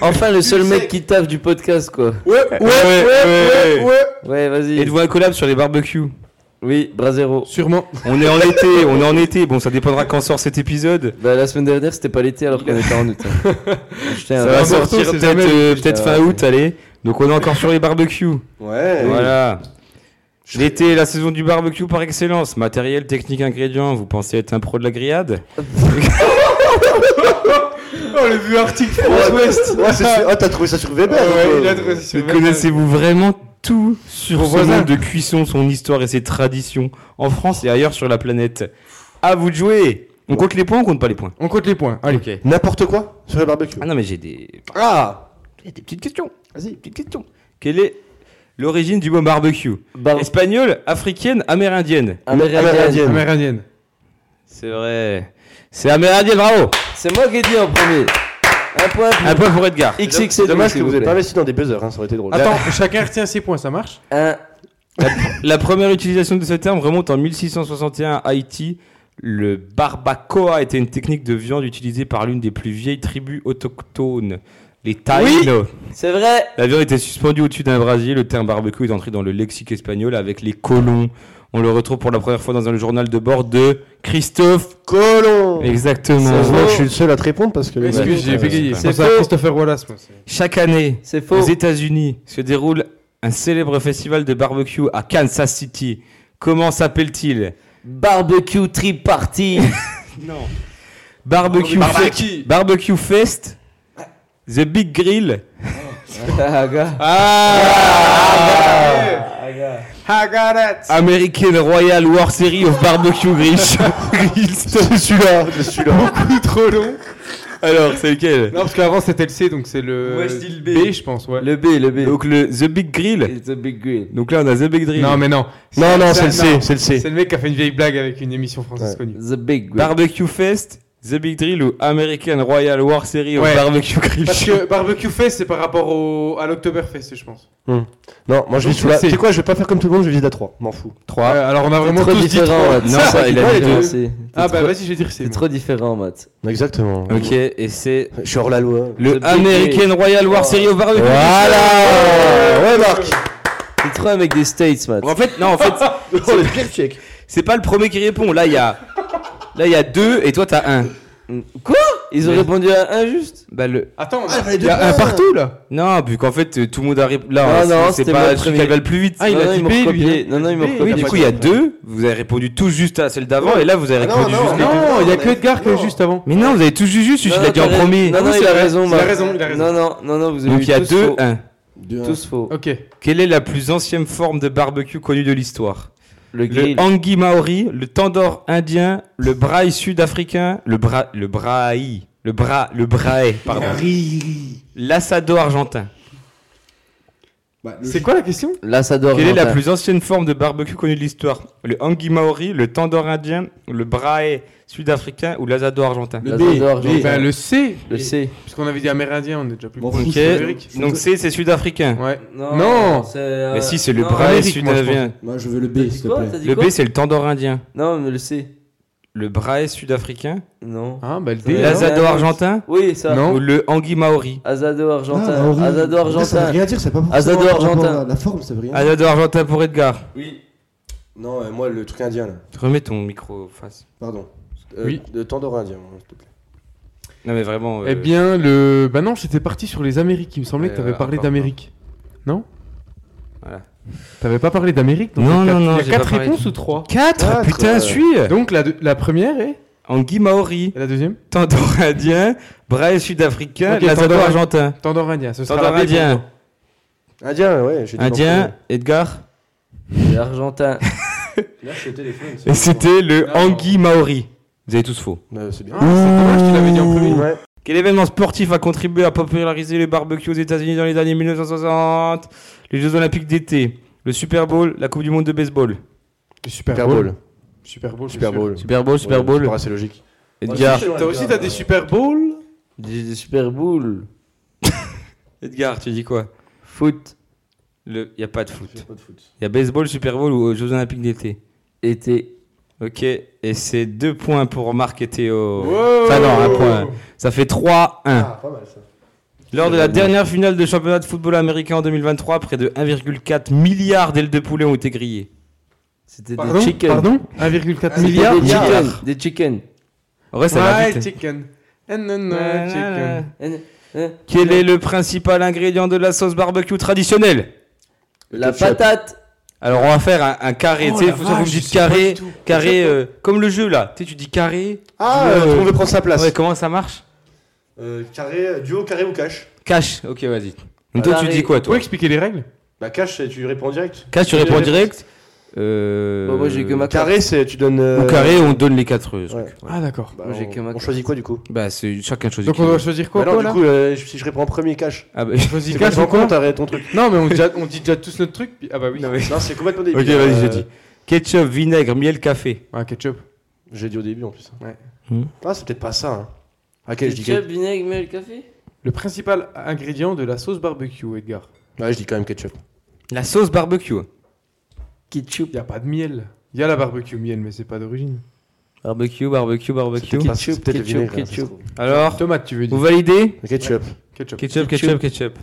Enfin, le seul mec qui taffe du podcast, quoi.
ouais, ouais, ouais,
Ouais, vas-y.
Êtes-vous incollable sur les barbecues
Oui, bras zéro.
Sûrement.
On est en été, on est en été. Bon, ça dépendra quand sort cet épisode.
Bah, la semaine dernière, c'était pas l'été alors qu'on était en août. hein. Je tiens à-
Ça va
Morteau,
sortir
c'est
peut-être
jamais
euh, peut-être
Ah,
fin
ouais. Ah
août, allez. Donc on est encore sur les barbecues.
Ouais.
Voilà. L'été, la saison du barbecue par excellence. Matériel, technique, ingrédients. Vous pensez être un pro de la grillade
Oh, le vu article
Ouais, ouais, c'est sûr. Oh, t'as trouvé ça sur Weber
Ouais,
euh.
il a trouvé sur Weber.
Connaissez-vous vraiment tout sur
Vos
ce
voisins.
monde de cuisson, son histoire et ses traditions en France et ailleurs sur la planète À vous de jouer. On compte les points, ou on compte pas les points.
On compte les points. Allez.
Ok.
N'importe quoi sur les barbecues.
Ah non mais j'ai des
Ah
Il y a des petites questions.
Vas-y.
petites questions. Quelle est l'origine du mot barbecue
Bar-
Espagnole, africaine, amérindienne.
Amérindienne.
Amérindienne.
Amérindienne.
C'est vrai. C'est amérindienne, bravo
C'est moi qui ai dit en premier. Un point pour
Un point pour Edgar.
XX et
Dommage que
s'il
vous
vous
n'ayez pas
plaît.
investi dans des buzzers, hein, ça aurait été drôle.
Attends, chacun retient ses points, ça marche
Un.
La première utilisation de ce terme remonte en 1661 à Haïti. Le barbacoa était une technique de viande utilisée par l'une des plus vieilles tribus autochtones, les Taínos.
C'est vrai.
La viande était suspendue au-dessus d'un brasier. Le terme barbecue est entré dans le lexique espagnol avec les colons. On le retrouve pour la première fois dans le journal de bord de Christophe.
Colon
Exactement.
Heureusement que je suis le seul à te répondre parce que. euh,
Excuse, j'ai bégayé.
c'est
C'est ça, Christopher Wallace. moi, c'est-
Chaque année,
C'est faux.
aux États-Unis, se déroule un célèbre festival de barbecue à Kansas City. Comment s'appelle-t-il
Barbecue triparty.
Barbecue, Fe- Barbecue Fest, The Big Grill.
Ah, gars.
Ah
I got it
American Royal War Series of Barbecue Grill. C'est celui-là.
Je suis là.
Trop long.
Alors, c'est lequel
Non, parce qu'avant c'était le C, donc c'est le
dit le
B, je pense, ouais.
Le B, le B.
Donc le The Big Grill.
It's a big green.
Donc là, on a The Big Grill.
Non, mais non.
Non, non, c'est le C,
non.
c'est le C.
C'est le mec qui a fait une vieille blague avec une émission française
Ouais.
connue.
The big green.
Barbecue Fest, The Big Drill ou American Royal War Series
Ouais.
au barbecue grill.
Parce que Barbecue Fest, c'est par rapport au... à l'Octoberfest, je pense.
Non, moi je
Donc,
vis sous la.
c'est-
Tu sais quoi, je vais pas faire comme tout le monde, je vise la 3. M'en fous.
3.
Ouais, alors on a vraiment
trop
tous dit
différent,
trois.
Matt. Non,
Ça,
ça,
c'est
il
quoi,
a
les deux
différencé.
Ah bah
trop-
vas-y, j'ai dit que c'est.
C'est trop différent, Matt.
Exactement.
Ok, et c'est
Je suis hors la loi.
le
The Big
American Royal War Series au barbecue.
Voilà Ouais, Marc
C'est trop un mec des States, Matt.
En fait, non, en fait,
Oh, les pires chèques
c'est pas le premier qui répond. Là, il y a. Là, il y a deux et toi, t'as un.
Ils ont répondu à un juste
Bah, le.
Attends, on a-
les
il y a un partout là
Non, vu qu'en fait, euh, tout le monde arrive.
Ah,
Là, hein,
non,
c'est- c'est
c'était moi
pas
le
celui
premier.
qui va le plus vite.
Ah, il
non,
a
non,
dit
ils m'ont
B, lui,
recopié.
hein.
Non, non, ils
B.
m'ont
Oui,
recopié.
du coup, il y a deux. Vous avez répondu tous juste à celle d'avant et là, vous avez
Ah, non,
répondu
non,
juste. les deux.
Non, il y a que
non,
Edgar qui est
non.
juste avant.
Mais non, vous avez tous juste, juste,
Non,
je
non,
l'ai dit en
t'as
premier.
Non, non,
Oui,
il
c'est
a
vrai.
raison,
Il a
Matt.
raison, il a raison.
Non, non, non, non, vous avez
Donc, il y a
eu tous
deux,
faux.
un.
Tous faux.
Ok.
Quelle est la plus ancienne forme de barbecue connue de l'histoire
Le
Le
grill.
hangi maori, le tandoor indien, le braai sud-africain, le bra... le braai, le bra... le braai, pardon. L'assado argentin.
C'est quoi la question
L'assador.
Quelle est la plus ancienne forme de barbecue connue de l'histoire Le hangi maori, le tandoor indien, le braai sud-africain ou l'assado argentin
L'assador.
Bah le C
Le C.
Puisqu'on avait dit amérindien, on est déjà plus
Bon,
proche
ok.
de l'Amérique.
Donc c'est c'est sud-africain.
Ouais. Non.
Non, c'est, euh,
Mais si c'est le
non.
braai
Amérique, moi, je
sud-africain.
Moi, je veux le
T'as
B,
dit
s'il te
quoi
plaît.
T'as dit
Le
quoi
B c'est le tandoor indien.
Non, mais le C.
Le braai sud-africain,
Non.
Ah bah le D.
Ouais.
alors.
l'assado argentin
Oui, ça.
Non.
ou le hangi maori
Asado
Ah,
argentin.
la horrible.
Asado
En fait, Ça veut
argentin.
rien dire, c'est pas pour
Azado argentin.
La forme, ça veut rien dire.
Asado argentin pour Edgar.
Non, euh, moi le truc indien là.
Remets ton micro face.
Pardon. Euh,
Oui.
De tandoor indien, hein, s'il te plaît.
Non mais vraiment.
Eh
euh,
bien le... Bah non, j'étais parti sur les Amériques, il me semblait que
Euh,
t'avais parlé
encore,
d'Amérique. Non
Voilà.
T'avais pas parlé d'Amérique donc
Non,
il y a-
non, non,
Il y a
j'ai
quatre
pas parlé.
réponses ou trois
Quatre,
Quatre,
Putain,
euh.
suis
Donc la, deux- la première est
Anguille Maori,
Et la deuxième
Tandoor indien, Braille sud-africain,
Ok,
Lazado
Tandoor-
argentin.
Tandorania, ce sera
Tandoor
la B pour
indien.
moi.
Indien, ouais, j'ai dit
Indien, Edgar.
Argentin.
Là, je suis au téléphone.
Et c'était le
Non.
Anguille Maori. Vous avez tous faux.
Bah, c'est bien.
Ah, c'est dommage, tu l'avais dit en premier.
Ouais.
Quel événement sportif a contribué à populariser les barbecues aux États-Unis dans les années 1960 Les Jeux Olympiques d'été, le Super Bowl, la Coupe du Monde de baseball.
Le Super,
Super
Bowl.
Bowl.
Super Bowl.
Super
c'est sûr.
Bowl.
Super Bowl, Super
Ouais,
Bowl.
c'est pas assez logique.
Edgar.
Toi aussi t'as des Super Bowl
Des des super boules.
Edgar, tu dis quoi
Foot.
Il n'y a pas de foot.
Pas de foot.
Il y a baseball, Super Bowl ou aux Jeux Olympiques d'été.
Été.
Ok, et c'est deux points pour Marc et Théo.
Wow.
Enfin, non, un point. Ça fait 3-1. Lors de la dernière finale de championnat de football américain en 2023, près de 1,4 milliard d'ailes de poulet ont été grillées.
C'était
Pardon
des chicken.
Pardon 1,4
C'était
milliard
Des chicken. Des chicken.
En vrai, ça va
Ouais,
vite. hein.
chicken. Eh, non, non,
Nanana.
chicken.
Hein
Quel est le principal ingrédient de la sauce barbecue traditionnelle
La patate.
Alors, on va faire un, un carré.
Oh,
tu sais,
la
faut savoir que
vache,
vous dites
je sais pas
carré,
du tout.
carré, euh, comme le jeu là. Tu sais, tu dis carré. Euh,
Ah, euh, tout le monde veut prendre sa place.
Ouais, comment ça marche
Euh, carré, duo, carré ou cash
Cache. Ok, vas-y. Donc, toi, tu
Carré.
dis quoi,
Faut
toi
expliquer les règles
Bah, cash, c'est- tu réponds direct.
Cache, tu réponds direct. Euh...
Bah, moi, j'ai que ma carte.
Carré, c'est tu donnes. euh,
Au carré, on donne les quatre euh, trucs.
Ah d'accord.
bah,
Moi, j'ai
on,
que ma
on
carte.
choisit quoi du coup
Bah, c'est chacun choisit.
Donc on
qui
doit
veut.
choisir quoi,
Bah, non,
quoi
du
là
coup, euh, je- si je réponds en premier, cash.
Ah, bah,
Choisis
C'est
cash
quoi,
ou quoi
t'arrête ton truc.
Non mais on, déjà- on dit déjà tous notre truc. puis- Ah bah oui.
Non, c'est complètement débile.
Ok, vas-y, je
Euh,
dis. Ketchup, vinaigre, miel, café.
Ah ketchup.
J'ai dit au début en plus.
Ouais.
Hmm.
Ah, c'est peut-être pas ça. Hein. Ok, je dis
Ketchup,
ketchup.
vinaigre, miel, café.
Le principal ingrédient de la sauce barbecue, Edgar.
Ouais, je dis quand même ketchup.
La sauce barbecue.
Ketchup.
Y a pas de miel. Y a la barbecue miel, mais c'est pas d'origine.
Barbecue, barbecue, barbecue.
Peut-être pas- c'est peut-être le
ketchup,
vinaigre, là, ça se
ketchup.
trouve.
Alors,
Tomate, tu veux
vous
dire
validez
Ketchup.
Ketchup.
ketchup, ketchup, ketchup.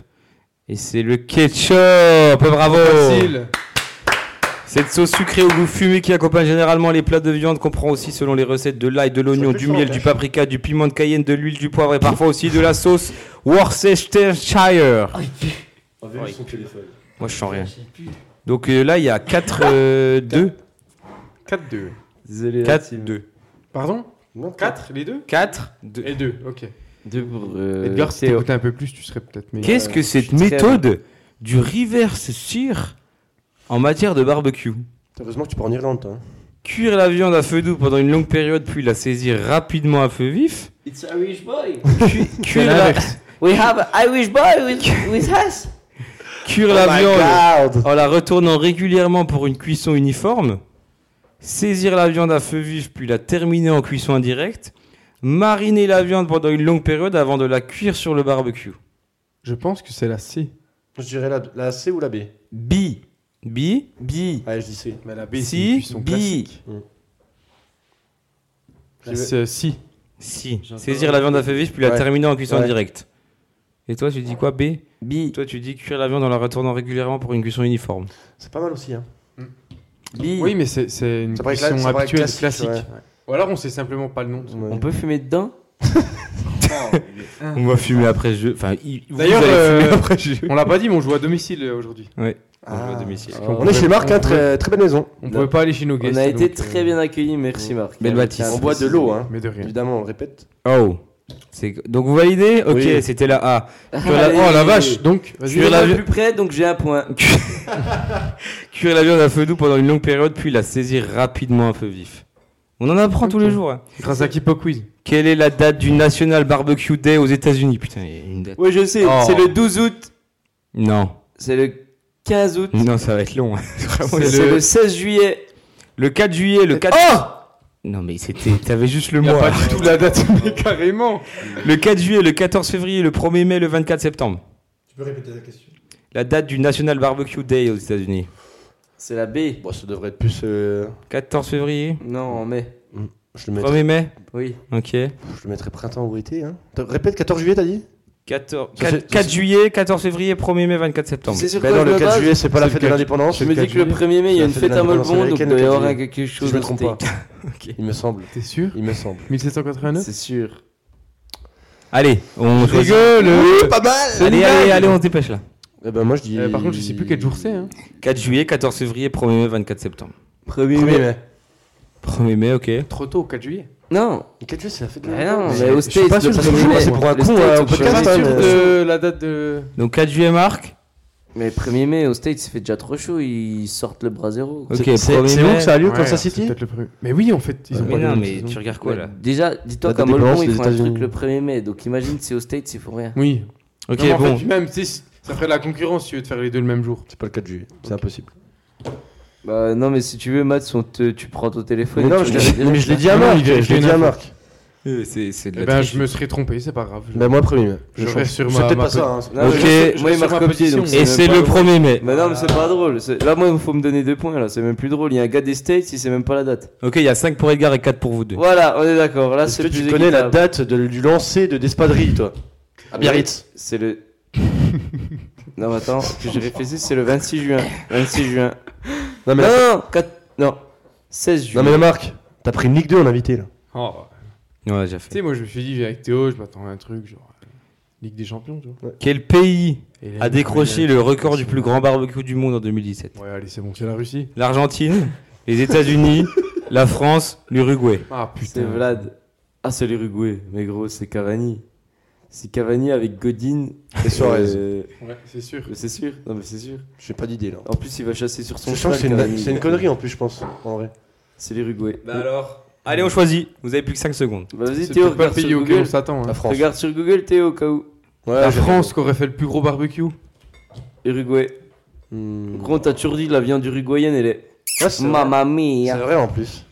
Et c'est le ketchup. Bravo.
Facile.
Cette sauce sucrée au goût fumé qui accompagne généralement les plats de viande comprend aussi, selon les recettes, de l'ail, de l'oignon,
plus
du
fort,
miel,
cache.
du paprika, du piment de cayenne, de l'huile, du poivre et parfois aussi de la sauce Worcestershire.
On va son téléphone.
Moi, je sens rien. Donc euh, là, il y a euh, 4, 2,
4-2.
Désolé.
4, 2.
Pardon
Non,
4 les deux
4, 2.
Et 2, ok.
Deux pour. euh,
Edgar, si
Théo.
t'écoutais un peu plus, tu serais peut-être meilleur.
Qu'est-ce que cette
euh, suis très
méthode du reverse sear en matière de barbecue
Heureusement que tu pars en Irlande, toi. hein.
Cuire la viande à feu doux pendant une longue période puis la saisir rapidement à feu vif.
It's Irish boy.
Cuire la,
We have an Irish boy with, with us.
cuire
Oh
Oh
la viande en la retournant régulièrement pour une cuisson uniforme. Saisir la viande à feu vif puis la terminer en cuisson indirecte. Mariner la viande pendant une longue période avant de la cuire sur le barbecue.
Je pense que c'est la C.
Je dirais la, la C ou la B
B. B.
Bi.
Ouais, je dis C.
Mais la B,
Si, bi.
La C, si.
Si. Saisir la viande à feu vif puis la
Ouais.
terminer en cuisson
Ouais.
directe. Et toi, tu dis quoi, B
Bi.
Toi, tu dis cuire la viande en la retournant régulièrement pour une cuisson uniforme.
C'est pas mal aussi. Hein.
Bi.
Oui, mais c'est- c'est une
Ça paraît cla-
question
ça paraît
habituelle,
classique,
classique.
ouais.
Ou alors on sait simplement pas le nom.
Ouais.
On peut fumer dedans
On va fumer après le jeu. Enfin, il- vous
D'ailleurs,
allez
euh,
fumer après le jeu.
On l'a pas dit, mais on joue à domicile euh, aujourd'hui.
On joue à
Ah.
domicile.
qu'on
On est chez Marc, hein, très, très belle maison.
On pouvait pas aller chez nos
On
guests.
a été
donc,
très
euh,
bien accueillis, merci Marc.
Belle bâtisse.
On boit de l'eau, hein.
Mais de rien.
Évidemment, on le répète.
Oh. C'est- Donc vous validez Ok,
Oui.
c'était la A.
Allez,
Cuire la- Oh la vache
Donc,
Je
vas-y.
suis
Cuire la,
le plus près, donc j'ai un point.
Cuire la viande à feu doux pendant une longue période, puis la saisir rapidement à feu vif. On en apprend tous les jours. hein.
grâce à Kipo Quiz.
Quelle est la date du National Barbecue Day aux États-Unis Putain, il y a une date.
Oui, je sais,
Oh.
c'est le 12 août,
Non,
c'est le 15 août,
non, ça va être long. hein.
c'est
Vraiment, il y a-
le... 16 juillet.
Le 4 juillet, le 4. non, mais c'était. T'avais juste le mois.
Tout la date, mais carrément.
Le 4 juillet, le 14 février, le 1er mai, le 24 septembre.
Tu peux répéter la question
La date du National Barbecue Day aux États-Unis.
C'est la B.
Bon, ça devrait être plus. euh,
14 février,
Non, en mai.
Je, le mettrais,
1er mai.
Oui.
Ok.
je le mettrais printemps ou été. Hein. T'as- Répète, 14 juillet, t'as dit
14,
Ça,
4,
c'est- ça, c'est-
juillet, 14 février, 1er mai, 24 septembre.
C'est sur
Ben
quoi
non,
je
le
me
4
base
juillet, c'est pas la
c'est le
fête de
quatre
l'indépendance.
Je me
c'est
dis que le 1er mai, il y a une
C'est la
fête à
fête de l'indépendance
Molbon, donc il
américaine,
doit y
le
avoir
4
un- quelque chose.
Si je me
au
trompe
steak.
pas. Il me semble.
T'es sûr
Il me semble.
1789
C'est sûr.
Allez, on choisit.
Rigole
Pas mal
Allez, allez, allez, on se dépêche là.
Eh ben moi je dis.
Euh, Par contre, je sais plus quel jour c'est. hein.
4 juillet, 14 février, 1er mai, 24 septembre.
1er
1er mai.
1er mai, ok.
Trop tôt, 4 juillet.
Non,
4 juillet, c'est la fête de
mais non,
l'indépendance.
mais au
suis pas
States,
sûr
le
que ça se
1er
joue,
mai.
c'est pour un
Le
con,
States,
hein, au
on peut
podcast,
pas
hein,
sûr
mais-
de-
de la date de.
Donc 4 juillet, Marc.
Mais 1er mai, au States, il fait déjà trop chaud, ils sortent le bras zéro.
Ok,
C'est- C'est
1er
c'est où
mai.
que ça a lieu,
Ouais,
Kansas
c'est
City
peut-être le premier. Mais oui, en fait, ils ont
Mais
pas
non,
les mêmes
mais
saisons.
tu regardes quoi là
Déjà, dis-toi
La
qu'à
date des
Molbon,
balances
ils
des
font un truc
États-Unis.
le 1er mai, donc imagine c'est aux States, ils font rien.
Oui.
Ok,
Non, mais en
bon.
fait, même, tu sais, ça ferait de la concurrence si tu veux de faire les deux le même jour.
C'est pas le 4 juillet, c'est impossible.
Bah non, mais si tu veux, Mats, on te- tu prends ton téléphone.
Mais non,
et
je
tu
l'ai-
regardes.
mais je l'ai dit à
Non,
Marc.
il vérifie
Je l'ai
une
dit à
info.
Marc.
Euh, C'est c'est de
Eh
la
ben,
triche.
je me serais trompé, c'est pas grave.
Ben moi, 1er mai.
Je reste sur
C'est
ma-
peut-être
ma
pas ça. hein.
Non, mais
Ok.
je- Moi, il
sur ma
m'a recopié,
position.
donc
Et c'est le 1er mai.
Mais non, mais c'est pas drôle. c'est- Là, moi, il faut me donner deux points, là, c'est même plus drôle. Il y a un gars des States, il sait même pas la date.
Ok, il y a 5 pour Edgar et 4 pour vous deux.
Voilà, on est d'accord. Là,
Est-ce
c'est
que
plus
tu connais la
équitable.
date de- du lancer de d'Espadrille, toi À Biarritz.
C'est le. non, mais attends, que je réfléchisse, c'est le 26 juin. 26 juin.
Non, mais
Non,
la-
non, non, quatre- non, 16 juin.
non, mais Marc, t'as pris une Ligue 2 en invité là.
Oh.
On l'a déjà
Tu sais,
fait.
moi, je me suis dit, j'ai avec Théo, je m'attends à un truc, genre. euh, Ligue des Champions, tu vois.
Quel pays
Et là,
a
il- il-
décroché le record du plus grand barbecue du monde en 2017
euh, Ouais, allez, c'est bon, c'est la Russie.
L'Argentine, les États-Unis, la France, l'Uruguay.
Ah
C'est
putain.
Vlad. Ah, c'est l'Uruguay. Mais gros, c'est Cavani. C'est Cavani avec Godin.
C'est Suarez.
Euh,
Ouais, c'est sûr.
C'est sûr. Non, mais c'est sûr.
J'ai pas d'idée là.
En plus, il va chasser sur son
Je sens que c'est
cheval,
une,
Cavani.
c'est une connerie en plus, je pense, en vrai.
C'est l'Uruguay.
Bah alors Allez, on choisit. Vous avez plus que 5 secondes.
Bah, Vas-y,
C'est
Théo,
peut-être pas le
regarde sur,
pays auquel
Google.
on s'attend. hein.
La France.
regarde sur Google, Théo, au cas où.
Ouais,
La
j'ai-
France qui aurait fait le plus gros barbecue.
Uruguay.
Hmm.
Gros, t'as toujours dit la viande uruguayenne, elle est.
Ouais, c'est vrai.
Mamma
C'est
mia.
vrai en plus.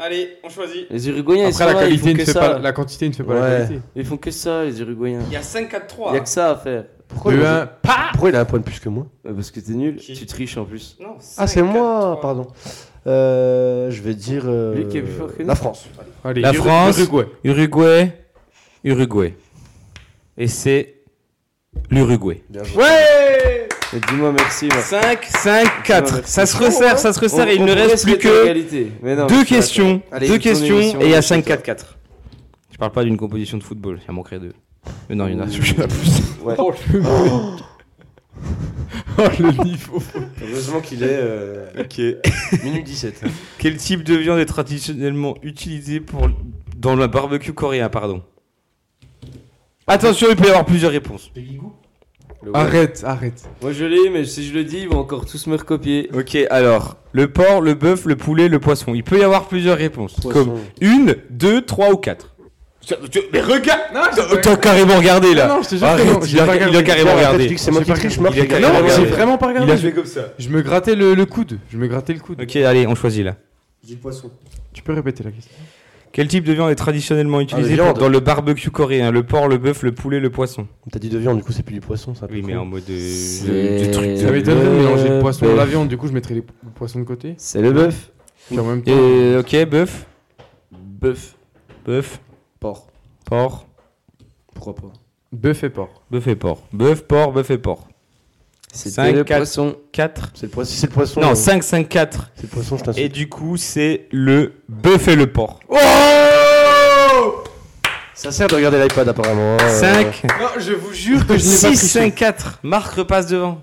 Allez, on choisit.
Les Uruguayens, ils, sont
Après, la,
là, ils
qualité
font
ne
que
fait
ça.
pas, la quantité ne fait pas
Ouais.
la qualité.
Ils font que ça, les Uruguayens.
Il y a 5, 4,
Y'a
3.
que ça à faire.
Pourquoi,
Le
il, a...
un- pa
Pourquoi il a un point de plus que moi
Euh, Parce que t'es nul,
Qui
tu triches en plus.
Ah, c'est moi, pardon. Euh, je vais dire. euh,
Lui qui est plus fort que nous.
La France.
Allez,
La
Uru-
France.
Uruguay.
Uruguay, Uruguay. Et c'est l'Uruguay.
Bien joué.
Ouais
Mais Dis-moi merci. Marc.
5, 5, 4. Ça se resserre, ça se
On-
resserre et il
on
ne
pourrait
reste
se
plus
mettre à
que
égalité. Mais non,
deux
je suis d'accord.
questions.
Allez,
Deux
tourne
questions
l'émission,
et il y a
je suis
5, 4, 4. Je parle pas d'une composition de football, il en manquerait deux. Mais non, il y en a, il y en a plus.
Oh, le mec. Oh, le niveau.
Heureusement qu'il est.
Ok.
Minute 17.
Quel type de viande est traditionnellement utilisé pour... dans le barbecue coréen, pardon Attention, il peut y avoir plusieurs réponses. Ah,
Arrête, arrête.
Moi je l'ai, mais si je le dis, ils vont encore tous me recopier.
Ok, alors, le porc, le bœuf, le poulet, le poisson. Il peut y avoir plusieurs réponses. Comme une, deux, trois ou quatre. Mais regarde T'as carrément regardé là
non, je te jure que
Arrête,
non, j'ai
il, a,
pas
il a
regardé.
carrément regardé.
C'est moi qui triche, Marc.
Il a
il a
carrément
Non,
regardé.
j'ai vraiment pas regardé.
Il a
Je-
fait
comme ça.
Je me grattais le, le coude. Je me grattais le coude.
Ok, allez, on choisit là.
J'ai le poisson.
Tu peux répéter la question.
Quel type de viande est
Ah,
traditionnellement utilisé pour-
viande.
dans le barbecue coréen Le porc, le bœuf, le poulet, le poisson.
T'as dit de viande, du coup, c'est plus du poisson, ça.
Oui, mais en mode euh,
C'est-
de, de truc.
Ça
Le
De...
m'étonnerait de mélanger le
bœuf.
poisson et la viande, du coup je mettrais les le poisson de côté.
C'est le bœuf
Puis en même temps,
Euh, ok, bœuf,
Bœuf.
bœuf,
Porc.
porc,
Pourquoi pas
bœuf et porc.
bœuf et porc. Bœuf, porc, bœuf et porc.
C'était
Cinq,
le
quatre.
poisson.
4.
C'est le poisson. C'est le poisson.
Non,
euh,
5, 5, 4.
C'est le poisson, je
Oh. Et
t'insulte.
du coup, c'est le bœuf et le porc.
Oh. Ça sert de regarder l'iPad, apparemment. hein.
5,
Non, je vous jure que je n'ai pas
6,
triché.
5, 4. Marc repasse devant.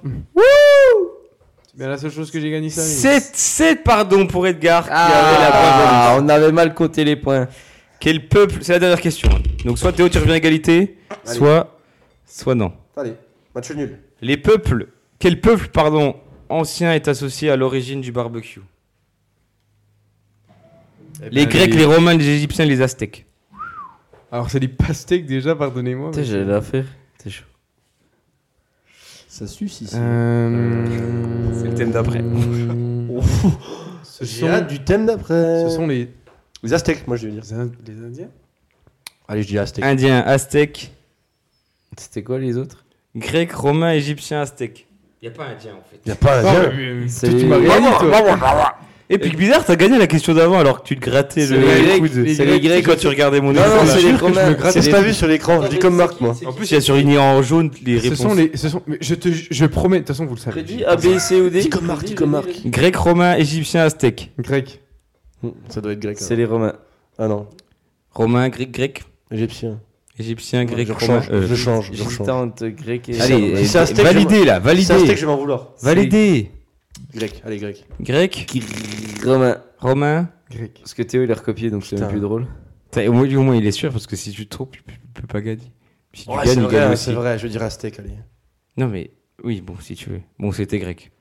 Mais la seule chose que j'ai gagné, ça.
7, 7, pardon, pour Edgar. qui
Ah.
avait la bonne réponse.
Ah, on avait mal compté les points.
Quel peuple C'est la dernière question. hein. Donc, soit Théo, tu reviens à égalité,
Allez.
soit, soit non.
Allez, match nul.
Les peuples. Quel peuple, pardon, ancien est associé à l'origine du barbecue
Eh ben,
Les Grecs, les Romains, les Égyptiens, les Aztèques.
Alors c'est des pastèques déjà, pardonnez-moi.
Putain, j'allais la faire. C'est chaud.
Ça suce ici.
Euh. C'est Euh,
C'est le thème d'après.
Ce
J'ai
sont,
hâte du thème d'après.
ce sont les,
les Aztèques, moi je vais dire.
les In- les Indiens
Allez, je dis Aztèques.
Indiens, Aztèques,
C'était quoi les autres
Grecs, Romains, Égyptiens, Aztèques. Y a pas Indien en fait.
Y a pas
Ah,
Indien.
C'est
Tu m'as
les-
rien dit, toi.
Et puis bizarre, t'as gagné la question d'avant alors que tu te grattais
C'est
le.
les Grecs,
coude.
c'est les Grecs.
quand tu regardais mon
Non, non,
écran.
c'est les Romains.
C'est ce que t'as vu sur l'écran, je dis comme Marc, moi.
En plus, il y a surligné en jaune les
Ce
réponses.
sont les, ce sont, mais je te, je promets, de toute façon vous le
J'ai
savez.
dit A, B, C ou D.
Dis comme Marc, dis comme Marc.
Grecs, Romains, Égyptiens, Aztèques.
Grec.
Ça doit être grec.
C'est les Romains.
Ah non,
Romains, Grecs, Grecs.
égyptien.
Égyptiens, Grecs,
je
Romains.
change,
euh,
je change, je change.
Gitante, grec et.
Allez,
Allez,
Si c'est Aztèque,
validez là,
C'est Aztèque,
validez.
je vais m'en vouloir.
Validez.
Grec, allez, grec.
Grecs,
Romain.
Romains.
Grec.
Parce que Théo il a recopié donc c'est
Putain.
même plus drôle.
T'as- Au moins, au moins, il est sûr parce que si tu te trompes, tu peux- tu peux pas gagner. Si tu
Ouais,
gagnes,
c'est
il gagne
vrai,
aussi.
c'est vrai, je vais dire aztèque, allez.
Non mais oui, bon si tu veux. Bon, c'était grec.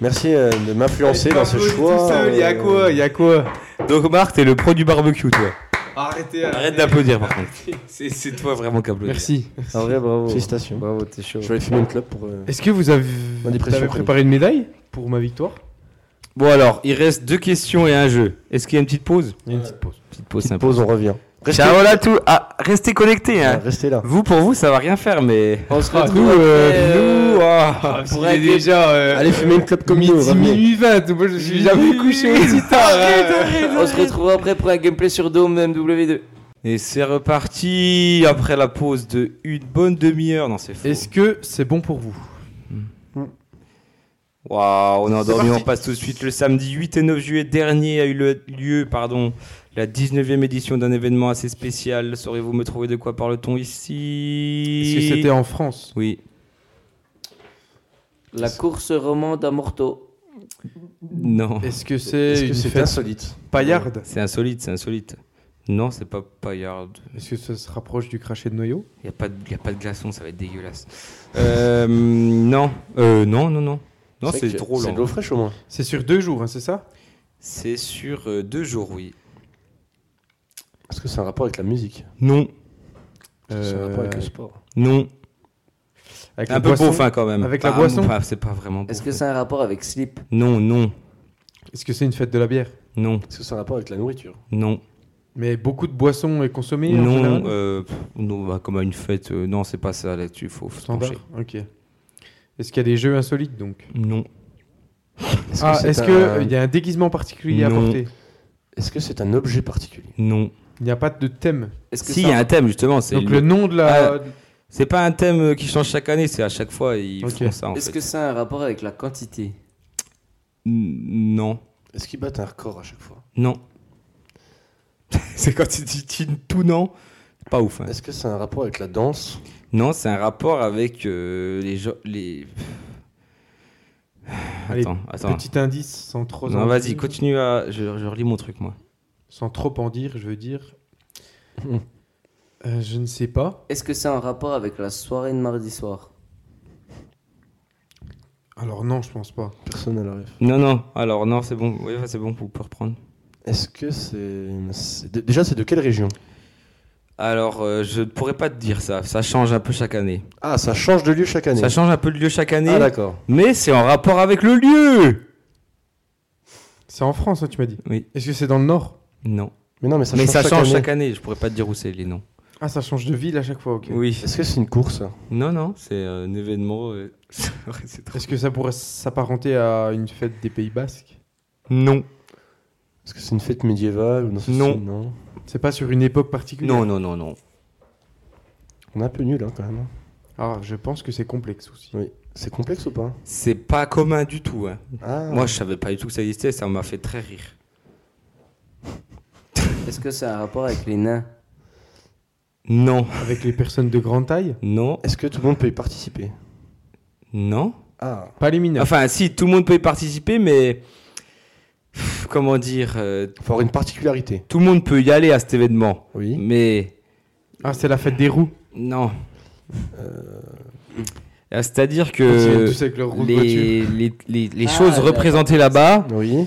Merci euh, de m'influencer dans ce choix.
Il y a
euh,
quoi, il y a quoi
Donc Marc, t'es le pro du barbecue, toi.
Arrêtez.
Arrête d'applaudir par contre. C'est c'est toi vraiment qui applaudis.
Merci.
En vrai bravo.
Félicitations.
Bravo t'es chaud.
Je vais aller fumer une clope pour. euh,
Est-ce que vous avez,
Ma dépression
t'avais préparé une médaille pour ma victoire
Bon alors, il reste deux questions et un jeu. Est-ce qu'il y a une petite pause
Il y a une petite pause.
Petite pause
Petite pause, on revient. Restez,
Ciao là tout. Ah, restez connectés hein.
restez là.
Vous pour vous, ça va rien faire mais
On se
Ah,
retrouve
nous, euh,
après, euh,
nous ah.
Ah,
pour un clip.
déjà euh,
Allez fumer une clope comme
midi,
nous, revenez.
minuit 20. Moi, je suis jamais couché aussi tard. hein.
On se retrouve après pour un gameplay sur Dome MW2.
Et c'est reparti après la pause de une bonne demi-heure. Non, c'est faux.
Est-ce que c'est bon pour vous
Waouh, on est endormi, on passe tout de suite. Le samedi 8 et 9 juillet dernier a eu le- lieu pardon, la 19e édition d'un événement assez spécial. Saurez-vous me trouver de quoi parle-t-on
Est-ce
ici
que c'était en France
Oui.
La course romande à Morteau.
Non.
Est-ce que c'est
Est-ce que
une
c'est
fête
insolite
paillarde
C'est insolite, c'est insolite. Non, c'est pas paillard.
Est-ce que ça se rapproche du crachet de noyau
Il n'y a, pas de- y a pas de glaçon, ça va être dégueulasse. Euh, non. Euh, non, non, non. Non,
vrai
c'est
que
trop
C'est de
long.
l'eau fraîche au moins.
C'est sur deux jours, hein, c'est ça
C'est sur euh, deux jours, oui.
Est-ce que c'est un rapport avec la musique
Non,
Est-ce que C'est un rapport avec le sport.
non.
Euh, Avec
Un
la
peu
boisson.
beau fin quand même.
Avec la
Pas-
boisson
pas- C'est pas vraiment beau.
Est-ce que c'est un rapport avec Slip
Non, non,
Est-ce que c'est une fête de la bière
non,
Est-ce que c'est un rapport avec la nourriture
non,
Mais beaucoup de boissons est consommée en
non,
général
euh, pff, non, bah, comme à une fête, euh, non, c'est pas ça là-dessus, faut se
Standard
pencher.
Ok. Est-ce qu'il y a des jeux insolites donc
Non,
Est-ce
Ah,
c'est
est-ce
un-
qu'il
euh,
y a un déguisement particulier à
Non.
porter
Est-ce que c'est un objet particulier
non.
Il n'y a pas de thème.
Est-ce que
Si, il
c'est
y a un thème justement, c'est Ah,
Donc le nom de la.
c'est pas un thème euh, qui change chaque année, c'est à chaque fois ils
Ok.
font ça en
Est-ce
fait.
que c'est un rapport avec la quantité
N- Non,
Est-ce qu'ils battent un record à chaque fois
non. c'est quand tu dis tu- tout non, pas ouf. hein.
Est-ce que c'est un rapport avec la danse
Non, c'est un rapport avec euh, les gens, les.
Allez,
Attends, attends.
Petit indice sans trop.
Non,
en
vas-y,
dire.
continue à. Je, je relis mon truc moi.
Sans trop en dire, je veux dire.
Hmm.
Euh, je ne sais pas.
Est-ce que c'est un rapport avec la soirée de mardi soir
Alors non, je pense pas.
Personne à la ref.
Non, non, alors non, c'est bon, oui, c'est bon, vous pouvez reprendre.
Est-ce que c'est. c'est de- Déjà, c'est de quelle région
Alors, euh, je ne pourrais pas te dire ça. Ça change un peu chaque année.
Ah, ça change de lieu chaque année.
Ça change un peu de lieu chaque année,
Ah, d'accord.
mais c'est en rapport avec le lieu.
C'est en France, hein, tu m'as dit.
Oui.
Est-ce que c'est dans le Nord
Non.
Mais non, mais ça
mais
change
ça
chaque
change
année.
chaque année. Je pourrais pas te dire où c'est les noms.
Ah, ça change de ville à chaque fois, ok.
Oui.
Est-ce que c'est une course
Non, non, c'est euh, un événement. euh, c'est trop-
Est-ce que ça pourrait s'apparenter à une fête des Pays Basques
Non.
Est-ce que c'est une fête médiévale ou c'est-
Non.
non.
C'est pas sur une époque particulière
Non, non, non, non.
On est un peu nul hein, quand même. hein.
Alors, Ah, je pense que c'est complexe aussi.
Oui. C'est complexe ou pas
C'est pas commun du tout. hein.
Ah.
Moi, je savais pas du tout que ça existait. Ça m'a fait très rire.
Est-ce que ça a un rapport avec les nains
Non.
Avec les personnes de grande taille
Non.
Est-ce que tout le monde peut y participer
Non.
Ah.
Pas les mineurs.
Enfin, si, tout le monde peut y participer, mais. Pff, Comment dire euh,
Faut avoir une particularité.
Tout le monde peut y aller à cet événement.
Oui.
Mais.
Ah, c'est la fête des roues.
Non. Ah, C'est-à-dire
Quand ils viennent
que.
tous avec leur roue de voiture.
Les, les, les, les
Ah,
choses
là,
représentées là-bas,
Oui.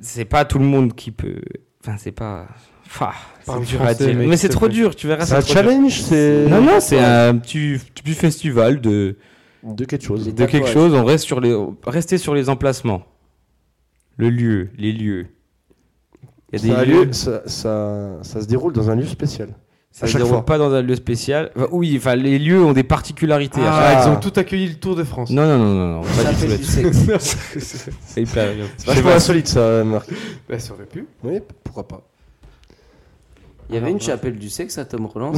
c'est pas tout le monde qui peut. Enfin, c'est pas. Enfin,
Parle
c'est dur à
français,
dire.
mec,
Mais
s'il
c'est
te
trop
plaît.
dur, tu verras.
C'est un
Ah, trop dur.
challenge, c'est
Non, non, c'est un petit, petit festival de,
de quelque chose.
Les
de quelque
tatouages.
chose. On reste sur les, restez sur les emplacements, le lieu, les lieux. Il y a
Ça, a
des lieux.
lieu- ça, ça- ça se déroule dans un lieu spécial.
Ça
à
se
chaque
déroule
fois.
pas dans un lieu spécial. Enfin, oui, enfin, les lieux ont des particularités. à
Ah,
Ah.
ils ont tout accueilli le Tour de
chaque-
France.
Non, non, non, non, non,
Ça
pas du tout
fait du
là-dessus.
sexe.
C'est hyper bien.
C'est vachement insolite ça, Marc.
Bah, ça aurait pu.
Oui, pourquoi pas
Il y avait une chapelle du sexe à Tom Roland.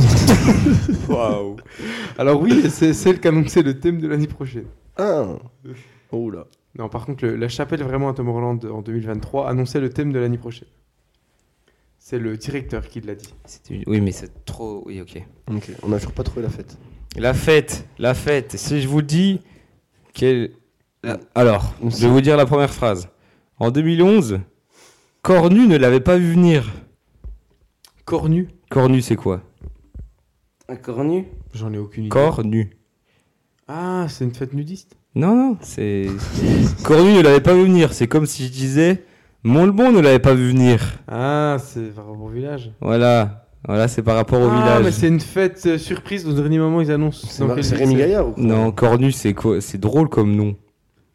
Alors oui, c'est celle qu'annonçait le thème de l'année prochaine.
Ah Oh là.
Non, par contre, le- la chapelle vraiment à Tomorrowland en 2023 annonçait le thème de l'année prochaine. C'est le directeur qui l'a dit.
C'était une- Oui, mais c'est trop. Oui, ok.
Ok, on n'a toujours pas trouvé la fête.
La fête, la fête. Si je vous dis quelle...
Ah.
Alors, je vais vous dire la première phrase. En 2011, Cornu ne l'avait pas vu venir.
Cornu
Cornu, c'est quoi
Un cornu
J'en ai aucune idée.
Cornu.
Ah, c'est une fête nudiste
Non, non, c'est... Cornu ne l'avait pas vu venir. C'est comme si je disais... Montleban ne l'avait pas vu venir.
Ah, c'est par rapport au village.
Voilà. Voilà, c'est par rapport au
ah, mais
village.
c'est une fête euh, surprise. Au dernier moment, ils annoncent.
C'est
dans
Mar-
quelle
c'est
ville
Rémi Gaillard ou quoi
Non, Cornu, c'est quoi C'est drôle comme nom.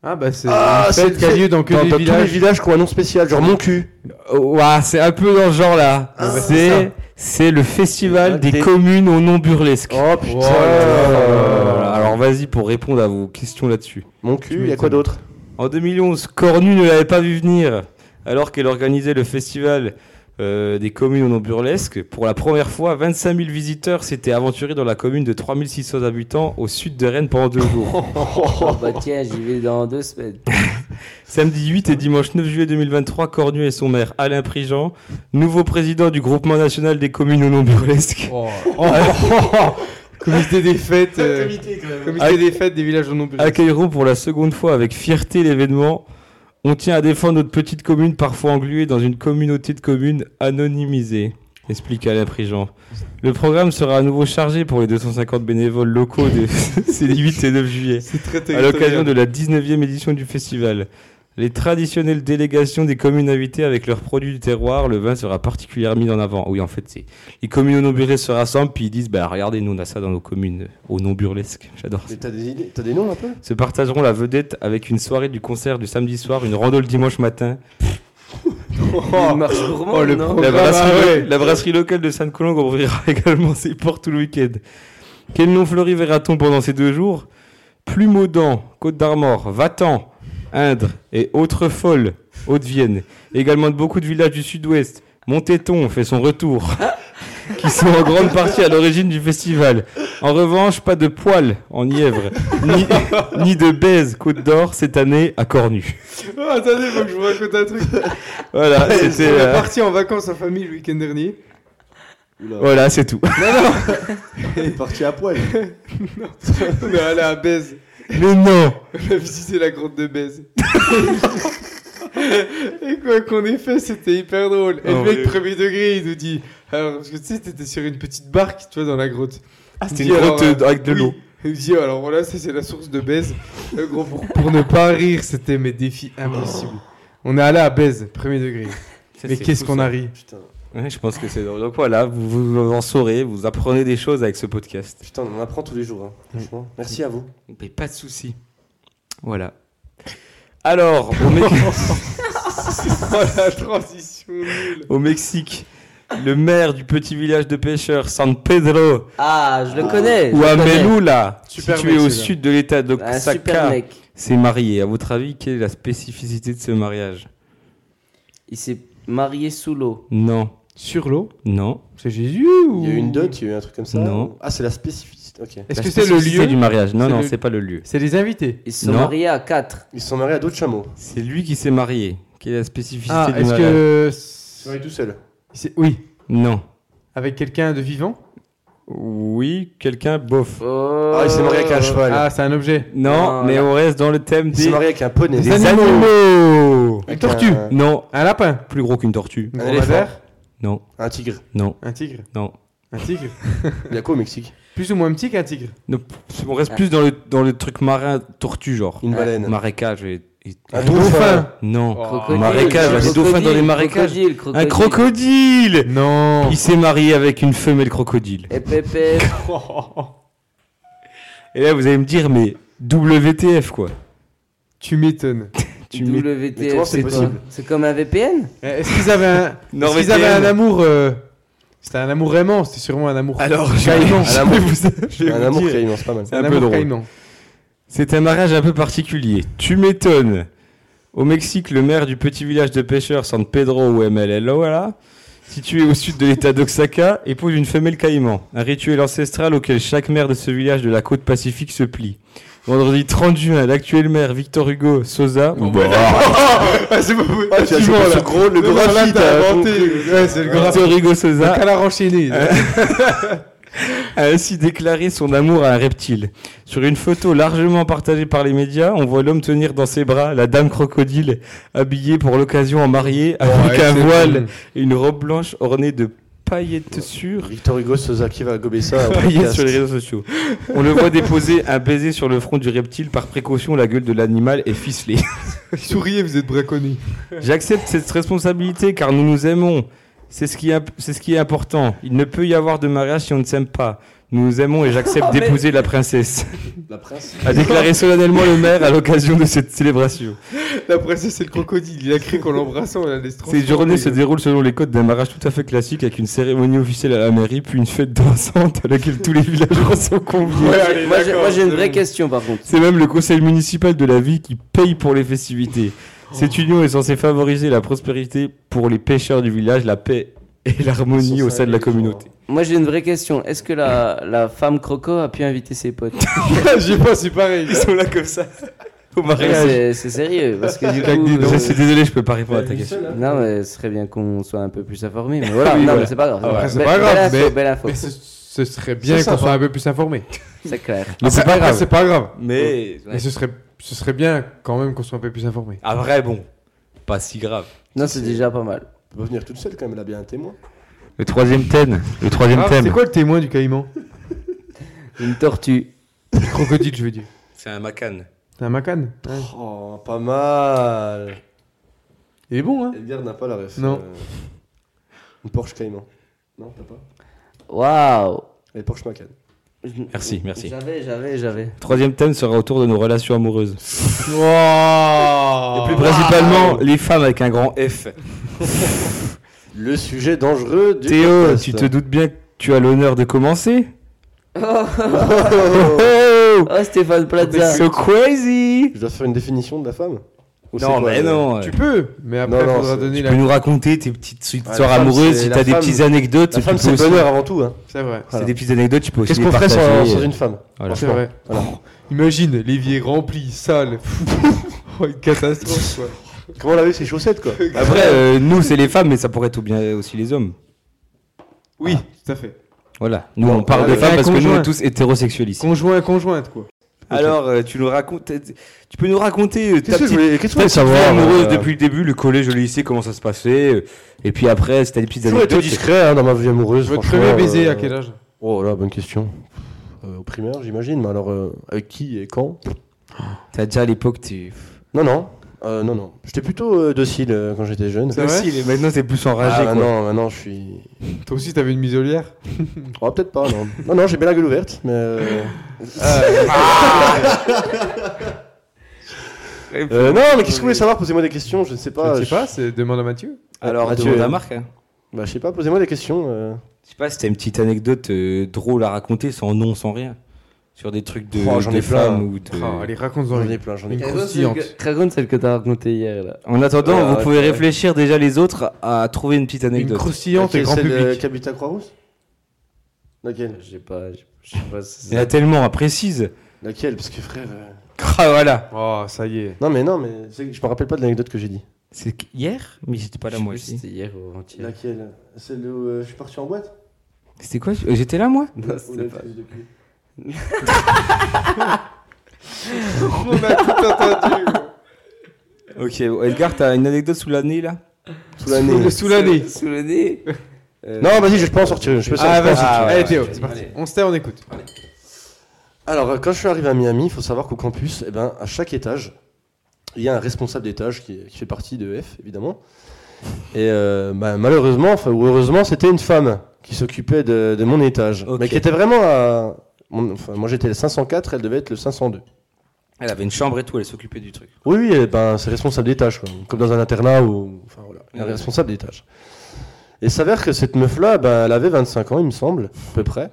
Ah, bah c'est
Ah,
une
c'est
fête qui a lieu dans que
dans,
des
dans tous les
villages.
villages qu'on annonce spécial, genre mon cul.
Ouah, c'est un peu dans ce genre-là.
Ah, c'est
c'est...
ça.
C'est le festival des,
Des-
communes au nom burlesque.
Oh putain
Voilà, alors vas-y pour répondre à vos questions là-dessus.
Mon
Tu
cul, il y a quoi
m'étonnes.
d'autre
En 2011, Cornu ne l'avait pas vu venir alors qu'elle organisait le festival euh, des communes au nom burlesque. Pour la première fois, 25 000 visiteurs s'étaient aventurés dans la commune de 3600 habitants au sud de Rennes pendant deux jours.
Oh bah tiens, j'y vais dans deux semaines.
Samedi 8 et dimanche 9 juillet 2023, Cornu et son maire Alain Prigent, nouveau président du groupement national des communes au nom burlesque,
Oh.
Oh,
comité des fêtes. euh, comité des fêtes des villages au nom plus.
accueilleront pour la seconde fois avec fierté l'événement. On tient à défendre notre petite commune, parfois engluée dans une communauté de communes anonymisée, explique Alain Prigent. Le programme sera à nouveau chargé pour les 250 bénévoles locaux de ces 8 et 9 juillet,
C'est très
à l'occasion de la 19e édition du festival. Les traditionnelles délégations des communes invitées avec leurs produits du terroir, le vin sera particulièrement mis en avant. Oui, en fait, c'est les communes au nom burlesque se rassemblent puis ils disent bah regardez, nous on a ça dans nos communes euh, au nom burlesque. J'adore ça
Mais T'as des idées T'as des noms un peu
se partageront la vedette avec une soirée du concert du samedi soir, une rando le dimanche matin,
Il marche gourmand,
oh, le
non
pro-
la,
Ah bah
brasserie, lo-
ouais.
la brasserie locale de Sainte-Colombe ouvrira également ses portes tout le week-end. Quel nom fleuri verra-t-on pendant ces deux jours Plumaudan, Côte d'Armor, Vatan, Indre et autres folles, Haute-Vienne. Également de beaucoup de villages du sud-ouest. Montéton fait son retour, qui sont en grande partie à l'origine du festival. En revanche, pas de poils en Nièvre, ni, ni de baises Côte d'Or cette année à Cornu.
Oh, attendez, faut que je vous raconte un truc.
Voilà,
On
c'était.
est
euh,
parti en vacances en famille le week-end dernier.
voilà, c'est tout.
Il est parti à poil.
On est allé à Bèze.
Mais non
On a visité la grotte de Bèze. Et quoi qu'on ait fait, c'était hyper drôle. Et
Oh,
le mec,
oui.
premier degré, il nous dit. Alors, parce que tu sais, t'étais sur une petite barque, tu vois, dans la grotte. Ah,
c'était une grotte, euh, avec de l'eau.
Il nous dit, alors voilà, ça c'est la source de Bèze. Le gros, pour, Oh. pour ne pas rire, c'était mes défis impossibles. On est allé à Bèze, premier degré. Mais qu'est-ce qu'on a ri
Putain,
Ouais, je pense que c'est drôle. Donc voilà, vous, vous en saurez, vous apprenez des choses avec ce podcast.
putain, on en apprend tous les jours, hein, franchement. Merci à vous.
Mais pas de soucis. Voilà. Alors, on est...
Oh, la transition nulle.
Au Mexique, le maire du petit village de pêcheurs San Pedro
Ah, je le connais. je
ou
le
à
connais.
Melula,
Super
situé
mec,
au
celui-là.
sud de l'état
Un super
d'Oaxaca,
mec.
s'est marié. À votre avis, quelle est la spécificité de ce mariage
Il s'est marié sous l'eau.
Non,
Sur l'eau,
non.
c'est Jésus ou
Il y a eu une dot, il y a eu un truc comme ça
Non.
Ah, c'est la spécificité. Ok.
Est-ce
La
que c'est le
spécificité
lieu
du mariage Non,
C'est
non,
le-
c'est pas le lieu.
C'est les invités.
Ils se sont
Non.
mariés à quatre.
Ils se sont mariés à d'autres chameaux.
C'est lui qui s'est marié. Quelle est la spécificité
Ah,
du
est-ce
mariage
que
Ils sont mariés tout seuls.
c'est oui,
Non.
avec quelqu'un de vivant
Oui, quelqu'un bof.
Oh.
Ah, il s'est marié avec un cheval.
Ah, c'est un objet.
Non,
Ah,
mais
là.
on reste dans le thème
il s'est
des,
marié avec un poney.
Des
des
animaux.
animaux. Euh,
Une
Avec
tortue.
Un,
Non,
Un lapin.
plus gros qu'une tortue.
Un
Un
gros
éléphant.
madère.
Non,
un tigre.
non,
Un tigre.
non.
Un tigre.
Il y a quoi au Mexique
Plus ou moins petit qu'un tigre.
Non, On reste plus dans le, dans le truc marin tortue, genre.
Une baleine.
Marécage. et- et-
Un dauphin.
Oh.
Non.
Crocodile,
Marécage,
crocodile,
des dauphins dans les marécages.
crocodile, crocodile.
Un Oh, crocodile
Non.
Il s'est marié avec une femelle crocodile.
Et pépé.
Et là, vous allez me dire, mais WTF, quoi.
Tu m'étonnes.
Tu mets-
Mais comment
WTF,
c'est
c'est quoi
possible
C'est comme un VPN
Euh, Est-ce qu'ils avaient un, est-ce qu'ils
NordVPN.
avaient un amour euh, C'était un amour aimant, c'était sûrement un amour.
Alors, je vais,
Caïman.
je vais vous- je vais
Un
vous
amour
dire.
caïman, c'est pas mal.
un peu drôle. C'est un mariage un peu particulier. Tu m'étonnes. Au Mexique, le maire du petit village de pêcheurs San Pedro ou MLLOALA, situé au sud de l'état d'Oaxaca, épouse une femelle caïman. Un rituel ancestral auquel chaque maire de ce village de la côte pacifique se plie. Vendredi 30 juin, l'actuel maire Victor Hugo Sosa.
c'est pas
Ah, tu as joué sur gros, le graphite. t'as compris.
Ouais, c'est le graphite.
Victor Hugo Sosa
Le calard enchaîné.
a ainsi déclaré son amour à un reptile. Sur une photo largement partagée par les médias, on voit l'homme tenir dans ses bras la dame crocodile, habillée pour l'occasion en mariée, avec un voile et une robe blanche ornée de paillettes sûres
Victor Hugo Sosa qui va gober ça. au
paillettes
podcast.
sur les réseaux sociaux. On le voit déposer un baiser sur le front du reptile, par précaution la gueule de l'animal est ficelée.
Souriez, vous êtes braconné.
J'accepte cette responsabilité car nous nous aimons. C'est ce, qui est imp- c'est ce qui est important. Il ne peut y avoir de mariage si on ne s'aime pas. Nous nous aimons et j'accepte d'épouser la princesse.
La presse.
A déclaré solennellement le maire à l'occasion de cette célébration.
La princesse, c'est le crocodile. Il a cru qu'en l'embrassant, on allait se
Cette journée se déroule selon les codes d'un mariage tout à fait classique avec une cérémonie officielle à la mairie puis une fête dansante à laquelle tous les villageois sont conviés.
Moi, j'ai- moi, j'ai- Moi j'ai une vraie question par contre.
C'est même le conseil municipal de la ville qui paye pour les festivités. Cette union est censée favoriser la prospérité pour les pêcheurs du village, la paix et l'harmonie au sein de la communauté.
Moi j'ai une vraie question. Est-ce que la, la femme croco a pu inviter ses potes
J'ai pas, c'est pareil.
Ils sont là comme ça, au mariage.
C'est c'est sérieux parce que du
Claque des
coup.
Je
dents.
suis
euh,
désolé, je peux pas répondre à ta question.
Non mais ce serait bien qu'on soit un peu plus informé. Mais voilà,
Oui,
non
voilà. Ah
mais c'est pas grave.
Après,
Belle-
c'est pas grave,
Belle
mais-
info, belle info.
Mais ce, ce serait bien
ça,
qu'on soit un peu plus informé.
C'est clair.
Mais c'est pas
Après- après,
grave.
C'est pas grave.
Mais
Mais ce serait, ce serait bien quand même qu'on soit un peu plus informé.
après, bon, pas si grave.
Non c'est déjà pas mal.
Elle peut venir toute seule quand même, elle a bien un témoin.
Le troisième thème. Le troisième
Ah, c'est quoi le témoin du caïman
Une tortue.
Le crocodile, je veux dire.
C'est un macan.
C'est un macan.
Oh, pas mal.
Il est bon, hein
Edgar n'a pas la ref.
Non.
Euh, Une Porsche Cayman. Non, t'as pas
Waouh.
Elle est Porsche Macan.
Merci, merci.
J'avais, j'avais, j'avais.
Troisième thème sera autour de nos relations amoureuses. Et plus principalement, les femmes avec un grand F.
Le sujet dangereux du
Théo,
podcast.
tu te doutes bien que tu as l'honneur de commencer
Oh,
Oh, oh,
oh, Stéphane Plaza.
So crazy
Je dois faire une définition de la femme Ou c'est
Non,
quoi,
mais
euh,
non
Tu
Tu
peux, mais après,
Non, non,
faudra
c'est-
donner
peux
la.
nous raconter tes petites
Ouais,
histoires
la femme,
amoureuses,
c'est-
si
la
t'as des
femme-
petites anecdotes.
La
tu
femme,
peux
c'est le
aussi-
bonheur avant tout. hein.
C'est vrai.
C'est des petites anecdotes, tu peux aussi
Qu'est-ce
les
qu'on ferait sans,
partager,
sans
euh,
une femme
voilà.
C'est vrai. Oh,
Voilà.
Imagine, l'évier rempli, sale. oh, une catastrophe, quoi.
Comment elle a eu ses chaussettes, quoi
Après, euh, nous, c'est les femmes, mais ça pourrait être bien aussi les hommes.
Oui, tout à fait.
Voilà. Nous,
Bon,
on parle
voilà,
de
le-
femmes
Un
parce que nous, on
conjoint.
est tous hétérosexuels ici.
Conjoint, conjointe, quoi.
Alors, euh, tu nous racontes. Tu peux nous raconter euh, ta
Qu'est-ce que je
petite.
voulais, qu'est-ce que je
ta
voulais
petite vie
savoir
amoureuse
euh,
depuis le début, le collège, le lycée, comment ça se passait, euh, et puis après, si t'as des petites
Toujours été
anecdotes.
discret hein, dans ma vie amoureuse.
Votre
franchement,
premier baiser,
euh,
à quel âge
Oh là, bonne question. Euh, au primaire, j'imagine, mais alors euh, avec qui et quand
T'as déjà à l'époque, tu.
Non, non, Euh, non, non. J'étais plutôt euh, docile euh, quand j'étais jeune.
C'est vrai
Docile, et maintenant t'es plus
Ah,
enragé, quoi.
maintenant, maintenant, je suis.
Toi aussi, t'avais une miselière
Oh, peut-être pas, non. non, non, j'ai bien la gueule ouverte, mais. euh, Euh, non, mais qu'est-ce que vous voulez savoir Posez-moi des questions, je ne sais pas.
je ne sais pas, c'est- demande à Mathieu.
Alors,
Alors,
Mathieu,
demande
euh,
à Marc. hein.
Bah, je sais pas, posez-moi des questions. euh.
Je sais pas si t'as une petite anecdote euh, drôle à raconter, sans nom, sans rien. Sur des trucs de,
Oh, j'en
de
ai plein.
femmes ou de.
Ah, allez, raconte-en.
J'en
une.
ai plein, j'en ai
Une
plein.
croustillante.
Cragon, celle que t'as racontée hier, là.
En attendant,
Euh,
vous pouvez
ouais.
réfléchir déjà les autres à trouver une petite
Une
anecdote.
croustillante et
Laquelle,
grand
celle, euh,
public.
qui habite à Croix-Rousse Laquelle
J'ai pas. Je je sais pas.
Il
si
y
c'est-
en a tellement à précise.
Laquelle Parce que frère. euh,
Ah voilà.
Oh, ça y est.
Non, mais non, mais c'est que je me rappelle pas de l'anecdote que j'ai dit.
C'est hier Mais j'étais pas
je
là
sais
moi
plus si
aussi.
C'était hier ou avant-hier.
Laquelle Celle où euh, je suis parti en boîte
C'était quoi Euh, J'étais là moi
Non,
Ou la
c'était pas.
prise de cul
On a tout entendu.
Ok, Edgar, t'as une anecdote sous l'année là
Sous la nez.
Sous la nez.
Sous le nez
Euh,
Non, bah, vas-y, je peux en sortir une. Je peux
Ah,
je peux en
vas-y.
sortir une.
Allez, Théo, c'est parti. On se tait, on écoute.
Alors, euh, quand je suis arrivé à Miami, il faut savoir qu'au campus, eh ben, à chaque étage, il y a un responsable d'étage qui, qui fait partie de F, évidemment. Et euh, bah, malheureusement, enfin, ou heureusement, c'était une femme qui s'occupait de, de mon étage.
Ok.
Mais qui était vraiment à. mon- enfin, moi, j'étais le 504, elle devait être le 502.
Elle avait une chambre et tout, elle s'occupait du truc.
Oui, oui, eh ben, c'est responsable d'étage, quoi. comme dans un internat ou. Enfin voilà, elle est
Ouais.
responsable d'étage. Et il s'avère que cette meuf-là, ben, elle avait 25 ans, il me semble, à peu près.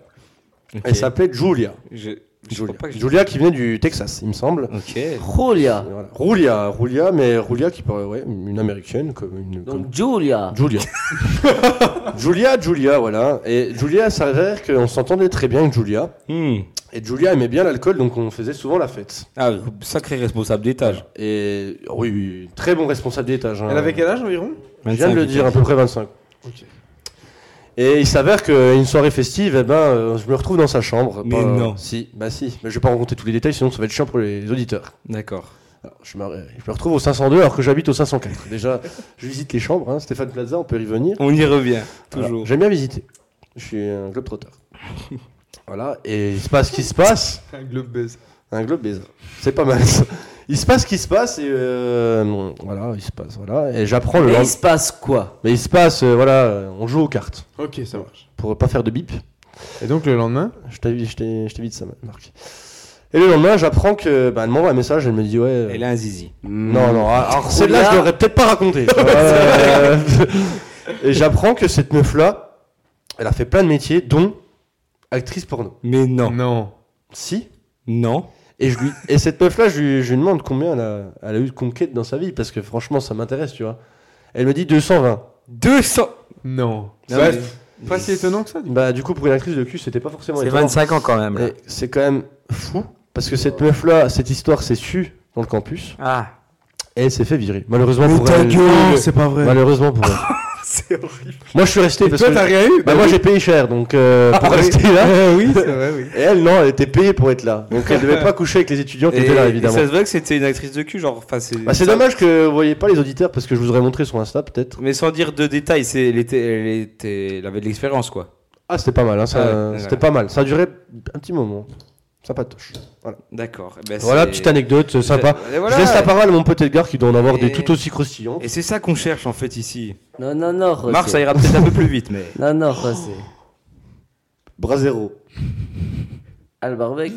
Elle s'appelait Julia.
Je... je
Julia.
crois pas que je-
Julia qui venait du Texas, il me semble.
Ok.
Julia
Voilà. Roulia, Roulia, mais Roulia qui paraît, ouais, une américaine, comme une. comme-
Donc Julia
Julia. Julia, Julia, voilà. Et Julia, ça s'avère qu'on s'entendait très bien avec Julia.
Hmm.
Et Julia aimait bien l'alcool, donc on faisait souvent la fête.
Ah, sacré responsable d'étage.
Et oui, oui, très bon responsable d'étage. hein.
Elle avait quel âge environ
Je viens de le
25,
dire, à peu près 25. Et il s'avère qu'une soirée festive, eh ben, euh, je me retrouve dans sa chambre.
Mais
Bah,
non.
Si, bah si. Mais je vais pas raconter tous les détails, sinon ça va être chiant pour les auditeurs.
D'accord.
Alors, je, me, je me retrouve au 502 alors que j'habite au 504. Déjà, je visite les chambres. hein, Stéphane Plaza, on peut y venir.
On y revient,
Voilà.
toujours.
J'aime bien visiter. Je suis un globe voilà, et il se passe ce qui se passe.
Un globe buzz.
Un globe baiser. C'est pas mal ça. Il se passe ce qui se passe et euh, bon, voilà, il se passe. Voilà, et j'apprends le
Mais
lendemain.
il se passe quoi
Mais il se passe, euh, voilà, euh, on joue aux cartes
Ok, ça marche.
pour pas faire de bip.
Et donc le lendemain
Je t'avis- je t'ai- je t'évite ça, Marc. Et le lendemain, j'apprends que bah, elle m'envoie un message. Elle me dit ouais. euh,
Elle a un zizi.
Hmm.
Non, ah, non, alors celle-là,
Oula.
je l'aurais peut-être pas raconté. Euh, et j'apprends que cette meuf-là, elle a fait plein de métiers, dont actrice porno.
Mais non.
Non.
Si.
Non.
Et, je lui... et cette meuf-là, je lui, je lui demande combien elle a, elle a eu de conquêtes dans sa vie, parce que franchement, ça m'intéresse, tu vois. Elle me dit 220.
200
Non.
Non,
Bah,
mais-
c'est Pas si étonnant que ça, du coup.
Bah, du coup, pour une actrice de cul, c'était pas forcément
C'est
étonnant.
25 ans quand même. là.
Et C'est quand même fou, parce que cette meuf-là, cette histoire s'est su dans le campus,
Ah.
et elle s'est fait virer. Malheureusement pour elle.
c'est pas vrai.
Malheureusement pour elle.
C'est horrible.
Moi, je suis resté
Et
parce
toi,
que.
t'as rien eu
Bah moi j'ai payé cher donc euh, pour
oui.
rester là.
Eh oui, c'est vrai, oui.
Et elle non, elle était payée pour être là. Donc elle devait pas coucher avec les étudiants qui
Et,
étaient là
et
évidemment.
ça se voit que c'était une actrice de cul, genre. Enfin, c'est.
Bah, c'est
ça-
dommage que vous voyez pas les auditeurs parce que je vous aurais montré son Insta peut-être.
Mais sans dire de détails, c'est, elle, était, elle, était, elle avait de l'expérience, quoi.
Ah c'était pas mal, hein, ça,
Ah ouais,
c'était
ouais.
pas mal. Ça a duré un petit moment. Sympatoche.
D'accord. Eh ben,
Voilà
c'est-
petite anecdote euh, sympa.
Et voilà.
Je laisse la parole à mon pote Edgar qui doit en avoir
Et-
des tout aussi croustillants.
Et c'est ça qu'on cherche, en fait, ici.
Non, non, non, José.
Marc, ça ira peut-être un peu plus vite, mais.
Non, non, José.
Brasero.
Al Barbec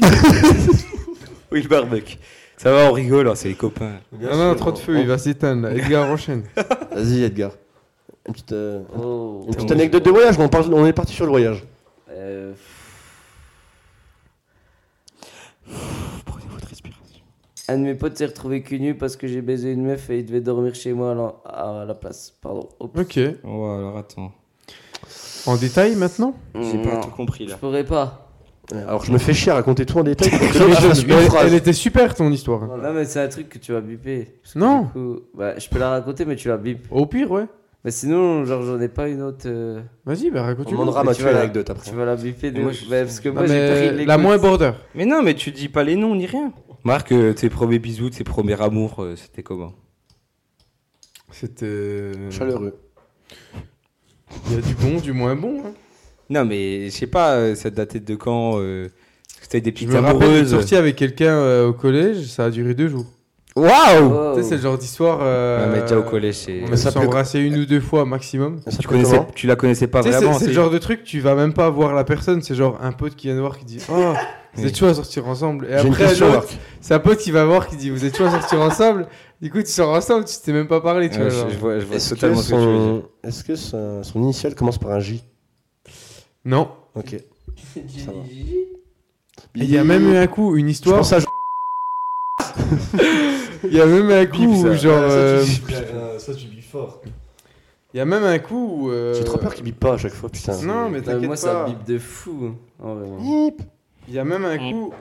Oui, le barbecue. Ça va, on rigole, hein, c'est les copains.
Non, non, trop de feu, il va s'éteindre là. Edgar enchaîne.
Vas-y Edgar. Une petite, euh,
Oh.
une petite anecdote de voyage, mais on, parle- on est parti sur le voyage.
Euh,
Prenez votre respiration.
un de mes potes s'est retrouvé cul nu parce que j'ai baisé une meuf et il devait dormir chez moi à l'en- à la place. Pardon. Oups.
Ok.
Oh, alors attends.
En détail maintenant
J'ai pas
Non,
tout compris,
Je
là.
pourrais pas.
Alors je me fais chier à raconter tout en détail. pour que
Mais
je fasse
je-
une
elle,
phrase.
Ah, elle était super ton histoire.
Non, mais c'est un truc que tu vas biper. Parce que
Non.
du coup, bah, je peux la raconter, mais tu la bipes.
Au pire, ouais.
Mais sinon, genre, j'en ai pas une autre. euh,
Vas-y, bah
On
raconte-tu.
demandera à
Mais tu
Ah, Mathieu
vas la-
l'anecdote après.
Tu vas la biper. de-
moi, je-
Bah, parce que
Non,
moi, j'ai
mais
pris les
la
gouttes.
moins border.
Mais non, mais tu dis pas les noms ni rien. Marc, euh, tes premiers bisous, tes premiers amours, euh, c'était comment
C'était.
Chaleureux.
Il y a du bon, du moins bon. hein.
Non, mais je sais pas, euh, ça datait de quand euh, est-ce que C'était des
Je
petites
me rappelle d'être
amoureuses.
sorti avec quelqu'un euh, au collège, ça a duré deux jours.
Waouh
Oh.
Tu sais, c'est le genre d'histoire. euh,
Ouais, mais déjà au collège, c'est.
On
Mais ça
s'est
peut-
embrassé une ou deux fois maximum.
Ça
Tu,
peut être
connaissais-
marrant.
tu la connaissais pas
Tu sais,
vraiment.
c'est- c'est le genre de truc, tu vas même pas voir la personne, c'est genre un pote qui vient te voir qui dit Oh, Vous êtes chaud à sortir ensemble. Et
J'ai une
après,
question,
l'autre, c'est un pote qui va voir qui dit Vous êtes chaud à sortir ensemble Du coup, tu sors ensemble, tu t'es même pas parlé. Tu
Ouais,
vois, genre.
je, je vois, je vois
Est-ce que,
totalement ce que tu veux dire.
son... Est-ce que son... son initiale commence par un J
Non.
Ok. Ça va.
Et Il y a même eu un coup, une
Je
histoire.
pense à
Il y a même un coup où, genre. euh,
Ça, tu vis fort.
Il y a même un coup où. euh,
J'ai trop peur qu'il bip pas à chaque fois, putain.
Non, mais
Euh,
t'inquiète
moi, ça
pas.
bip de fou. Oh, en vrai.
Bip.
Il y a même un coup.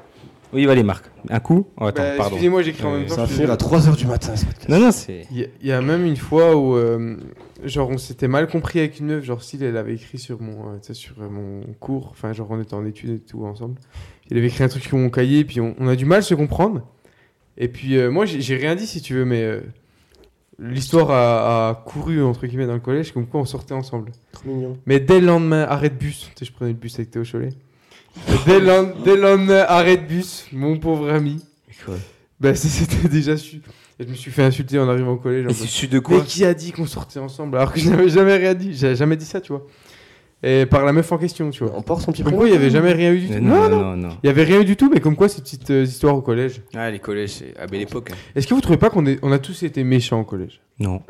Oui, allez, Marc. Un coup Oh, Attends,
Bah,
pardon.
Excusez-moi, j'écris en
Euh,
même temps.
Ça va
je suis
finir à 3h du matin, ce podcast.
Non, non, c'est.
Il y a- il y, a même une fois où, euh, genre, on s'était mal compris avec une meuf. Genre, si elle avait écrit sur mon, euh, tu sais, sur euh, mon cours, enfin, genre, on était en études et tout ensemble. Elle avait écrit un truc sur mon cahier, puis on, on a du mal à se comprendre. Et puis, euh, moi, j'ai j'ai rien dit, si tu veux, mais euh, l'histoire a, a couru, entre guillemets, dans le collège, comme quoi on sortait ensemble.
Trop mignon.
Mais dès le lendemain, arrêt de bus. Tu sais, je prenais le bus avec Théo Cholet. Et dès, le lend- dès le lendemain, arrêt de bus, mon pauvre ami.
quoi
Bah, c'est- c'était déjà su. Et je me suis fait insulter en arrivant au collège. en mode,
suis de
mais qui a dit qu'on sortait ensemble alors que je n'avais jamais rien dit J'avais jamais dit ça, tu vois. Et par la meuf en question, tu vois.
On part son petit
Comme
prénom
quoi, il n'y avait jamais rien eu du tout.
Non, non, non, non.
Il n'y avait rien eu du tout, mais comme quoi ces petites euh, histoires au collège.
Ah, les collèges, c'est à belle époque. hein.
Est-ce que vous trouvez pas qu'on est- on a tous été méchants au collège
Non.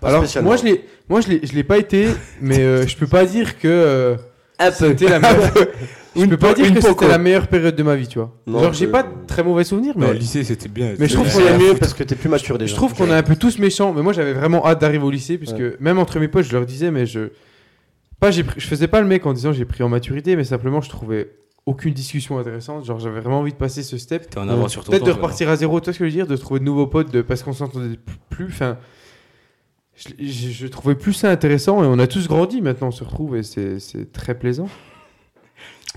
Pas
Alors,
spécialement.
moi, je l'ai, moi, je l'ai, je l'ai pas été, mais euh, je peux pas dire que euh,
Un peu.
c'était la meilleure. je peux pas
po-
dire
une
que
poco.
c'était la meilleure période de ma vie, tu vois.
Non,
Genre, j'ai
je-
pas de très mauvais souvenirs, mais.
Non, le lycée, c'était bien.
Mais je trouve qu'on
C'est
est
mieux parce que t'es plus mature déjà.
Je trouve qu'on est un peu tous méchants, mais moi j'avais vraiment hâte d'arriver au lycée, puisque même entre mes potes, je leur disais, mais je. Pas, j'ai pris- je faisais pas le mec en disant j'ai pris en maturité, mais simplement je trouvais aucune discussion intéressante. Genre j'avais vraiment envie de passer ce step.
T'es en avance sur ton
Peut-être de
temps,
repartir à zéro, tu vois ce que je veux dire, de se trouver de nouveaux potes de, parce qu'on s'entendait p- plus. Enfin, je, je- je trouvais plus ça intéressant et on a tous grandi maintenant, on se retrouve et c'est c'est très plaisant.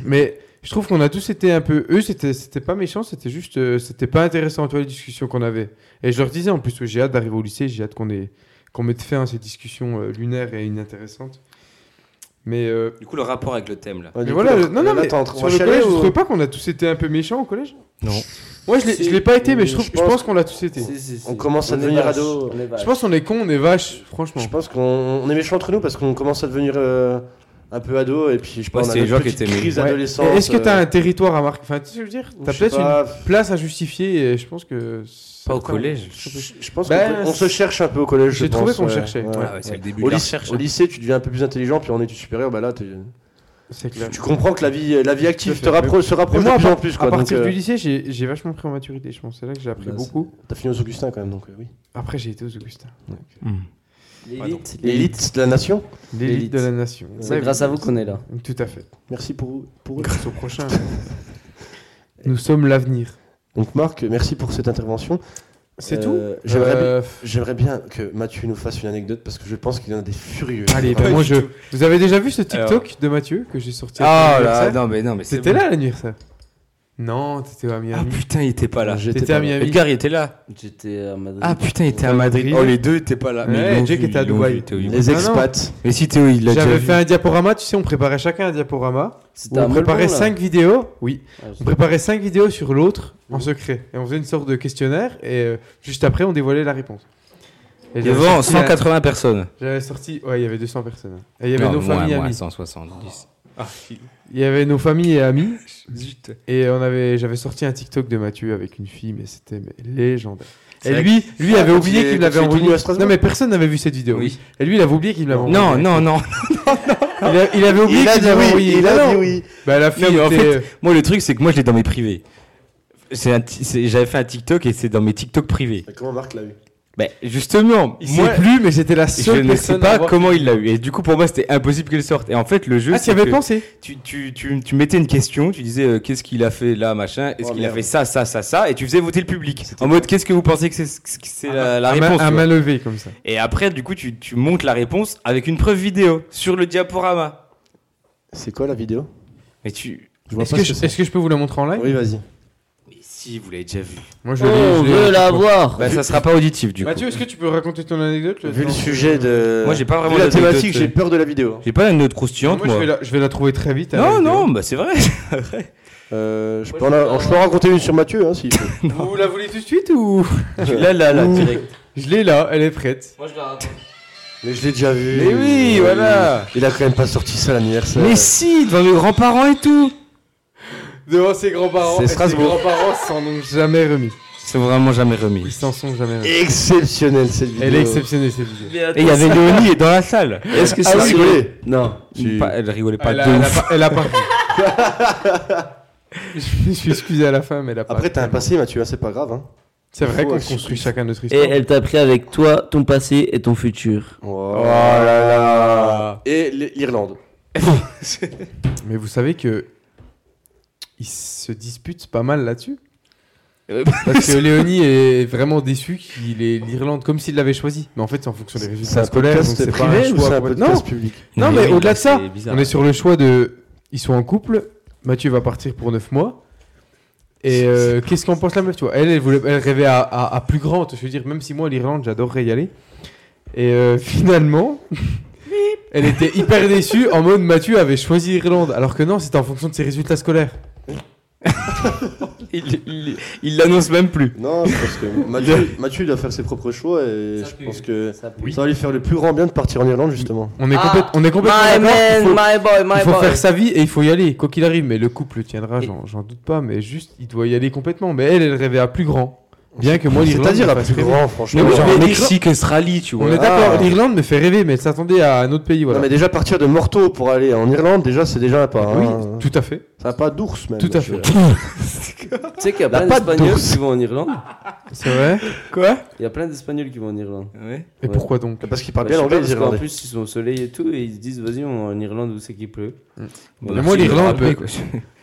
Mais je trouve qu'on a tous été un peu. Eux, c'était c'était pas méchant, c'était juste. euh, C'était pas intéressant, tu vois, les discussions qu'on avait. Et je leur disais en plus, ouais, j'ai hâte d'arriver au lycée, j'ai hâte qu'on ait- qu'on mette fin à ces discussions euh, lunaires et inintéressantes. Mais. euh,
Du coup, le rapport avec le thème, là.
Ouais,
mais
du coup,
voilà,
là,
le- non, non,
là,
mais
t'es en train
sur
de
le
chialer
collège, vous
ou-
trouvez pas qu'on a tous été un peu méchants au collège
Non.
Moi, je l'ai- je
Si.
l'ai pas été, mais je,
Je
trouve, je
pense-
pense qu'on l'a tous été.
Si, si, si.
On commence à
est
devenir
vache,
ado.
on est vache.
Je pense qu'on est con, on est vache, franchement.
Je pense qu'on on est méchants entre nous parce qu'on commence à devenir euh, un peu ado et puis je pense
Ouais,
qu'on
c'est
a
les gens
une
qui
petite
étaient
crise
Ouais.
adolescente.
Et Est-ce que t'as
euh,
un territoire à marquer Enfin, tu sais, ce que je veux dire,
je
t'as
sais
peut-être
pas,
une place à justifier et je pense
Pas
que.
au
certains-
collège.
Je je pense
Ben,
qu'on on se cherche un peu au collège.
J'ai
je
trouvé
pense,
qu'on
ouais.
cherchait.
Ouais.
Ah ouais, c'est le début
Au,
de la
lyc-
recherche.
au lycée, tu deviens un peu plus intelligent, puis en étude supérieure, bah là, t'es-
C'est clair.
tu comprends que la vie, la vie active
Tout
te
à fait.
rappro- se
Mais
rapproche
moi,
de plus
à,
en plus.
à
Quoi, donc,
partir
euh,
du lycée, j'ai j'ai vachement pris en maturité, je pense. C'est là que j'ai appris
Bah, c'est-
beaucoup.
T'as fini aux Augustins quand même, donc euh, oui.
Après, j'ai été aux Augustins.
L'élite, l'élite.
L'élite de la nation.
L'élite
L'élite.
de la nation.
C'est
Ouais,
grâce à vous qu'on est là.
Tout à fait.
Merci pour, pour eux.
Grâce au prochain. Nous sommes l'avenir.
Donc Marc, merci pour cette intervention.
C'est
Euh,
tout
J'aimerais bien-
Euh,
j'aimerais bien que Mathieu nous fasse une anecdote parce que je pense qu'il y en a des furieux.
Allez,
Vraiment.
bah, moi je. Vous avez déjà vu ce TikTok
Alors.
de Mathieu que j'ai sorti
Ah
après
là,
l'anniversaire
non, mais non, mais c'est
C'était
bon.
là l'anniversaire Non, t'étais à
Ah
Miami.
putain, il était pas là.
J'étais
T'étais
pas
à
là.
Miami.
Edgar, il était là.
J'étais à Madrid.
Ah putain, il était à Madrid.
Madrid.
Oh, les deux étaient pas là.
Ouais,
Mais ils l'ont
Jake
vu,
était à
ils l'ont
Dubaï.
vu, Théo, ils l'ont vu.
Les
Ah non.
expats.
Mais si Théo, il l'a déjà
J'avais
vu.
fait un diaporama, tu sais, on préparait chacun un diaporama.
C'était
où
à
On préparait
Melbourne, là.
5 vidéos. Oui.
Ah, je-
On préparait 5 vidéos sur l'autre en secret. Et on faisait une sorte de questionnaire et euh, juste après, on dévoilait la réponse. Et j'avais
Devant
sorti un-
180 personnes.
J'avais sorti. Ouais, il y avait 200 personnes. Et il y avait
Non,
nos
moins,
familles et
moins,
amis.
170.
Il y avait nos familles et amis.
Zut.
Et on avait, j'avais sorti un TikTok de Mathieu avec une fille, mais c'était mais, légendaire.
C'est
Et
vrai
lui, lui avait
quand
oublié
il est-
qu'il me
quand
l'avait
il est tout
envoyé.
nu à Strasbourg.
Non, mais personne n'avait vu cette vidéo.
Oui.
Et lui, il avait oublié qu'il me l'avait envoyé.
Non, non, non.
Il, a- il avait oublié
Il a
qu'il
dit
l'avait
oui,
envoyé.
il a
Non,
dit
non.
oui.
Bah, la fille
Non, mais en
était-
fait- Moi, le truc, c'est que moi, je l'ai dans mes privés. C'est un ti- c'est- J'avais fait un TikTok et c'est dans mes TikTok privés.
Comment Marc l'a eu
Bah, justement,
il
moi,
sait plus, mais c'était la
je
seule
ne sais
personne à
pas
avoir-
comment il l'a eu. Et du coup, pour moi, c'était impossible qu'il sorte. Et en fait, le jeu,
Ah, tu y
c'est
avais
que
pensé
tu, tu, tu, tu mettais une question, tu disais euh, qu'est-ce qu'il a fait là, machin, est-ce
Oh,
qu'il a
merde.
fait ça, ça, ça, ça, et tu faisais voter le public. En mode, qu'est-ce que vous pensez que c'est que c'est la, la
Un ma-
réponse
Un
tu
main levé comme ça.
vois. Et après, du coup, tu, tu montes la réponse avec une preuve vidéo sur le diaporama.
C'est quoi la vidéo
Mais tu.
Je
Est-ce que, je- est-ce que je peux vous la montrer en live
Oui, vas-y.
Mais si, vous l'avez déjà vu.
Moi, je l'ai-
On
je l'ai-
veut la voir.
Bah, ça sera pas auditif, du coup.
Mathieu, est-ce que tu peux raconter ton anecdote
Vu
dans-
le sujet de.
Moi, j'ai pas vraiment
Vu la
d'anecdote,
thématique,
euh.
j'ai peur de la vidéo.
J'ai pas une note croustillante,
Moi,
moi.
je vais, la, je vais la trouver très vite. la
Non,
vidéo.
non, bah c'est vrai.
Euh, je, peux en, a- je peux en raconter une sur Mathieu, hein, si.
Vous la voulez tout de suite ou
là, là, là, direct.
Je l'ai là, elle est prête.
Mais je l'ai déjà vu.
Mais oui,
Oui.
voilà.
Il a quand même pas sorti ça à l'anniversaire.
Mais si, devant mes grands-parents et tout.
devant ses grands-parents.
C'est
et
Strasbourg.
Ses grands-parents s'en ont jamais remis.
C'est vraiment jamais
Ils
remis.
s'en sont jamais remis.
Exceptionnelle cette vidéo.
Elle est exceptionnelle cette vidéo.
Et il y avait Léonie dans la salle.
Est-ce que
Ah,
c'est
vous
sur-
rigolez
Non.
Tu-
Pas- elle rigolait pas
elle,
de
a, elle, a
ouf.
pas- elle a pas vu. je me suis excusé à la fin, mais elle a pas
Après,
vu.
t'as un passé, Mathieu, hein, c'est pas grave. Hein.
C'est vrai
Faut
qu'on
assumer.
construit chacun notre
Et
histoire.
elle t'a pris avec toi, ton passé et ton futur.
Oh là là Et l- l'Irlande.
Mais vous savez que ils se disputent pas mal là-dessus.
Euh,
Parce que Léonie est vraiment déçu qu'il ait l'Irlande comme s'il l'avait choisi. Mais en fait, c'est en fonction des résultats scolaires. donc
podcast
C'est pas un
privé ou
choix
c'est un
pour-
podcast public
Non, non mais
oui,
au-delà
là,
de ça,
c'est bizarre.
on est sur le choix de. Ils sont en couple, Mathieu va partir pour 9 mois. Et euh, qu'est-ce qu'en pense la meuf, tu vois elle, elle, voulait, elle rêvait à, à- à plus grand, je veux dire, même si moi, l'Irlande, j'adorerais y aller. Et euh, finalement, elle était hyper déçue en mode Mathieu avait choisi l'Irlande, alors que non, c'était en fonction de ses résultats scolaires.
Il- il- il l'annonce même plus.
Non, je pense que Mathieu, Mathieu, il doit faire ses propres choix et je pense que ça va lui faire le plus grand bien de partir en Irlande, justement.
On est,
Ah.
complète- on est complètement
My
d'accord qu'il
man,
faut-
my boy, my
Il faut
boy.
faire sa vie et il faut y aller, quoi qu'il arrive. Mais le couple tiendra, j'en j'en doute pas, mais juste, il doit y aller complètement. Mais elle, elle rêvait à plus grand. Bien que moi, l'Irlande.
C'est-à-dire
me
à
fasse
plus
rêver.
grand, franchement.
Mais oui,
Genre-
mais-
Mexique, Australie, tu
On
vois.
est d'accord,
Ah.
l'Irlande me fait rêver, mais elle s'attendait à un autre pays, voilà.
Non, mais déjà partir de Morteau pour aller en Irlande, déjà, c'est déjà un pas.
Oui,
Ah.
hein.
tout à fait.
C'est un pas d'ours, même.
Tout à fait.
Tu sais qu'il y a
La
plein
patte
d'Espagnols
d'ours.
qui vont en Irlande.
C'est vrai.
Quoi
Il y a plein d'Espagnols qui vont en Irlande.
Et
Ouais.
pourquoi donc
Parce qu'ils parlent
Bah,
Ah, bien
je
l'anglais,
sais pas,
les
parce qu'en
Irlandais.
plus, ils sont au soleil et tout, et ils se disent, vas-y, on va en Irlande où c'est qu'il pleut.
Mais moi, l'Irlande, peut-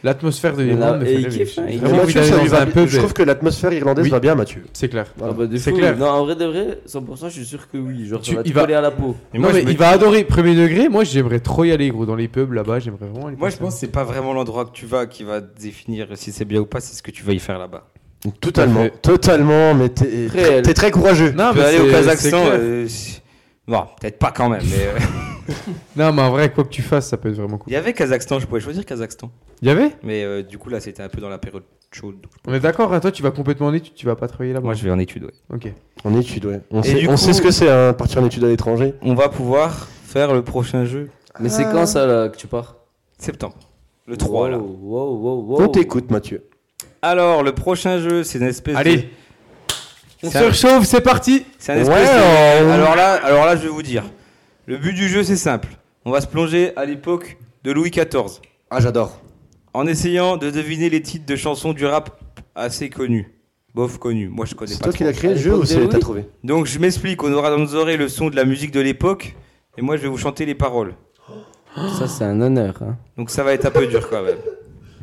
l'atmosphère de
Mais
l'Irlande
là,
me
et
fait
il
rêver.
kiffe, hein,
J'ai
il
vraiment
Mais
envie
Mathieu,
d'aller
ça lui
dans
va
un
bien.
pub,
Je trouve que l'atmosphère irlandaise
Oui.
va bien, Mathieu.
c'est clair.
Ah bah, de
C'est
fou.
clair.
Non, en vrai de vrai, 100%, je suis sûr que oui. Genre,
Tu-
ça va te
il va-
coller à la peau.
Et moi,
non,
je
mais
me-
il va adorer, premier degré. Moi, j'aimerais trop y aller, gros, dans les pubs là-bas. J'aimerais vraiment aller.
Moi,
comme
je
ça.
pense que c'est pas vraiment l'endroit que tu vas qui va définir si c'est bien ou pas, c'est ce que tu vas y faire là-bas.
Tout à
Totalement.
fait.
Totalement, mais t'es
Réel.
t'es très courageux.
Non,
Tu peux aller au
Ah, bah, c'est-
Kazakhstan.
c'est clair.
euh, si- Bon, peut-être pas quand même, mais. euh,
Non, mais en vrai, quoi que tu fasses, ça peut être vraiment cool.
Il y avait Kazakhstan, je pouvais choisir Kazakhstan.
Il y avait
Mais euh, du coup, là, c'était un peu dans la période chaude. donc-
On est d'accord, hein, toi, tu vas complètement en études, tu vas pas travailler là-bas.
Moi, je vais en étude, ouais.
Ok.
En études, ouais. On,
Et
sait,
du
on
coup-
sait ce que c'est, hein, partir en études à l'étranger.
On va pouvoir faire le prochain jeu
Mais c'est quand ça là, que tu pars
septembre. Le 3, là.
Wow, wow, wow, wow.
On t'écoute, Mathieu.
Alors, le prochain jeu, c'est une espèce de.
Allez, on
C'est
se
un-
réchauffe, c'est parti
C'est un espèce de- Alors là, alors là, je vais vous dire. Le but du jeu, c'est simple. On va se plonger à l'époque de Louis XIV
Ah, j'adore.
en essayant de deviner les titres de chansons du rap assez connus. Bof connu, moi je connais
C'est
pas.
toi
trop.
qui l'as créé le
À
jeu ou
l'époque Ah, de
c'est t'as
Louis
trouvé
Donc je m'explique, on aura dans nos oreilles le son de la musique de l'époque et moi je vais vous chanter les paroles.
Ça, c'est un honneur. hein.
Donc ça va être un peu dur quand même.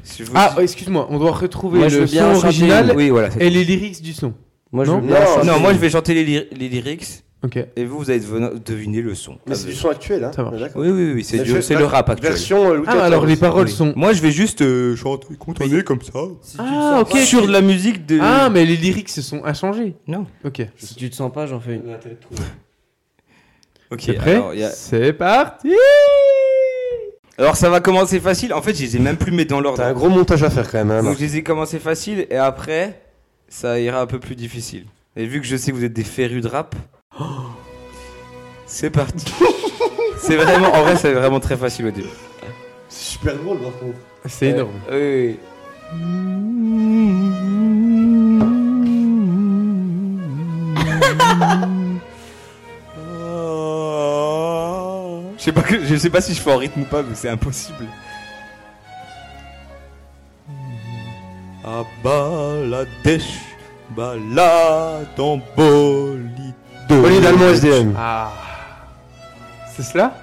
Si je vous
Ah,
dis-
excuse-moi, on doit retrouver
Moi, je
le
veux bien
son
en chanter
original
oui voilà. c'est-
et les lyrics du son.
Moi, je
Non.
veux bien
Non,
chanter.
Non, moi je vais chanter les, lyri- les lyrics
Ok.
et vous vous allez devena- deviner le son.
bah,
Mais c'est du son actuel, hein.
Ça marche.
Ouais, d'accord.
Oui oui oui, c'est
Mais
du-
je-
c'est le rap actuel.
Version euh, Louis
Ah, alors
XIV.
les paroles
Oui.
sont.
Moi je vais juste euh, chanter, contourner comme ça.
Ah, ok.
Sur de la musique de.
Ah, mais les lyrics se sont inchangés.
Non.
Ok.
Si tu te sens pas, j'en fais une.
Ok,
T'es prêt
alors, il y a-
C'est parti
alors, ça va commencer facile. En fait, je les ai même plus mis dans l'ordre.
T'as un gros montage à faire quand même, hein,
Donc
Marc.
je les ai commencé facile et après, ça ira un peu plus difficile. Et vu que je sais que vous êtes des férus de rap, c'est parti. c'est vraiment, en vrai, c'est vraiment très facile au début.
C'est super drôle, par contre.
C'est énorme.
Oui, oui. Je sais, pas que- je sais pas si je fais en rythme ou pas, mais c'est impossible. À baladèche, balade en
Bolide allemand SDM.
Ah. C'est cela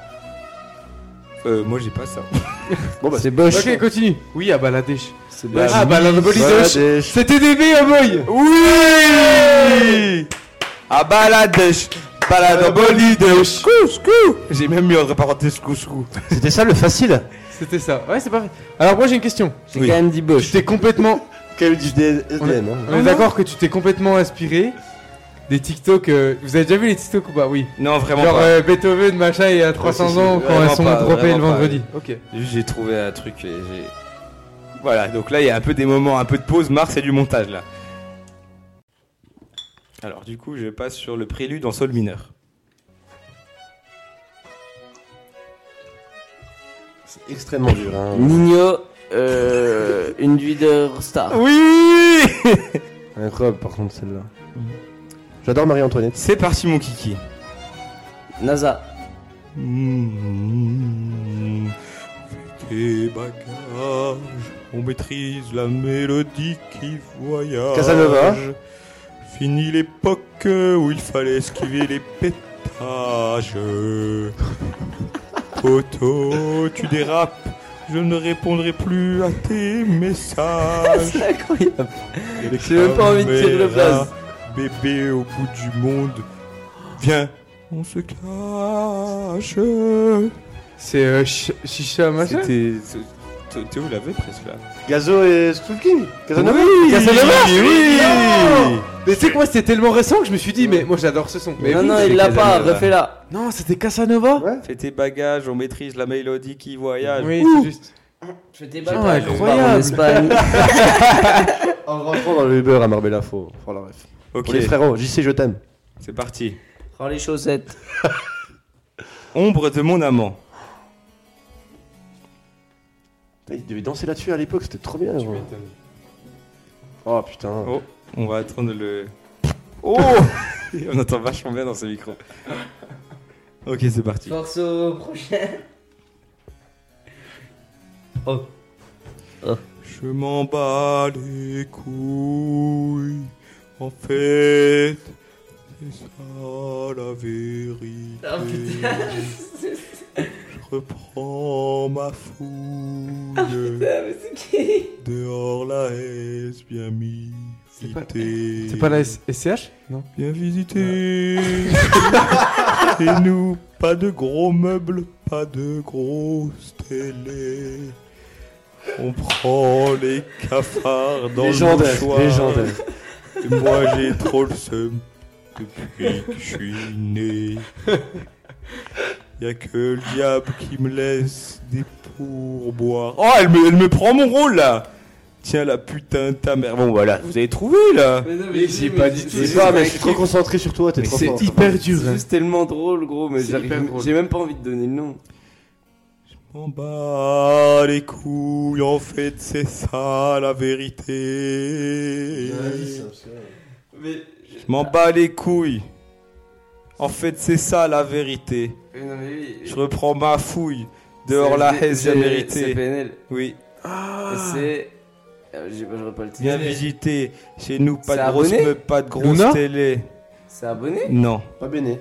Euh, moi j'ai pas ça.
Bon, bah,
C'est Bosch.
Ok, continue. Oui, à Baladèche.
C'est
Ah,
Bosch.
Balade Bolidoche.
Bangladesh.
C'était DB, oh boy
Oui À baladèche, balade en bolidèche. J'ai même mis entre parenthèses couscous.
C'était ça le facile
C'était ça. Ouais, c'est parfait. Alors, moi, j'ai une question.
J'ai
Oui.
quand même dit
Tu
Bosch.
t'es complètement.
Quel du SD- SDM, hein.
On est d'accord que tu t'es complètement inspiré des TikTok. euh, Vous avez déjà vu les TikTok ou pas Oui.
Non, vraiment
Genre
pas.
euh, Beethoven, machin, il y a
si,
300
si,
ans quand
vraiment
elles sont
pas,
droppées le
vraiment pas.
vendredi. Ok.
Juste, J'ai trouvé un truc et j'ai. Voilà, donc là il y a un peu des moments, un peu de pause. Mars, c'est du montage là. Alors, du coup, je passe sur le prélude en sol mineur.
C'est extrêmement dur, hein.
Nino euh, une vie de star.
Oui
Incroyable par contre celle-là. J'adore Marie-Antoinette.
C'est parti, mon kiki.
NASA.
Mmh, tes bagages, on maîtrise la mélodie qui voyage.
Casanova.
Fini l'époque où il fallait esquiver les pétages. Poto, tu dérapes, je ne répondrai plus à tes messages.
C'est incroyable.
J'ai
même pas envie de tirer le blaze.
Bébé au bout du monde, viens, on se cache.
C'est euh, Ch- Chicha Machin
C'était. Théo, Théo l'avait presque là.
Gazo et Skulking Casanova
Casanova
Oui, oui.
Non Mais c'est quoi C'était tellement récent que je me suis dit, mais moi j'adore ce son. Mais
non,
oui.
non,
c'est
il l'a pas,
Casanova.
refais-la.
Non, c'était Casanova
Fais tes bagages, on maîtrise la mélodie qui voyage.
Oui, c'est juste.
Je t'ai
Putain, incroyable.
En Espagne.
En rentrant dans le Uber à Marbella, faut faut la ref.
Ok,
Pour les frérots, JC, je t'aime.
c'est parti.
Prends les chaussettes.
Ombre de mon amant.
Putain, Il devait danser là-dessus à l'époque, c'était trop bien. genre. Oh putain.
Oh, on va attendre le. Oh On entend vachement bien dans ce micro. Ok, c'est parti.
Force au prochain. Oh,
Je m'en bats les couilles. En fait, c'est ça la vérité.
Oh, putain.
Je reprends ma fouille. Dehors la S, bien mis.
pas- C'est pas la S- SCH Non.
Bien visité. Et nous, pas de gros meubles, pas de grosses télé. On prend les cafards dans le
Légendaire,
choix.
légendaire.
Et moi j'ai trop le seum depuis que je suis né. Y a que le diable qui me laisse des pourboires. Oh, elle me, elle me prend mon rôle là Tiens la putain de ta mère. Bon voilà, vous avez trouvé là
Mais j'ai pas dit
Je sais pas, mais je suis trop concentré sur toi, t'es trop fort.
hyper dur. hein.
C'est juste tellement drôle, gros, mais
C'est
j'arrive-
hyper drôle.
j'ai même pas envie de donner le nom.
En bas les couilles, en fait c'est ça la vérité.
Mais.
Je m'en bats les couilles. En fait c'est ça la vérité.
Non, mais oui.
Je reprends ma fouille. Dehors la
C'est-
haise bien
c'est- C'est
méritée.
PNL.
Oui.
Et C'est. euh, j'ai pas- J'aurais pas le
Bien
titre.
visité. Chez nous pas
C'est
de grosse
abonné
meuf, pas de
Luna
grosse télé.
C'est abonné
Non.
Pas béné.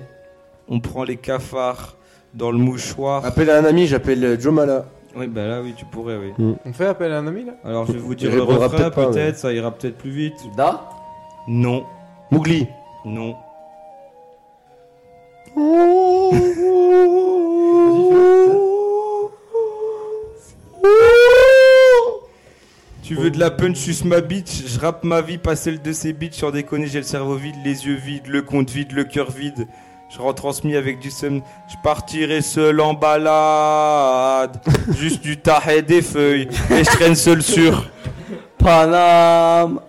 On prend les cafards dans le mouchoir.
Appelle un ami, j'appelle euh, Joe Mala.
Oui bah là oui tu pourrais oui.
On fait appel à un ami là
Alors je vais vous
Il
dire le
répondra
refrain
peut-être pas,
peut-être,
ouais.
ça ira peut-être plus vite.
Da
Non.
Mougli.
Non. Tu veux de la punch, suce ma bitch, je rappe ma vie, pas celle de ces bitches, sans déconner, j'ai le cerveau vide, les yeux vides, le compte vide, le cœur vide. Je rentre en semi avec du seum, je partirai seul en balade, juste du taret des feuilles, et je traîne seul sur...
Paname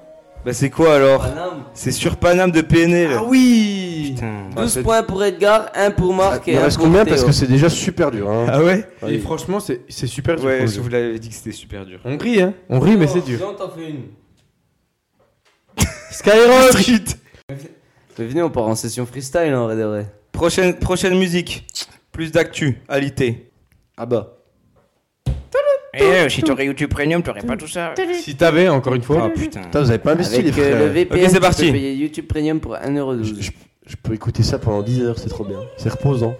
Bah c'est quoi alors
Paname
C'est sur Paname de PNL
Ah oui
Putain.
12 points pour Edgar, 1 pour Marc et
Ah, Bah, Il en
1
reste
pour
combien Parce
Théo.
que c'est déjà super dur. Hein.
Ah ouais
Et franchement, c'est c'est super dur.
Ouais,
comme
je
jeu.
vous l'avais dit que c'était super dur.
On rit, hein On rit, mais c'est dur.
Viens, t'en fais une.
Skyrock
Mais venez, on part en session freestyle hein, en vrai de vrai.
Prochaine, prochaine musique. Plus d'actu, alité.
Ah bah.
si t'aurais YouTube Premium, t'aurais pas tout ça.
Si t'avais, encore une fois.
putain.
Putain, vous avez pas investi les
Avec euh,
frères.
le VPN,
Ok, c'est
tu
parti.
peux payer YouTube Premium pour
Je,
1,12€.
je- je peux écouter ça pendant 10 heures, c'est trop bien. C'est reposant.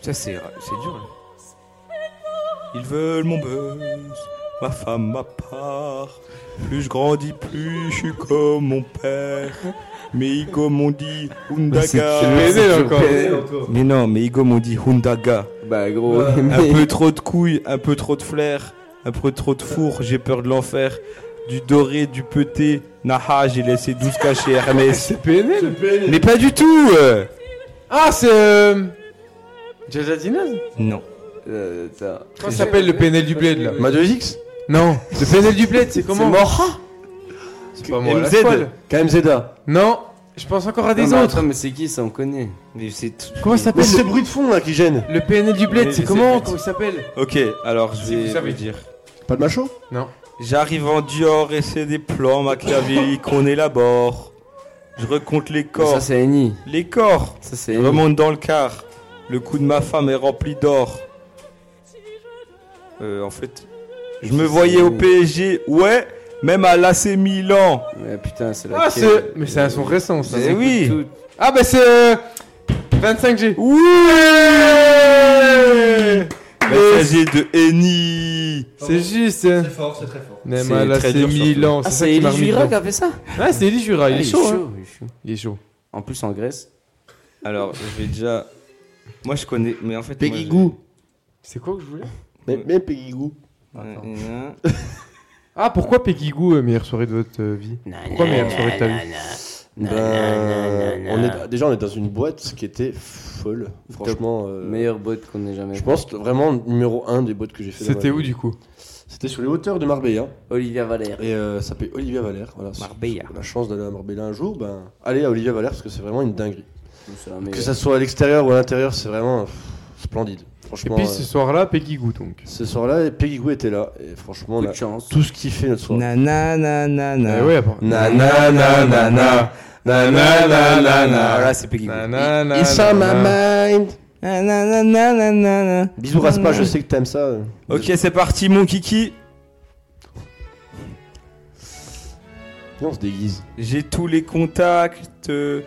Ça, c'est c'est dur. là. Ils veulent mon buzz, ma femme, ma part. Plus je grandis, plus je suis comme mon père. Mais Igo m'ont dit Hundaga. Mais non, mais Igo m'ont dit Hundaga.
Bah gros,
Un
mais
peu trop de couilles, un peu trop de flair, un peu trop de four, j'ai peur de l'enfer. Du doré, du peuté, naha, j'ai laissé 12 cachets Hermès.
C'est PNL
Mais pas du tout euh.
Ah, c'est. Euh... Jaja Dinaz
Non.
euh, ça.
Comment ça s'appelle le PNL du bled là
Ma 2X
Non, le PNL du bled, c'est comment C'est pas moi, la folle.
KMZA.
Non, je pense encore à
Non,
des
mais
autres.
attends, mais c'est qui ça on connaît
Mais c'est tout.
Comment ça
Mais
s'appelle
c'est
le-
le bruit de fond là qui gêne.
le PNL du bled C'est comment Comment il s'appelle
Ok, alors je
Si
vais
vous savez.
vous dire.
Pas de macho
J'arrive en Dior et c'est des plans machiavéliques qu'on élabore. Je recompte les corps.
Ça, c'est Annie.
Les corps
Ça, c'est
Je
Annie.
remonte dans le car. Le cou de ma femme est rempli d'or. Euh, en fait, je me voyais au PSG, ouais, même à l'AC Milan.
Ouais, putain, c'est la
Ah, c'est. Mais c'est un son récent, ça.
Eh oui.
Ah, bah c'est. euh, 25G.
Oui Il s'agit de Eni.
C'est juste. hein.
fort, c'est très fort.
Même
C'est
à la
très dur,
Milan,
Ah,
c'est ça
c'est
qui m'a
Elie
remis
Jura qui
dedans.
a fait ça
Ouais, c'est Elie Jura, il
Ah,
est chaud. hein.
il est chaud.
Il est chaud.
En plus, en Grèce.
Alors, je vais déjà. Moi, je connais, mais en fait. moi, je-
Peggy
C'est quoi que je voulais
Mais mais Peggy Goo.
Ah, pourquoi Peggy Goo, euh, meilleure soirée de votre euh, vie Pourquoi meilleure soirée de ta vie
Ben, on est, déjà, on est dans une boîte qui était folle. Franchement, euh,
Meilleeur bot qu'on ait jamais
je
fait.
pense que vraiment numéro 1 des boîtes que j'ai fait. dans ma
C'était où
vie.
du coup
C'était sur les hauteurs de Marbella.
Olivia Valère.
Et euh, ça s'appelait Olivia Valère. Voilà, si
Marbella.
vous avez la chance d'aller à Marbella un jour, ben, allez à Olivia Valère parce que c'est vraiment une dinguerie.
C'est la
Que
meilleure.
ça soit à l'extérieur ou à l'intérieur, c'est vraiment pff, splendide.
Et
Franchement,
puis
euh,
ce soir-là, Peggy Goo donc.
ce soir-là, Peggy Goo était là. Et franchement,
Coup
on
de
a
chance.
tous kiffé notre soirée.
Nanana.
Eh ouais, à part-
Na na na na na na na na na na.
Voilà, c'est Peggy.
Na, na, na,
It's
na,
on my
na.
mind.
Nanana.
Bisous Raspa, je sais que t'aimes ça.
Ok, c'est parti, mon kiki.
Viens, on se déguise.
J'ai tous les contacts. euh,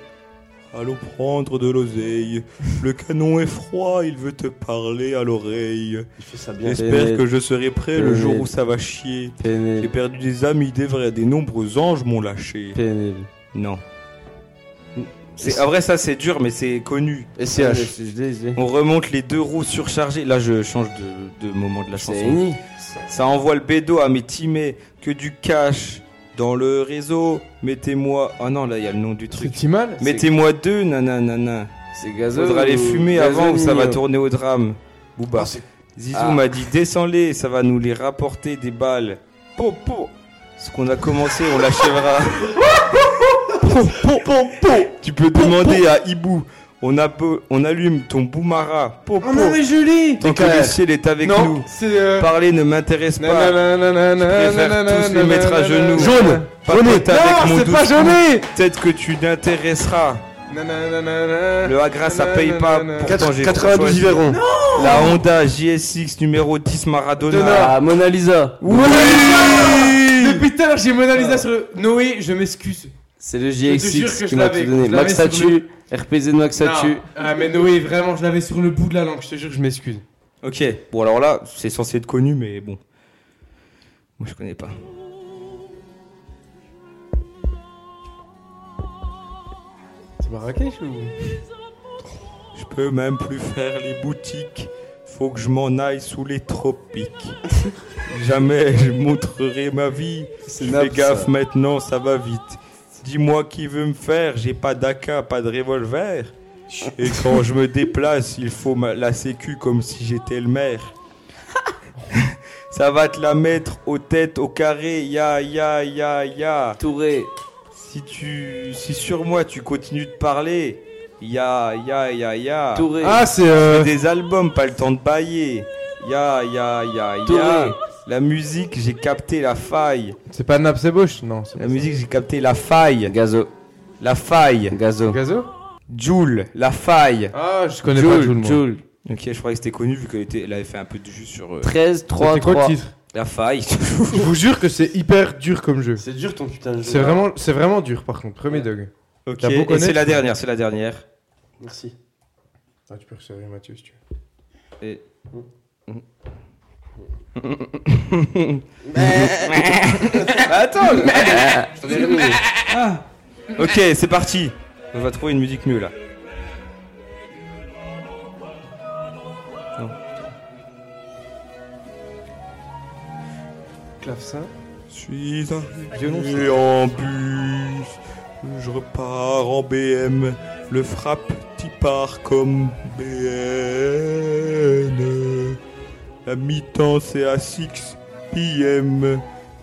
Allons prendre de l'oseille. Le canon est froid, il veut te parler à l'oreille.
Il fait ça Ah, bien.
J'espère que je serai prêt le
Pénètre.
jour où ça va chier. J'ai
Pénel.
perdu des amis, des vrais, des nombreux anges m'ont lâché.
Pénel.
Non. C'est, en vrai, ça c'est dur, mais c'est connu.
SCH.
Je l'ai, je l'ai.
On remonte les deux roues surchargées. Là, je change de, de moment de la chanson.
C'est Annie.
Ça envoie le bédo à mes teammates que du cash dans le réseau. Mettez-moi. Oh non, là, il y a le nom du
C'est
truc.
Timal
Mettez-moi deux, nananana.
C'est gazo.
Faudra les fumer
Gazo
avant ou ça va
Nino.
tourner au drame. Booba. Zizou
Ah.
m'a dit descends-les, ça va nous les rapporter des balles. Po, po. Ce qu'on a commencé, on l'achèvera. Tu peux demander à Ibou. On, a peu- on allume ton boumara. Po,
Oh,
po.
joli
Tant que le ciel est avec
Non,
nous.
c'est. euh,
Parler ne m'intéresse
na,
pas.
na, na, na, na,
Je préfère
na, na,
tous
na,
les
na,
mettre à
na, na,
genoux.
na,
Jaune. Papote avec mon
Non, c'est
doux
pas
cou.
jaune
Peut-être que tu n'intéresseras.
Na, na, na, na, na.
Le Agra, ça paye pas. Pourtant, j'ai
92
choisi
Yveron.
La Honda JSX numéro 10 Maradona. Ah.
Ah, Mona Lisa.
Depuis tout à l'heure, j'ai Mona Lisa sur le. Noé, je m'excuse.
C'est le
te jure
JXX
que
qui
je
m'a
l'avais,
tout donné.
je l'avais
Max
sur le-
Tatu, RPZ de Max Tatu.
Non. Ah, mais Noé, vraiment, je l'avais sur le bout de la langue, je te jure, je m'excuse.
Ok, bon alors là, c'est censé être connu, mais bon. Moi je connais pas.
C'est Marrakech ou
Je peux même plus faire les boutiques. Faut que je m'en aille sous les tropiques. Jamais je montrerai ma vie.
C'est
Fais gaffe maintenant, ça va vite. Dis-moi qui veut me faire, j'ai pas d'aka, pas de revolver. Et quand je me déplace, il faut ma- la sécu comme si j'étais le maire. Ça va te la mettre aux têtes, au carré, ya ya ya ya.
Touré.
Si tu, si sur moi tu continues de parler, ya ya ya ya.
Touré.
Ah, c'est. euh,
Des albums, pas le temps de bailler. Ya ya ya
Touré.
ya. La musique, j'ai capté la faille.
C'est pas Nap, c'est Bosch Non, c'est
La musique, j'ai capté la faille.
Gazo.
La faille.
Gazo.
Gazo
Joule, la faille.
Ah, je connais pas Jules, moi.
Joule.
Ok, je croyais que c'était connu vu qu'elle était, elle avait fait un peu de jus sur euh,
13, 3,
C'était quoi le
3.
titre
la faille.
Je vous jure que c'est hyper dur comme jeu.
C'est dur ton putain de jeu.
C'est vraiment, c'est vraiment dur par contre, premier dog.
ok,
T'as beau
et
connaître.
c'est la dernière, c'est la dernière.
Merci.
Ah, tu peux resserrer Mathieu si tu veux.
Et... Attends, le- Ok, c'est parti. On va trouver une musique mieux là.
Clavecin.
suis un
Violon, ça.
Et en bus. Je repars en BM. Le frappe t'y part comme BN. La mi-temps, c'est à 6 PM.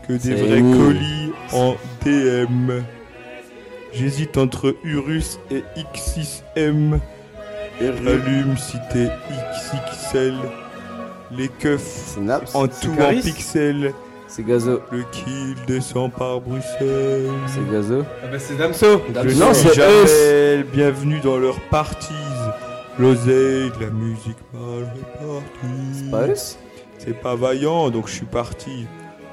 Que des
C'est
vrais
nous.
colis en DM. J'hésite entre Urus et X6M. Allume si t'es XXL. les keufs
Synapse.
en tout en
Caris
pixels.
C'est Gazo.
Le kill descend par Bruxelles.
C'est Gazo.
Ah bah c'est Damso
Je
Non,
suis
c'est
Jamel, bienvenue dans leur parties. L'oseille, de la musique mal répartie.
C'est pas Us
C'est pas vaillant, donc je suis parti.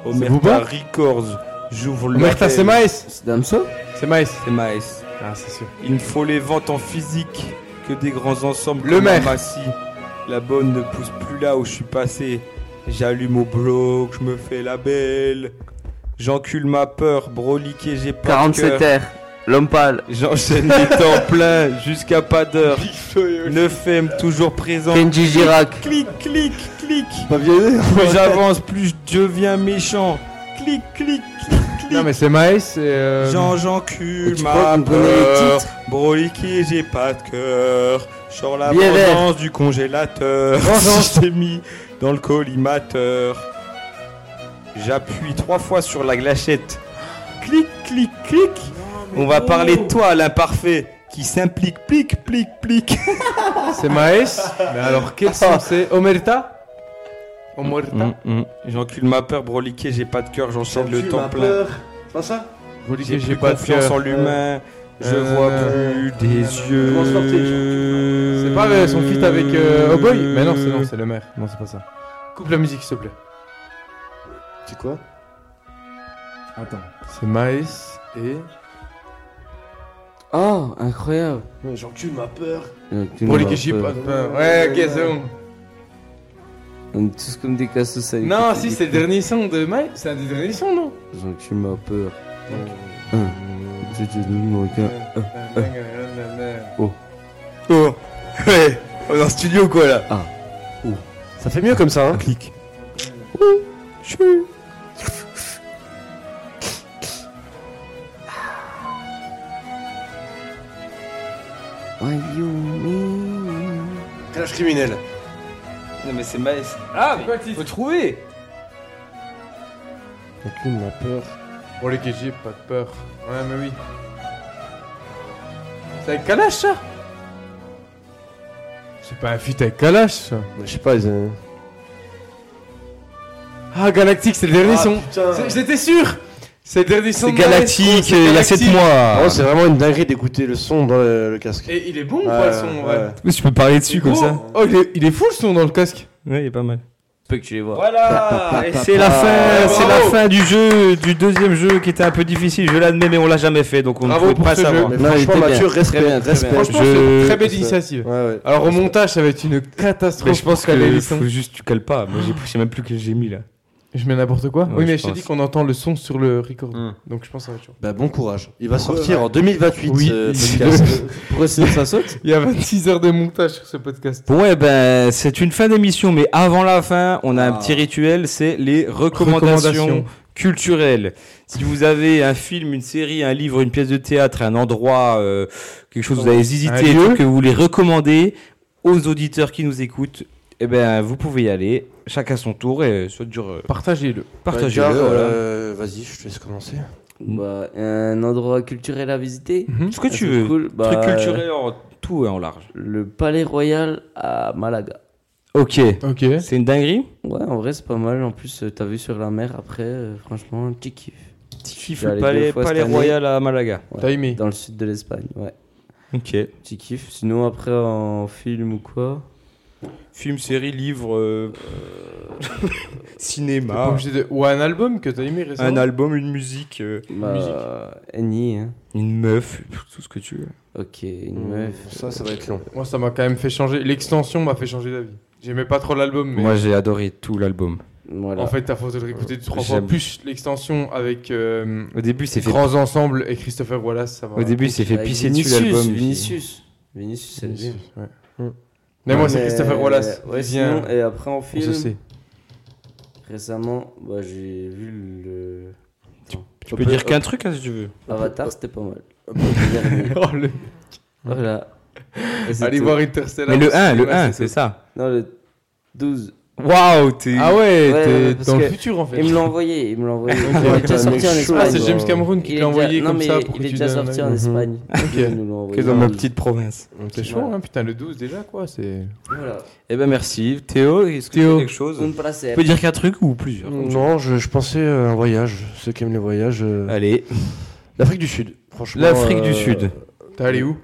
Booba
Omerta Records, j'ouvre le.
Omerta, c'est Maes
C'est Damso
C'est Maes
C'est Maes.
Ah, c'est sûr.
Il me faut les ventes en physique que des grands ensembles.
Le
comme
maire.
Amassi. La bonne ne pousse plus là où je suis passé. J'allume au bloc, je me fais la belle. J'encule ma peur, broliqué, j'ai pas de
47
cœur.
R. L'homme pâle.
J'enchaîne les temps pleins jusqu'à pas d'heure. 9 M toujours présent.
Kenji Girac.
Clic, clic, clic.
Pas bien.
Plus j'avance, plus je deviens méchant. Clic, clic, clic,
Non,
clic.
mais c'est Maes et. euh,
J'en j'encule
Tu
ma
crois qu'on connaît les
peur
titres
Broliqué, j'ai pas de cœur Je sors la
Billet vert.
vengeance du congélateur
Vengeance.
Je t'ai mis dans le collimateur J'appuie trois fois sur la glachette Clic, clic, clic On va parler de toi, l'imparfait Qui s'implique, plic, plic, plic
C'est Maes. Mais alors, quel son c'est Omerta Mm. Omerta
Mm, J'encule ma peur, broliqué, j'ai pas de cœur J'enchaîne le temps plein
C'est pas ça
Broliqué,
J'ai pas confiance en l'humain. Je
Euh,
vois
euh,
plus des
Comment se porter,
yeux.
C'est pas euh, son feat avec euh, Oh Boy Mais non, c'est non, c'est le maire. Non, c'est pas ça. Coupe la musique, s'il te plaît.
C'est quoi
Attends. C'est Maes et.
Oh, incroyable.
Ouais, J'encule ma peur.
Broliqué, j'ai
Euh,
pas de peur. Ouais, ok, c'est bon.
On est tous comme des cassos
euh,
ça
Non, si, c'est le dernier son de Maes. C'est un des derniers sons, non
Donc tu m'as peur. Hein. Tu te dis, mon gars.
Euh. Oh Ouais On est en studio quoi là
Ça fait mieux comme ça, hein
Clic.
Why
oh,
you mean
Clash criminel.
Non mais c'est Maes. Ah mais faut trouver
J'encule ma peur.
Broliqué, j'ai pas de peur. Ouais, mais oui. C'est avec Kalash, ça C'est pas un feat avec Kalash, ça.
Ouais, Je sais pas, ils. euh,
Ah, Galactique, c'est le dernier
Ah,
son.
putain.
C'est- J'étais sûr C'est le dernier son.
C'est
de Maes, gros,
Galactique, euh,
c'est
il y a
Galactique.
7 mois
vraiment, c'est vraiment une dinguerie d'écouter le son dans le, le casque.
Et il est bon ou pas le son en vrai
ouais.
Tu peux parler dessus
Oh, Oh, il est, il est fou le son dans le casque.
Ouais, il est pas mal.
Je peux que tu les vois.
Voilà Et c'est la fin, c'est la fin du jeu, du deuxième jeu qui était un peu difficile, je l'admets mais on l'a jamais fait donc on ne
Bravo
pouvait
pour
pas
ce
savoir.
Mais
Non, il était
franchement,
bien.
Mathieu, respect,
Très bien, très
respect.
bien.
Franchement,
Je-
c'est une très belle
je-
initiative.
Ouais, ouais.
Alors au montage, ça va être une catastrophe.
Mais je pense
pour hein. caler
que
les sons.
faut juste que tu cales pas, moi j'ai- je sais même plus que j'ai mis là.
Je mets n'importe quoi.
Ouais,
oui, mais
je
je t'ai dit
pense.
qu'on entend le son sur le record.
Hum.
Donc je pense que ça va être chaud.
Bah, bon courage. Il va sortir en 2028.
Oui.
euh, podcast.
Pourquoi sinon ça saute
Il y a 26 heures de montage sur ce podcast.
Ouais, ben c'est une fin d'émission, mais avant la fin, on a un petit rituel, c'est les Ah. recommandations,
Recommandations.
culturelles. Si vous avez un film, une série, un livre, une pièce de théâtre, un endroit, euh, quelque chose que vous avez hésité,
lieu.
et que vous voulez recommander aux auditeurs qui nous écoutent, eh ben vous pouvez y aller, chacun son tour, et euh, ça dure. euh,
Partagez-le.
Bah,
Partagez-le.
Edgar,
voilà.
euh, Vas-y, je te laisse commencer.
Bah, un endroit culturel à visiter.
Ce que
Ah,
tu
c'est
veux.
cool. Bah,
Truc
euh,
culturel en tout et en large.
Le Palais Royal à Malaga.
Ok.
Ok.
C'est une dinguerie
Ouais, en vrai, c'est pas mal. En plus, euh, t'as vu sur la mer après, euh, franchement, un petit kiff.
Petit kiff,
Je suis
le
allé
palais,
deux fois cette
palais
année.
royal à Malaga.
T'as aimé
Dans le sud de l'Espagne, ouais.
Ok.
Petit kiff. Sinon, après, en film ou quoi
Film, série, livre, euh,
T'es
cinéma,
pas obligé de- Ou un album que t'as aimé récemment.
un album, une musique, euh,
Bah, Annie, hein.
une meuf, tout ce que tu veux.
Ok, une
Mm.
meuf.
Ça, ça va être long.
Moi, ça m'a quand même fait changer. L'extension m'a fait changer d'avis. J'aimais pas trop l'album, mais.
Moi j'ai adoré tout l'album.
Voilà.
En fait, t'as faute de le réécouter deux, trois fois.
J'aime.
Plus l'extension avec euh,
Au début c'est fait,
Grands Ensembles et Christopher Wallace, ça va.
au début c'est fait
Avec
pisser dessus
Vinicius,
l'album.
Vinicius. Vinicius, c'est bien.
Ouais. Mais moi, c'est Christopher Wallace.
Ouais,
Il vient-
sinon, et après, en
On
film.
se sait.
Récemment, bah, j'ai vu le
Tu peux dire qu'un truc hein, si tu veux.
Avatar, c'était pas mal. Le dernier.
Oh, le-
voilà. Et c'est
Allez
tout.
voir Interstellar.
Mais le 1, le
Ouais,
1,
c'est
c'est ça.
Non, le 12.
Waouh, t'es.
Ah ouais,
Ouais,
t'es
ouais, parce
dans le
que
futur en fait.
Il me l'a envoyé, il me l'a envoyé.
Ok.
Il est déjà sorti en Espagne.
Ah, c'est James Cameron
Il
qui
est
l'a envoyé
déjà- non,
comme
mais
ça pour que
il est
tu
déjà
donnes un
sorti
avis.
en Espagne. Il nous l'a
Que
envoyé.
dans ma petite province.
C'est chaud, hein, putain, le 12 déjà quoi. C'est.
Voilà.
Eh ben merci. Théo, est-ce que
Théo.
tu as quelque chose
Un
Tu
placer.
peux dire qu'un truc ou plusieurs comme tu
Non, je, je pensais euh, un voyage. Ceux qui aiment les voyages. euh,
veux. Allez.
L'Afrique du Sud, franchement.
L'Afrique
euh,
du Sud.
T'es allé où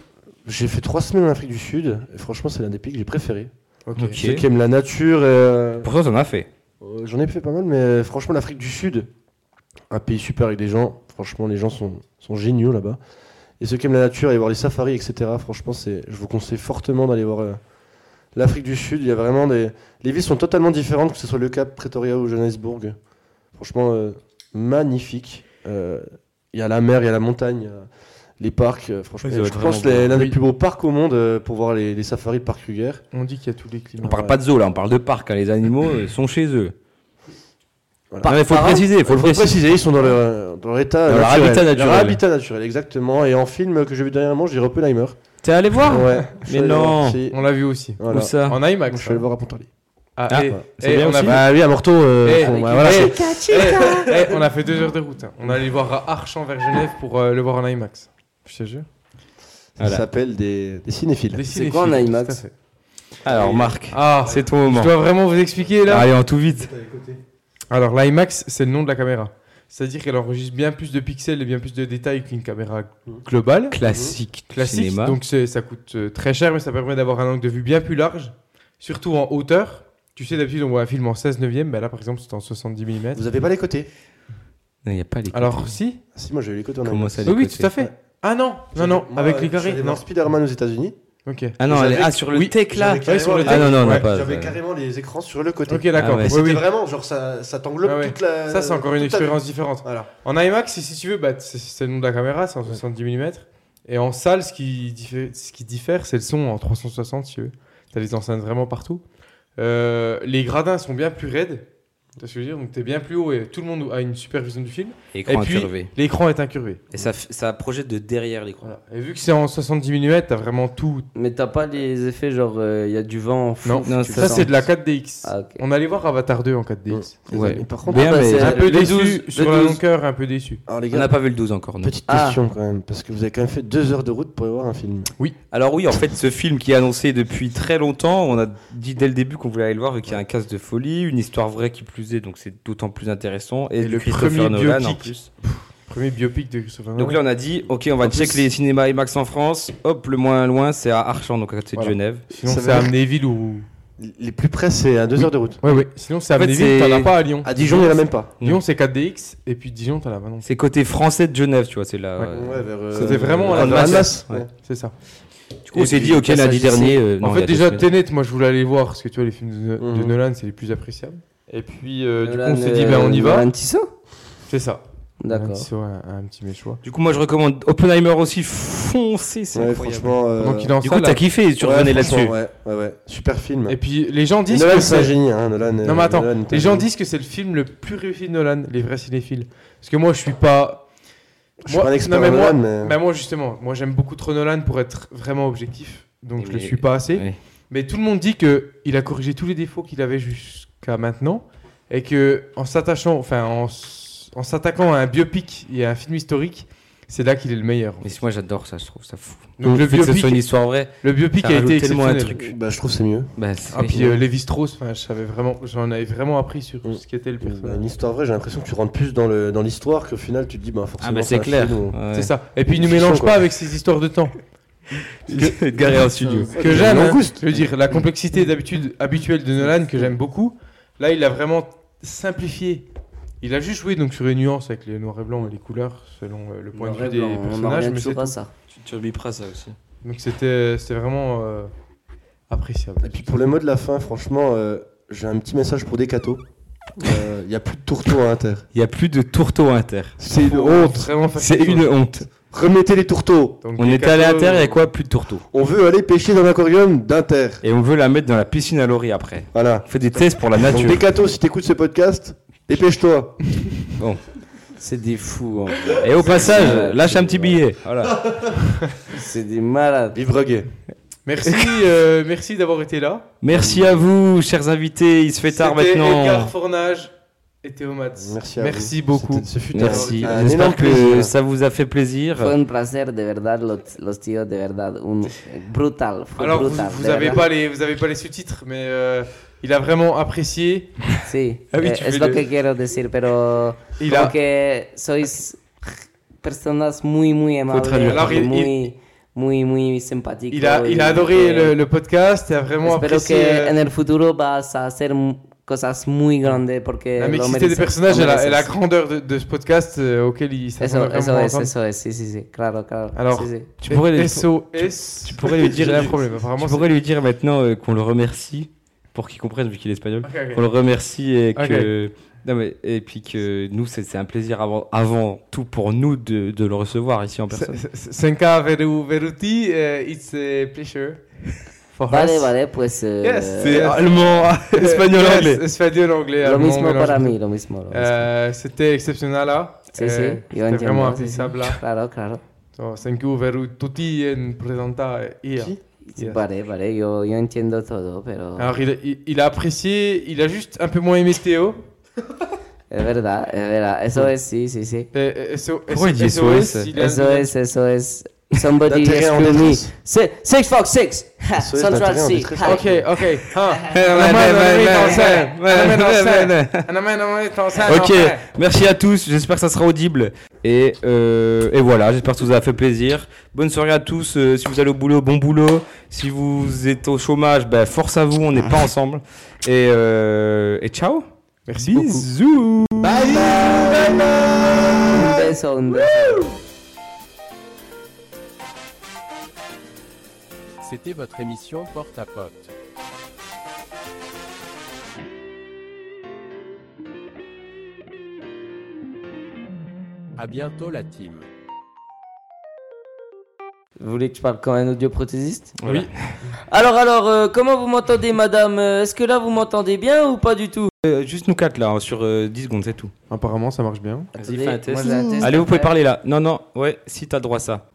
J'ai fait trois semaines en Afrique du Sud. Et franchement, c'est l'un des pays que j'ai préféré.
Ok.
Ok.
Ceux qui aiment la nature. et, euh,
Pour toi, t'en as fait.
Euh, J'en ai fait pas mal, mais euh, franchement, l'Afrique du Sud, un pays super avec des gens. Franchement, les gens sont, sont géniaux là-bas. Et ceux qui aiment la nature, aller voir les safaris, etc. Franchement, c'est, je vous conseille fortement d'aller voir euh, l'Afrique du Sud. Il y a vraiment des. Les villes sont totalement différentes, que ce soit le Cap, Pretoria ou Johannesburg. Franchement, euh, magnifique. Euh, Il y a la mer, il y a la montagne, il y a les parcs. euh, franchement,
Ouais, ça doit
je
être
pense
vraiment
les-
beau.
l'un des
Oui.
plus beaux parcs au monde euh, pour voir les, les safaris, le parc Kruger.
On dit qu'il y a tous les climats.
On parle pas de zoo là, on parle de parc. hein. Les animaux euh, sont chez eux.
Voilà.
Non, mais faut le préciser, faut le
Faut
préciser.
préciser, ils sont dans leur, dans leur état
Dans leur
naturel.
habitat naturel.
Leur habitat naturel, exactement. Et en film que j'ai vu dernièrement, j'ai Oppenheimer.
T'es allé voir
Ouais. Je suis allé
Ah non.
voir, si.
On l'a vu aussi.
Voilà.
Où ça
En
Je
IMAX. hein.
suis allé voir à Pontarlier.
Ah,
Ah,
et-
c'est
et
bien
on a
aussi.
fait-
Bah oui, à Morteau. euh,
Eh,
bon, bah,
eh,
voilà,
eh,
c'est-
eh, eh, on a fait deux heures de route. hein. On est allé voir à Archamps vers Genève pour euh, le voir en IMAX. Je te jure.
ça
Voilà.
s'appelle des, des cinéphiles.
Des
C'est quoi
cinéphiles,
un
tout
IMAX
à fait.
Alors Marc,
Ah,
c'est ton moment.
je dois vraiment vous expliquer là.
Allez, en tout vite.
Alors l'IMAX, c'est le nom de la caméra. C'est-à-dire qu'elle enregistre bien plus de pixels et bien plus de détails qu'une caméra globale,
Classique,
classique.
cinéma.
Donc c'est- ça coûte euh, très cher, mais ça permet d'avoir un angle de vue bien plus large, surtout en hauteur. Tu sais, d'habitude, on voit un film en 16 neuvième, mais là, par exemple, c'est en 70 mm.
Vous avez pas les côtés
Non, il y a pas les.
Alors, si
Ah, Si, moi j'ai eu les côtés en
Comment
IMAX.
ça
Oui,
les
oui,
côtés
tout à fait. Ah non, non, non,
Moi,
avec
euh,
les
je suis allé
carrés, non.
voir Spider-Man aux États-Unis.
Ok,
Ah non,
J'avais-
elle est- ah sur le
oui,
tech là.
J'avais carrément
sur le
les-
Ah non, non, on n'a
Ouais,
pas.
J'avais
ça.
carrément les écrans sur le côté.
ok, d'accord.
Ah ouais,
Oui,
bah, C'était
oui.
vraiment, genre, ça, ça t'englobe
Ah ouais.
toute la.
Ça, c'est encore une
toute ta vie.
expérience différente.
Voilà.
En IMAX, si, si tu veux, bah, c'est c'est le nom de la caméra, c'est en 70 mm. Et en salle, ce qui diffère, ce qui diffère, c'est le son en 360, si tu veux. T'as les enceintes vraiment partout. Euh, les gradins sont bien plus raides. Tu vois ce que je veux dire Donc t'es bien plus haut et tout le monde a une super vision du film.
Écran
et puis,
incurvé.
l'écran est incurvé.
Et ça, f- ça projette de derrière l'écran.
Voilà. Et vu que c'est en 70 mm, t'as vraiment tout.
Mais t'as pas les effets genre il y a du vent en fou,
Non,
non,
tu
Ça,
sens.
c'est de la 4DX.
Ah, ok.
On allait voir Avatar 2 en 4DX.
Ouais.
Mais par contre,
Bien,
Ah, bah,
mais
c'est-
Un
Le
peu
12,
déçu,
le
sur la
12.
longueur, un peu déçu.
alors les
on
gars,
n'a pas vu le 12 encore. non.
petite
Ah.
question quand même, parce que vous avez quand même fait deux heures de route pour aller voir un film.
Alors oui, en fait, ce film qui est annoncé depuis très longtemps, on a dit dès le début qu'on voulait aller le voir vu qu'il y a un casse de folie, une histoire vraie qui plus est, donc c'est d'autant plus intéressant. Et,
Et
du
le
Christopher
premier
Nolan en
biopic.
plus.
Premier biopic de Christopher Nolan.
Donc là, on a dit, ok, on va check les cinémas IMAX en France. Hop, le moins loin, c'est à Archamps, donc à côté
Voilà.
de Genève.
Sinon,
Ça
c'est
veut dire-
Amnéville ou.
Les plus près, c'est à deux heures de route.
Ouais, ouais. Sinon, c'est
En fait,
Amnéville,
c'est-
t'en as pas à Lyon.
À Dijon, il n'y en a même pas.
Lyon, c'est 4DX, et puis Dijon, t'as la non
C'est côté français de Genève, tu vois, c'est là.
Ouais.
euh,
Ouais, vers, euh,
C'était vraiment
vers
à la
Annemasse.
Ouais.
Ouais.
C'est ça.
Du coup, on s'est dit, ok, lundi dernier. euh, non,
en
il y
fait,
a deux
déjà,
semaines.
Tenet, moi, je voulais aller voir, parce que tu vois, les films de, de
Mhm.
Nolan, c'est les plus appréciables. Et puis, euh, du coup,
Nolan,
on s'est dit,
euh,
ben, on y va.
Nolan Tissot
C'est ça. Un
D'accord.
petit, saut, un, un petit méchois.
Du coup, moi, je recommande Oppenheimer aussi, foncez, c'est
Ouais,
incroyable.
franchement. euh,
Donc, il est en
Du coup,
salle,
t'as
là.
kiffé, tu
ouais,
revenais
franchement,
là-dessus.
Ouais, ouais, ouais. Super film.
Et puis, les gens disent
Nolan,
que
c'est un
c'est...
génie, hein, Nolan.
Non, mais attends, les gens disent que c'est le film le plus réussi de Nolan, les vrais cinéphiles. Parce que moi, je suis pas...
Je suis pas un expert
non,
en
mais moi-
Nolan, mais.
Bah, moi, justement, moi, j'aime beaucoup trop Nolan pour être vraiment objectif, donc
Mais-
je le suis pas assez.
Ouais.
Mais tout le monde dit que il a corrigé tous les défauts qu'il avait jusqu'à maintenant et que en s'attachant, enfin en, s- en s'attaquant à un biopic et à un film historique, c'est là qu'il est le meilleur.
Mais moi, j'adore ça, je trouve ça fou.
Donc le
fait que ce soit une
biopic,
histoire vraie.
le
ça
biopic a été
rajoute tellement un
exceptionnel.
truc.
Bah, je trouve que c'est mieux.
Bah, c'est-
Ah puis euh, Lévi Strauss, enfin je savais vraiment, j'en avais vraiment appris sur
Mm.
ce qu'était le
Bah, une
personnage.
histoire vraie, j'ai l'impression que tu rentres plus dans le- dans l'histoire qu'au final, tu te dis, bah, forcément.
Ah, bah, c'est
un
clair.
film où-
C'est ça. Et puis il ne
Une fiction,
mélange
quoi.
pas avec ces histoires de temps.
ça. Garé en studio.
que
des
j'aime. hein.
langoustes.
Je veux dire, la complexité d'habitude habituelle de Nolan que j'aime beaucoup, là, il a vraiment simplifié. Il a juste joué donc sur les nuances avec les noirs et blancs et les couleurs selon euh, le point de vue des
on en
personnages,
revient
mais c'est
toujours à
tout.
ça.
Tu rebiperas ça aussi.
donc c'était c'était vraiment euh, appréciable.
Et puis, pour le mot de la fin, franchement, euh, j'ai un petit message pour Decato. Il n'y a plus de tourteaux à Inter.
Il n'y a plus de tourteau inter.
C'est une
Faut
honte.
vraiment faire
C'est
quelque
une
chose.
honte.
Remettez les tourteaux.
Donc,
On
les
était allé à
cadeaux-
terre, il y a quoi Plus de tourteau.
On veut aller pêcher dans l'aquarium d'Inter.
Et on veut la mettre dans la piscine à l'ori après.
Voilà.
On fait des tests pour la
Donc,
nature.
Decato, si t'écoutes ce podcast, dépêche-toi.
C'est des fous, hein. en fait.
Et au passage, lâche un petit billet. Voilà.
c'est des malades.
Vive Reggae.
Merci, euh, merci d'avoir été là.
Merci à vous, chers invités. Il se fait tard
C'était
maintenant.
Edgar Fornage et Théo Matz.
Merci à
Merci
vous.
beaucoup.
C'était- Ce fut un-
Merci.
un énorme
J'espère que
plaisir.
ça vous a fait plaisir.
Fue un placer, de verdad, los, los tíos, de verdad. Un, brutal. Fue
Alors, vous,
brutal,
vous
de
avez
verdad.
pas les, vous avez pas les sous-titres, mais euh, il a vraiment apprécié.
Sí,
Ah oui,
eh,
tu
es
fais
lo
le-
que quiero decir, pero.
Il
como
a-
que sois personas muy, muy amables.
traduire. Alors, il-
muy, muy, muy simpáticos.
Il a, il a
y
adoré
que-
le, le podcast et a vraiment
Espero
apprécié.
que
euh,
en el futuro vas a hacer m- cosas muy grandes porque.
Ah, La
lo
mixité des
mereces,
personnages
lo
et la, et la
mereces.
grandeur de, de ce podcast euh, auquel il s'attendait vraiment
Eso, eso
à
es,
entendre.
eso es, sí, sí, sí, claro, claro.
Alors,
sí, sí.
Tu pourrais, lui,
SOS.
tu pourrais lui dire-
J'ai un problème. Apparemment,
tu pourrais lui dire maintenant euh, qu'on le remercie pour qu'il comprenne vu qu'il est espagnol.
c'est- Ok, ok.
Qu'on le remercie et que. Non, mais- et puis que nous, c'est c'est un plaisir avant, avant tout pour nous de, de le recevoir ici en personne.
S- s- Senka Veru Veruti, eh, it's a pleasure. For
Vale,
us.
vale, pues. eh,
Yes,
eh,
c'est allemand, espagnol, anglais. Espagnol, anglais,
lo
allemand,
mismo
mélange
para
de
mí,
tout.
lo mismo. lo mismo.
Euh, C'était exceptionnel là.
Sí,
Euh,
sí, yo
C'était vraiment
entiendo. sí, sí.
appréciable hein. Oh, là.
Claro, claro.
So, thank you very tutti and presenta eh, here.
Qui
Yes.
Vale, vale, yo, yo entiendo todo, pero
Ah,
Ah.
Alors il, il- il a apprécié, il a juste un peu moins aimé Théo.
es verdad, es verdad. Eso es, sí, sí, sí.
Eh, eh, SO-
Pourquoi il dit SOS?
il a-
Eso es, eso es. Somebody
L'intérêt en
screw me.
détresse.
Si- Six Fox Six. Ha,
Eso es,
Central
l'intérêt en
C.
détresse.
Ha.
Ok, ok. hein.
Ok, merci à tous. J'espère que ça sera audible. Et, euh, et voilà, j'espère que ça vous a fait plaisir. Bonne soirée à tous. euh, si vous allez au boulot, bon boulot. Si vous êtes au chômage, bah, force à vous, on n'est pas ensemble. Et, euh, et ciao.
Merci beaucoup.
Bisous.
Un beso, un beso.
C'était votre émission Porte à Pote. À bientôt la team.
Vous voulez que je parle comme un audioprothésiste
Voilà.
Alors, alors, euh, comment vous m'entendez, madame Euh, Est-ce que là, vous m'entendez bien ou pas du tout
Euh, juste nous quatre là, hein, sur euh, 10 secondes, c'est tout.
Apparemment, ça marche bien.
Vas-y, fais un test. Mmh.
moi, j'ai un test
Allez,
à
vous pouvez
faire.
parler là. Non, non, ouais, si t'as droit à ça.